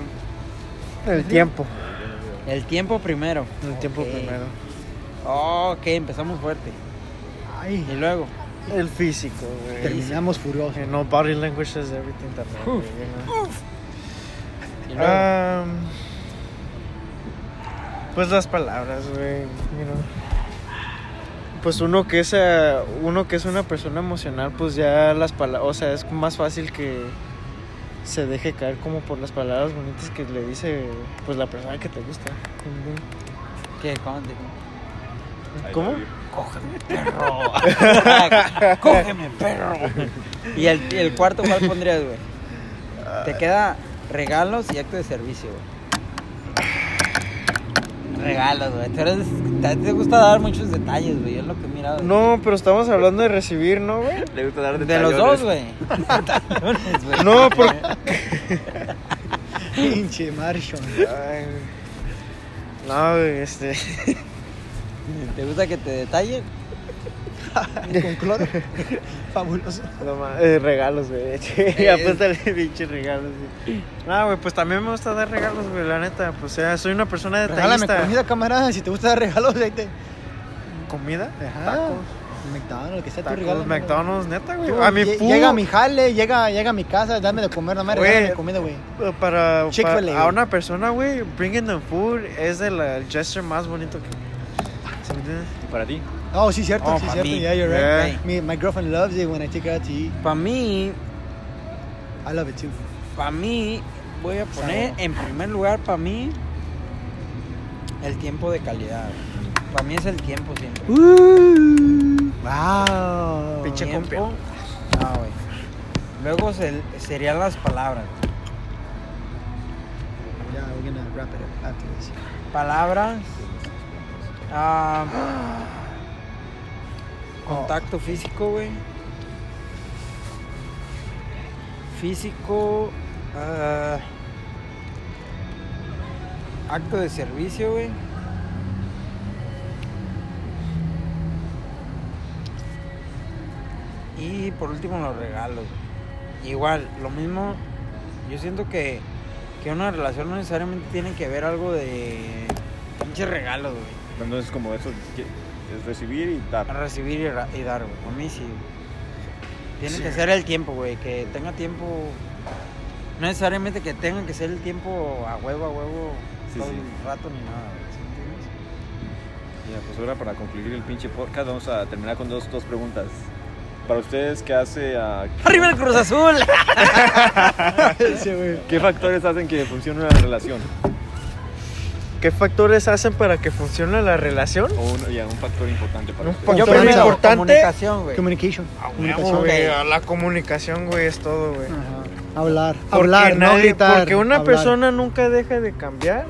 Speaker 2: El tiempo.
Speaker 4: El tiempo primero.
Speaker 2: El tiempo
Speaker 4: Ok.
Speaker 2: primero.
Speaker 4: Ok, empezamos fuerte. Y
Speaker 3: Ay,
Speaker 4: luego.
Speaker 2: El físico, güey.
Speaker 3: terminamos furiosos.
Speaker 2: Eh, *laughs* No, body language is everything también. güey, you know.
Speaker 4: Y luego.
Speaker 2: Um, pues las palabras, güey. you know. Pues uno que es eh, uno que es una persona emocional, pues ya las palabras, o sea, es más fácil que se deje caer como por las palabras bonitas que le dice pues la persona que te gusta.
Speaker 4: ¿Qué? ¿Cómo te
Speaker 2: ¿Cómo?
Speaker 4: Cógeme, perro. Cógeme, perro. Y el, el cuarto, ¿cuál pondrías, güey?
Speaker 2: Ah.
Speaker 4: Te queda regalos y acto de servicio, güey. Regalos, güey. Tú eres- a ti te gusta dar muchos detalles, güey. Es lo que he mirado.
Speaker 2: No, pero estamos hablando de recibir, ¿no, güey?
Speaker 1: Le gusta dar
Speaker 4: De los
Speaker 2: *laughs*
Speaker 4: dos, güey. Detallones, güey.
Speaker 2: No, por-
Speaker 3: Pinche Marshall.
Speaker 2: *laughs* Ay, güey. No, güey, este.
Speaker 4: ¿Te gusta que te detallen?
Speaker 3: Con cloro. *laughs* Fabuloso.
Speaker 2: No ma- eh, regalos, güey. *laughs*
Speaker 4: Eh,
Speaker 2: Apúntale, pinche regalos. güey. Ah, güey, pues también me gusta dar regalos, güey, la neta. Pues, o sea, soy una persona detallista.
Speaker 3: Regálame comida, camarada. Si te gusta dar regalos, ahí te.
Speaker 2: ¿Comida?
Speaker 3: Ajá.
Speaker 2: Tacos.
Speaker 3: McDonald's, lo que sea tu regalo.
Speaker 2: Tacos, McDonald's, neta, güey.
Speaker 3: Tú,
Speaker 2: A mi
Speaker 3: lle-
Speaker 2: pu-
Speaker 3: Llega a mi jale, llega, llega a mi casa, dame de comer, no me
Speaker 2: Güey.
Speaker 3: regales comida, güey.
Speaker 2: eh, Para,
Speaker 3: Chick-fil-A,
Speaker 2: para- a
Speaker 3: güey.
Speaker 2: una persona, güey, bringing them food es el eh, gesture más bonito que. ¿Se me entiende?
Speaker 1: Para ti.
Speaker 3: Oh, sí, cierto,
Speaker 4: Oh,
Speaker 3: sí,
Speaker 4: pa'
Speaker 3: cierto.
Speaker 4: mí.
Speaker 3: Yeah, you're right. Me-
Speaker 4: Yeah.
Speaker 3: my girlfriend loves it when I take her out to eat.
Speaker 4: Para mí,
Speaker 3: I love it too.
Speaker 4: para mí, voy a poner en primer lugar, para mí, el tiempo de calidad. Para mí es el tiempo siempre.
Speaker 3: wow.
Speaker 2: Pinche
Speaker 4: Tiempo.
Speaker 2: compia.
Speaker 4: No, güey. Luego se- serían las palabras.
Speaker 3: yeah, we're gonna wrap it up after this.
Speaker 4: Palabras. Ah, contacto físico, güey. Físico. ah, acto de servicio, güey. Y por último los regalos. güey. Igual, lo mismo, yo siento que, que una relación no necesariamente tiene que ver algo de pinches regalos, güey.
Speaker 1: Entonces, como eso que- es recibir y
Speaker 4: A
Speaker 1: dar.
Speaker 4: recibir y, ra- y dar, güey. Por mí sí. Tiene
Speaker 2: Sí.
Speaker 4: que ser el tiempo, güey. Que tenga tiempo. No necesariamente que tenga que ser el tiempo a huevo, a huevo.
Speaker 1: Sí,
Speaker 4: todo
Speaker 1: sí.
Speaker 4: el rato ni nada, güey. ¿sí me entiendes?
Speaker 1: Ya, pues ahora para concluir el pinche podcast, vamos a terminar con dos, dos preguntas. Para ustedes, ¿qué hace ah, a
Speaker 4: *laughs* ¡Arriba el Cruz Azul!
Speaker 3: *laughs*
Speaker 4: *laughs*
Speaker 3: Sí, güey.
Speaker 1: ¿Qué factores hacen que funcione una relación?
Speaker 2: ¿Qué factores hacen para que funcione la relación?
Speaker 1: O un, ya, un factor importante para
Speaker 2: Un
Speaker 1: ustedes.
Speaker 2: factor.
Speaker 4: Yo
Speaker 3: Entonces,
Speaker 4: primero,
Speaker 2: importante-
Speaker 4: comunicación, güey.
Speaker 3: Communication.
Speaker 2: Huevo,
Speaker 3: Comunicación.
Speaker 2: Ah, güey,
Speaker 4: güey.
Speaker 2: a la comunicación, güey, es todo, güey.
Speaker 4: Ajá.
Speaker 3: Hablar.
Speaker 2: Porque
Speaker 3: hablar, no
Speaker 2: nadie-
Speaker 3: gritar.
Speaker 2: Porque una
Speaker 3: hablar.
Speaker 2: persona nunca deja de cambiar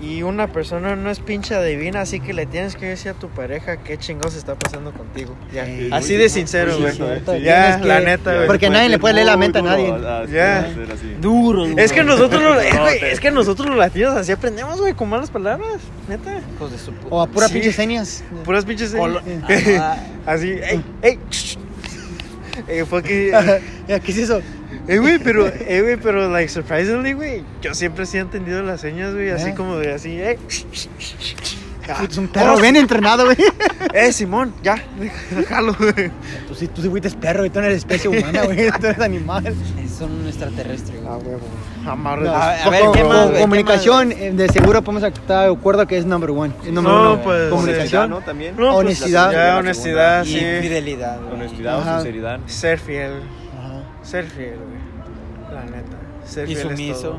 Speaker 2: y una persona no es pincha divina, así que le tienes que decir a tu pareja qué chingados está pasando contigo. Ya.
Speaker 3: Sí.
Speaker 2: Así de sincero,
Speaker 1: Muy
Speaker 2: güey.
Speaker 1: cierto, eh.
Speaker 2: Ya,
Speaker 3: Tienes
Speaker 2: la
Speaker 3: que-
Speaker 2: neta,
Speaker 1: Ya,
Speaker 2: güey.
Speaker 3: Porque
Speaker 1: puede
Speaker 3: nadie le
Speaker 1: ser
Speaker 3: puede leer la
Speaker 1: muy
Speaker 3: mente a
Speaker 1: duro,
Speaker 3: nadie.
Speaker 1: ah, sí,
Speaker 2: Ya.
Speaker 1: puede ser así.
Speaker 4: Duro, duro.
Speaker 2: Es que nosotros, los, eh, güey,
Speaker 1: te-
Speaker 2: es que nosotros los latinos así aprendemos, güey, con malas palabras, neta.
Speaker 4: Hijos de su puta. *laughs*
Speaker 3: O a puras
Speaker 2: Sí.
Speaker 3: pinches señas.
Speaker 2: Puras pinches. eh,
Speaker 4: Colo-
Speaker 2: eh,
Speaker 4: Ajá.
Speaker 2: así, ey, ey. Eh,
Speaker 3: *laughs*
Speaker 2: fue que,
Speaker 3: *laughs* Ya, ¿Qué es eso?
Speaker 2: eh, güey, pero, *laughs* eh, güey, pero, like, surprisingly, güey, yo siempre sí he entendido las señas, güey, así
Speaker 3: Eh.
Speaker 2: como de así, eh. Ah, oh,
Speaker 3: Es un perro bien entrenado, güey.
Speaker 2: Eh, Simón, ya, déjalo, güey.
Speaker 3: Tú sí, tú sí fuiste perro y tú no eres *laughs* especie humana, güey. Tú eres animal.
Speaker 4: Es un extraterrestre,
Speaker 2: Ah,
Speaker 4: güey.
Speaker 2: Amarre.
Speaker 3: No,
Speaker 4: a ver, ¿qué
Speaker 3: co-
Speaker 4: más,
Speaker 3: co-
Speaker 4: güey? ¿Qué
Speaker 3: comunicación, eh, de seguro podemos estar de acuerdo que es number one. Es number
Speaker 2: No,
Speaker 3: uno.
Speaker 2: pues,
Speaker 3: Comunicación.
Speaker 1: ¿no? También.
Speaker 2: No, pues,
Speaker 3: honestidad.
Speaker 1: la
Speaker 2: Ya,
Speaker 1: segunda,
Speaker 2: honestidad,
Speaker 4: Y
Speaker 2: Ah, sí.
Speaker 4: infidelidad,
Speaker 1: la
Speaker 4: güey.
Speaker 1: segunda. Honestidad
Speaker 3: Ajá.
Speaker 1: o sinceridad.
Speaker 2: Ser fiel,
Speaker 3: Ajá.
Speaker 2: ser fiel, güey. La neta, ser
Speaker 4: Y
Speaker 2: fiel es *laughs*
Speaker 4: sumiso.
Speaker 2: todo.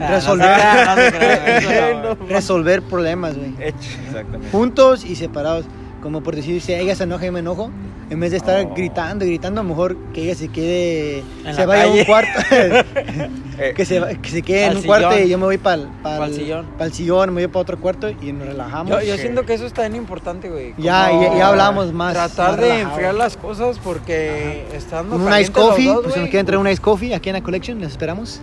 Speaker 2: Ah,
Speaker 4: Ah,
Speaker 3: Resolver.
Speaker 4: no se crean, no se
Speaker 2: *laughs*
Speaker 4: crean, eso no, güey.
Speaker 3: Resolver problemas, güey.
Speaker 2: Eh,
Speaker 1: Exactamente.
Speaker 3: Juntos y separados. Como por decir, si ella se enoja y me enojo, en vez de estar
Speaker 1: Oh.
Speaker 3: gritando y gritando, a lo mejor que ella se quede.
Speaker 4: En
Speaker 3: se
Speaker 4: la
Speaker 3: vaya a un
Speaker 4: calle. *laughs*
Speaker 3: cuarto.
Speaker 1: Eh,
Speaker 3: que, se, va- que se quede en
Speaker 4: Al
Speaker 3: un cuarto
Speaker 4: sillón.
Speaker 3: y yo me voy para
Speaker 4: Pa'l sillón.
Speaker 3: el sillón, me voy para otro cuarto y nos relajamos.
Speaker 4: Yo, yo
Speaker 2: Sí.
Speaker 4: siento que eso está bien importante, güey.
Speaker 3: Ya,
Speaker 4: Como
Speaker 3: ya- ya hablamos más-
Speaker 4: Tratar
Speaker 3: más
Speaker 4: de
Speaker 3: relajado.
Speaker 4: enfriar las cosas porque estando
Speaker 3: Con un ice
Speaker 4: calientes los
Speaker 3: coffee,
Speaker 4: dos,
Speaker 3: pues si nos
Speaker 4: güey,
Speaker 3: quieren traer un ice coffee aquí en la collection, les esperamos.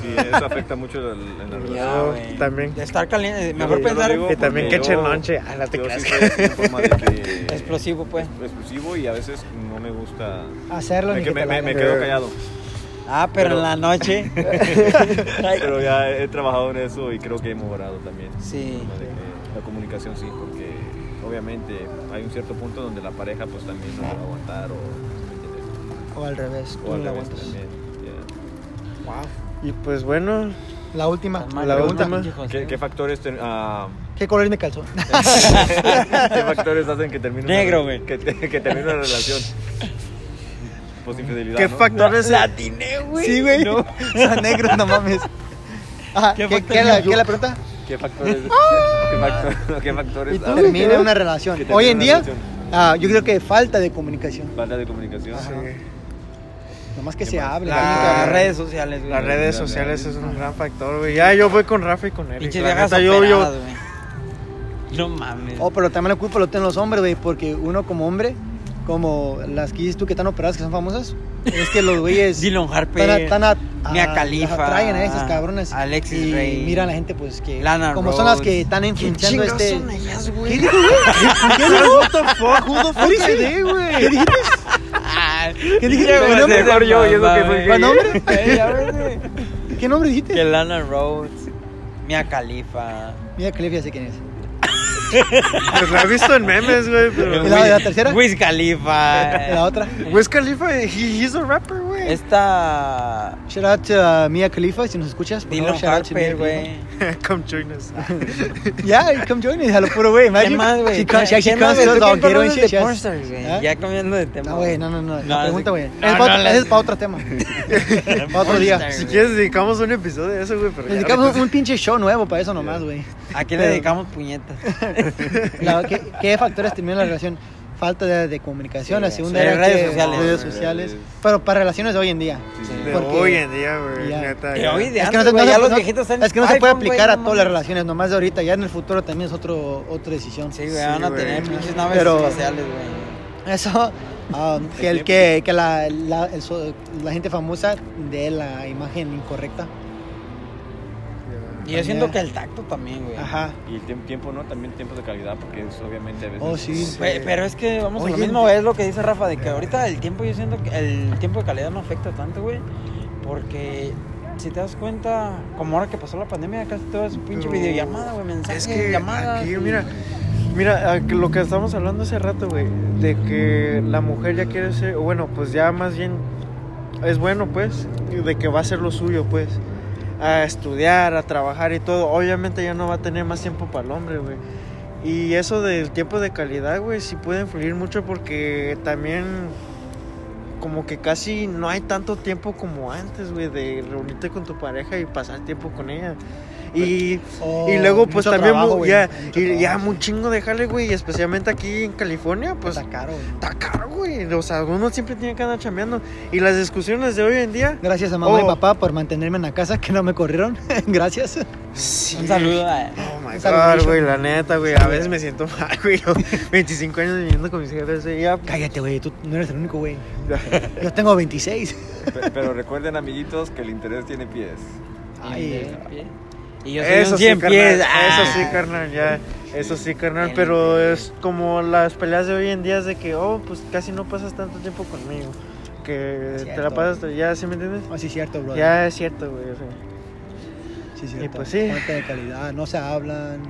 Speaker 1: Sí, eso afecta mucho el- en la relación.
Speaker 4: Ya, güey.
Speaker 2: También.
Speaker 4: De estar caliente,
Speaker 1: Yo
Speaker 4: mejor
Speaker 1: lo
Speaker 4: pensar
Speaker 1: digo
Speaker 2: que también
Speaker 1: porque
Speaker 2: que echen
Speaker 1: yo-
Speaker 2: lonche. Ah, no te
Speaker 1: yo
Speaker 2: creas.
Speaker 1: sí soy en forma de que-
Speaker 4: explosivo, pues.
Speaker 1: Explosivo y a veces no me gusta.
Speaker 3: Hacerlo
Speaker 1: Me,
Speaker 3: ni que
Speaker 1: que- me-
Speaker 3: te
Speaker 1: me-
Speaker 3: la
Speaker 1: me
Speaker 3: hagan.
Speaker 1: quedo callado.
Speaker 4: Ah, pero,
Speaker 1: Pero-
Speaker 4: en la noche. Ay,
Speaker 1: Pero ya he trabajado en eso y creo que he mejorado también.
Speaker 4: sí.
Speaker 1: Como de que La comunicación sí, porque obviamente hay un cierto punto donde la pareja pues también no va a aguantar o, ¿me entiendes?
Speaker 3: O al revés,
Speaker 1: o
Speaker 3: tú
Speaker 1: al
Speaker 3: no la
Speaker 1: revés
Speaker 3: aguantas.
Speaker 1: también. ya.
Speaker 2: Y pues bueno,
Speaker 3: La última,
Speaker 4: Tan mal,
Speaker 2: La
Speaker 4: pero
Speaker 2: última.
Speaker 4: no, pinche José,
Speaker 1: ¿Qué, *laughs* qué factores ten- ah,
Speaker 3: ¿Qué color es mi calzón? *laughs*
Speaker 1: qué factores hacen que termine una-
Speaker 4: Negro, güey.
Speaker 1: que, te- que termine una relación? Pues infidelidad.
Speaker 2: ¿qué
Speaker 1: ¿no?
Speaker 2: factores?
Speaker 4: Latiné, güey.
Speaker 3: sí, güey.
Speaker 1: no.
Speaker 3: O sea,
Speaker 4: *laughs*
Speaker 3: negro, no mames. Ajá,
Speaker 4: ¿Qué
Speaker 3: Ah, ¿qué,
Speaker 4: factor
Speaker 3: qué es la,
Speaker 4: yo?
Speaker 3: qué es la pregunta?
Speaker 1: ¿Qué factores?
Speaker 3: *laughs*
Speaker 1: ¿Qué, factor- *laughs* qué factores? hacen que-
Speaker 3: Termina una
Speaker 1: que
Speaker 3: relación.
Speaker 1: termine
Speaker 3: Hoy en
Speaker 1: una
Speaker 3: día,
Speaker 1: relación?
Speaker 3: ah, yo creo que falta de comunicación.
Speaker 1: Falta de comunicación.
Speaker 2: Sí.
Speaker 3: Nomás que
Speaker 1: ¿Qué
Speaker 3: se
Speaker 1: más?
Speaker 3: hable.
Speaker 4: Ah.
Speaker 2: La-
Speaker 3: tiene que
Speaker 4: Las
Speaker 3: hablar.
Speaker 4: redes sociales, güey.
Speaker 2: Las redes
Speaker 1: Dale,
Speaker 2: sociales
Speaker 1: dale.
Speaker 2: es un gran factor, güey. Ya yo voy con Rafa y con Eric.
Speaker 4: Pinches
Speaker 2: La
Speaker 4: viejas
Speaker 2: neta, yo, yo-
Speaker 4: operadas, güey. No mames.
Speaker 3: Oh, pero también la culpa lo tienen los hombres, güey, porque uno como hombre, como las que dices tú que están operadas, que son famosas, es que los
Speaker 4: *laughs*
Speaker 3: güeyes...
Speaker 4: Dylan Harper.
Speaker 3: Están pues, a, están a,
Speaker 4: Mia
Speaker 3: a-
Speaker 4: Khalifa,
Speaker 3: las atraen a esas cabronas.
Speaker 4: Alexis
Speaker 3: y
Speaker 4: Rey,
Speaker 3: Mira a la gente, pues que.
Speaker 4: Lana
Speaker 3: como son las
Speaker 4: Rhoades.
Speaker 3: que están
Speaker 2: ¿Qué
Speaker 3: influenciando
Speaker 2: chingados
Speaker 3: este. *laughs*
Speaker 2: son ellas,
Speaker 3: ¿Qué
Speaker 2: güey?
Speaker 3: dijo, güey? ¿Qué dijo?
Speaker 2: What the fuck? Who the fuck are they, güey?
Speaker 4: Ah,
Speaker 3: ¿Qué dijiste?
Speaker 4: Pinche
Speaker 3: ¿Qué nombre?
Speaker 4: José,
Speaker 1: Mejor yo, y eso que soy
Speaker 4: mamá,
Speaker 1: gay.
Speaker 3: ¿Cuál nombre?
Speaker 2: *laughs*
Speaker 4: Eh, ya ves, güey.
Speaker 3: ¿Qué nombre dijiste?
Speaker 4: Que Lana Rhodes, Mia Khalifa.
Speaker 3: Mira, Caleb, ya sé quién es.
Speaker 2: Pues la he visto en memes, güey, pero...
Speaker 3: ¿Y la, la tercera?
Speaker 4: Wiz Khalifa.
Speaker 3: *laughs* La otra.
Speaker 2: Wiz Khalifa, he- he's a rapper, güey.
Speaker 4: Esta.
Speaker 3: Shout out to, uh, Mia Khalifa, si nos escuchas. por
Speaker 4: Dylan
Speaker 3: favor, shout out to
Speaker 4: Harper,
Speaker 3: Mia Khalifa.
Speaker 4: güey.
Speaker 2: *laughs* Come join us.
Speaker 3: Yeah, come join us, a lo puro, güey.
Speaker 4: ¿Qué
Speaker 3: Imagine.
Speaker 4: más, güey?
Speaker 3: She comes, she
Speaker 4: ¿Qué-
Speaker 3: actually
Speaker 4: qué más,
Speaker 3: comes to
Speaker 4: güey?
Speaker 3: us
Speaker 4: ¿Tú
Speaker 3: all
Speaker 4: qué
Speaker 3: ghetto and
Speaker 4: conoces
Speaker 3: shit.
Speaker 4: de
Speaker 3: yes.
Speaker 4: pornstars, güey?
Speaker 3: ¿Eh?
Speaker 4: Ya cambiando de tema.
Speaker 3: No, güey, no, no, no.
Speaker 4: No,
Speaker 3: La pregunta,
Speaker 4: no,
Speaker 3: güey.
Speaker 4: Ah, no,
Speaker 3: Es para
Speaker 4: no,
Speaker 3: otro- ese es
Speaker 4: no.
Speaker 3: para otro
Speaker 4: *laughs*
Speaker 3: tema. Para otro día.
Speaker 4: Pornstar,
Speaker 2: Si
Speaker 4: güey.
Speaker 2: quieres, dedicamos un episodio a eso, güey, pero... ya
Speaker 3: Dedicamos
Speaker 2: ahorita-
Speaker 3: un pinche show nuevo para eso
Speaker 4: *laughs*
Speaker 3: nomás, güey. *laughs*
Speaker 4: ¿A quién le dedicamos puñetas?
Speaker 3: La- ¿qué, qué factores terminan la relación? falta de, de comunicación,
Speaker 4: Sí,
Speaker 3: la
Speaker 4: sí,
Speaker 3: segunda
Speaker 4: de
Speaker 3: era
Speaker 4: redes
Speaker 3: que-
Speaker 4: sociales.
Speaker 3: redes
Speaker 1: Sí,
Speaker 3: sociales,
Speaker 1: redes.
Speaker 3: pero para relaciones de hoy en día.
Speaker 1: Sí, sí.
Speaker 2: De
Speaker 3: Porque-
Speaker 2: hoy en día, güey.
Speaker 3: Ya.
Speaker 2: neta,
Speaker 4: De
Speaker 2: ya.
Speaker 4: hoy de
Speaker 3: Es que no
Speaker 4: antes,
Speaker 3: se,
Speaker 4: güey,
Speaker 3: no
Speaker 4: ya
Speaker 3: se-
Speaker 4: los
Speaker 3: no-
Speaker 4: viejitos están
Speaker 3: es que no se puede
Speaker 4: iPhone, güey,
Speaker 3: aplicar
Speaker 4: no
Speaker 3: a todas las
Speaker 4: mames.
Speaker 3: relaciones, nomás de ahorita, ya en el futuro también es otro, otra decisión.
Speaker 4: Sí,
Speaker 2: Sí,
Speaker 4: güey, van a
Speaker 2: güey.
Speaker 4: tener pinches naves
Speaker 3: Pero-
Speaker 4: espaciales, güey.
Speaker 3: Eso,
Speaker 2: *laughs*
Speaker 3: um, que, el, que, que la, la, el so- la gente famosa de la imagen incorrecta.
Speaker 4: Y yo
Speaker 3: También.
Speaker 4: siento que el tacto también, güey.
Speaker 3: Ajá.
Speaker 1: Y el tiemp- tiempo, ¿no? También tiempos de calidad, porque eso obviamente a veces...
Speaker 3: Oh, sí.
Speaker 2: Sí.
Speaker 4: Pe- Pero es que vamos a
Speaker 3: Oye,
Speaker 4: lo mismo, es lo que dice Rafa, de que ahorita el tiempo, yo siento que el tiempo de calidad no afecta tanto, güey. Porque si te das cuenta, como ahora que pasó la pandemia, casi todo es pinche
Speaker 2: Pero-
Speaker 4: videollamada, güey, mensajes,
Speaker 2: Es que
Speaker 4: llamadas.
Speaker 2: aquí,
Speaker 4: y-
Speaker 2: mira, mira, a que lo que estábamos hablando hace rato, güey, de que la mujer ya quiere ser, o bueno, pues ya más bien es bueno, pues, de que va a ser lo suyo, pues, a estudiar, a trabajar y todo. Obviamente ya no va a tener más tiempo para el hombre, güey. Y eso del tiempo de calidad, güey, sí puede influir mucho porque también como que casi no hay tanto tiempo como antes, güey, de reunirte con tu pareja y pasar tiempo con ella. Y
Speaker 3: Oh,
Speaker 2: y luego, pues
Speaker 3: mucho
Speaker 2: también,
Speaker 3: trabajo,
Speaker 2: mu-
Speaker 3: güey,
Speaker 2: ya,
Speaker 3: mucho
Speaker 2: y, ya
Speaker 3: trabajo.
Speaker 2: un chingo de jale, güey. Y especialmente aquí en California, pues
Speaker 3: Está caro, güey.
Speaker 2: está caro, güey. O sea, uno siempre tiene que andar chambeando. Y las discusiones de hoy en día,
Speaker 3: Gracias a mamá y
Speaker 2: Oh.
Speaker 3: papá por mantenerme en la casa, que no me corrieron. *laughs* Gracias.
Speaker 2: sí.
Speaker 4: Un saludo. eh.
Speaker 2: Oh my
Speaker 3: Un saludillo.
Speaker 2: god, güey, la neta, güey. A veces me siento mal, güey. Yo, *laughs* 25 años viviendo con mis jefes, güey. Ya,
Speaker 3: Cállate, güey, tú no eres el único,
Speaker 2: *laughs*
Speaker 3: güey. Yo tengo 26.
Speaker 1: Pe- Pero recuerden, amiguitos, que el interés tiene pies.
Speaker 3: Ay,
Speaker 4: Y yo soy
Speaker 2: Eso
Speaker 4: un
Speaker 2: sí,
Speaker 4: 100
Speaker 2: carnal,
Speaker 4: pies.
Speaker 2: eso sí,
Speaker 4: ah.
Speaker 2: carnal, ya. Eso sí, carnal,
Speaker 4: Bien,
Speaker 2: pero
Speaker 4: bien.
Speaker 2: es como las peleas de hoy en día es de que, oh, pues casi no pasas tanto tiempo conmigo. Que te la
Speaker 3: Cierto.
Speaker 2: pasas, ya, ¿sí me entiendes?
Speaker 3: oh, sí, cierto, bro.
Speaker 2: Ya es cierto, güey. o sea.
Speaker 3: Sí, cierto.
Speaker 2: Y pues sí.
Speaker 3: Falta de calidad, no se hablan.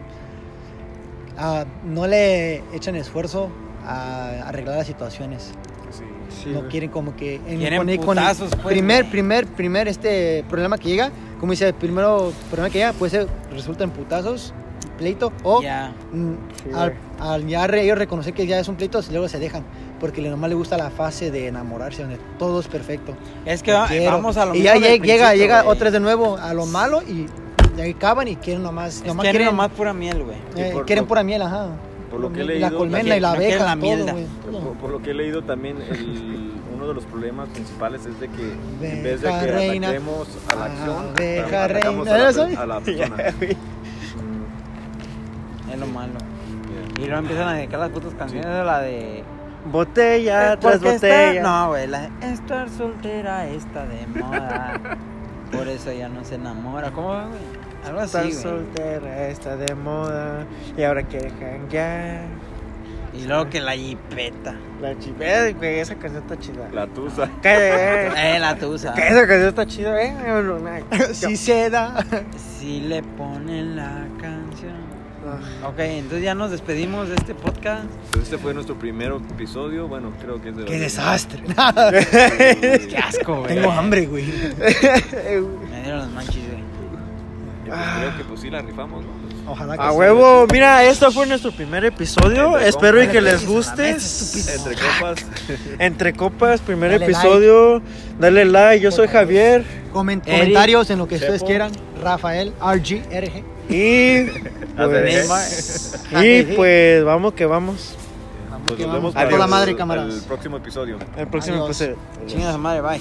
Speaker 3: Ah, no le echan esfuerzo a arreglar las situaciones.
Speaker 1: Sí.
Speaker 2: Sí,
Speaker 3: no
Speaker 2: güey.
Speaker 3: quieren como que en-
Speaker 4: Quieren
Speaker 3: con- con-
Speaker 4: putazos, pues,
Speaker 3: primer
Speaker 4: güey.
Speaker 3: primer primer este problema que llega, como dice, el primero problema que llega puede ser resulta en putazos, pleito o
Speaker 4: Ya.
Speaker 3: mm,
Speaker 2: Sí,
Speaker 3: al,
Speaker 2: güey.
Speaker 3: al ya re- ellos reconocer que ya es un pleito, luego se dejan, porque le nomás le gusta la fase de enamorarse donde todo es perfecto.
Speaker 4: Es que
Speaker 3: Te
Speaker 4: va-
Speaker 3: quiero.
Speaker 4: vamos a lo
Speaker 3: Y ya
Speaker 4: mismo del
Speaker 3: lleg- llega
Speaker 4: principio,
Speaker 3: llega
Speaker 4: güey.
Speaker 3: otra vez de nuevo a lo malo y ya acaban y quieren nomás
Speaker 4: Es
Speaker 3: nomás
Speaker 4: que
Speaker 3: quieren
Speaker 4: quieren nomás pura miel, güey.
Speaker 3: eh,
Speaker 1: Y por
Speaker 3: quieren
Speaker 1: lo-
Speaker 3: pura miel, ajá.
Speaker 1: por lo que he
Speaker 3: Y la
Speaker 1: leído,
Speaker 3: colmena
Speaker 1: la-
Speaker 3: y la
Speaker 4: la quieren
Speaker 3: abeja,
Speaker 4: la
Speaker 3: todo,
Speaker 4: mierda.
Speaker 3: güey, todo.
Speaker 1: Por, por lo que he leído también,
Speaker 3: *laughs*
Speaker 1: el- uno de los problemas principales es de que en
Speaker 3: Abeja
Speaker 1: vez de que
Speaker 3: reina.
Speaker 1: ataquemos a la acción,
Speaker 3: Abeja
Speaker 1: atacamos
Speaker 3: reina.
Speaker 1: a
Speaker 3: ¿Eso?
Speaker 1: la, per- a
Speaker 3: *laughs*
Speaker 1: la persona. Mm,
Speaker 4: Es lo malo.
Speaker 1: bien.
Speaker 4: Y luego empiezan a dedicar las putas canciones
Speaker 1: Sí.
Speaker 4: a la de.
Speaker 2: Botella tras
Speaker 4: Eh, Porque
Speaker 2: botella.
Speaker 4: estar- No, güey, la de estar soltera está de moda. Por eso ya no se enamora. ¿Cómo va, güey? Algo
Speaker 2: Estar
Speaker 4: así, güey.
Speaker 2: soltera está de moda y ahora quiere janguear.
Speaker 4: Y luego que la jipeta.
Speaker 2: La chipeda, güey, esa canción está chida.
Speaker 1: La tusa.
Speaker 2: Cállate,
Speaker 4: *laughs*
Speaker 2: eh.
Speaker 4: Eh, la tusa.
Speaker 2: Que Esa canción está chida, eh. No, no,
Speaker 3: Sí se da.
Speaker 4: Si le ponen la canción.
Speaker 2: no. Ah,
Speaker 4: Ok, entonces ya nos despedimos de este podcast.
Speaker 1: Entonces este fue nuestro primer episodio. Bueno, creo que es de
Speaker 3: Qué
Speaker 1: *laughs*
Speaker 3: desastre. *laughs*
Speaker 1: desastre.
Speaker 4: asco,
Speaker 3: Tengo hambre, güey.
Speaker 4: Me dieron las manchis, güey.
Speaker 1: Creo que pues sí la rifamos, ¿no?
Speaker 3: Ojalá que
Speaker 2: A
Speaker 3: sí.
Speaker 2: huevo, mira, esto fue nuestro primer episodio.
Speaker 1: Entre
Speaker 2: Espero y
Speaker 1: compas.
Speaker 2: que les
Speaker 4: A la
Speaker 2: guste.
Speaker 4: mesa, estúpido.
Speaker 1: Entre copas.
Speaker 2: Entre copas, primer
Speaker 3: Dale
Speaker 2: episodio. Dale like, yo soy Javier.
Speaker 3: Comen-
Speaker 4: Eric,
Speaker 3: comentarios en lo que ustedes
Speaker 1: Chepo.
Speaker 3: quieran. Rafael, RG, RG.
Speaker 2: Y pues, y pues vamos que vamos.
Speaker 1: Pues
Speaker 3: que
Speaker 1: nos vemos
Speaker 3: vamos. Por
Speaker 1: para
Speaker 3: la
Speaker 1: el-
Speaker 3: madre,
Speaker 1: el
Speaker 3: cámaras.
Speaker 1: próximo episodio.
Speaker 2: El próximo
Speaker 3: Adiós.
Speaker 2: episodio.
Speaker 4: Chinga su madre, bye.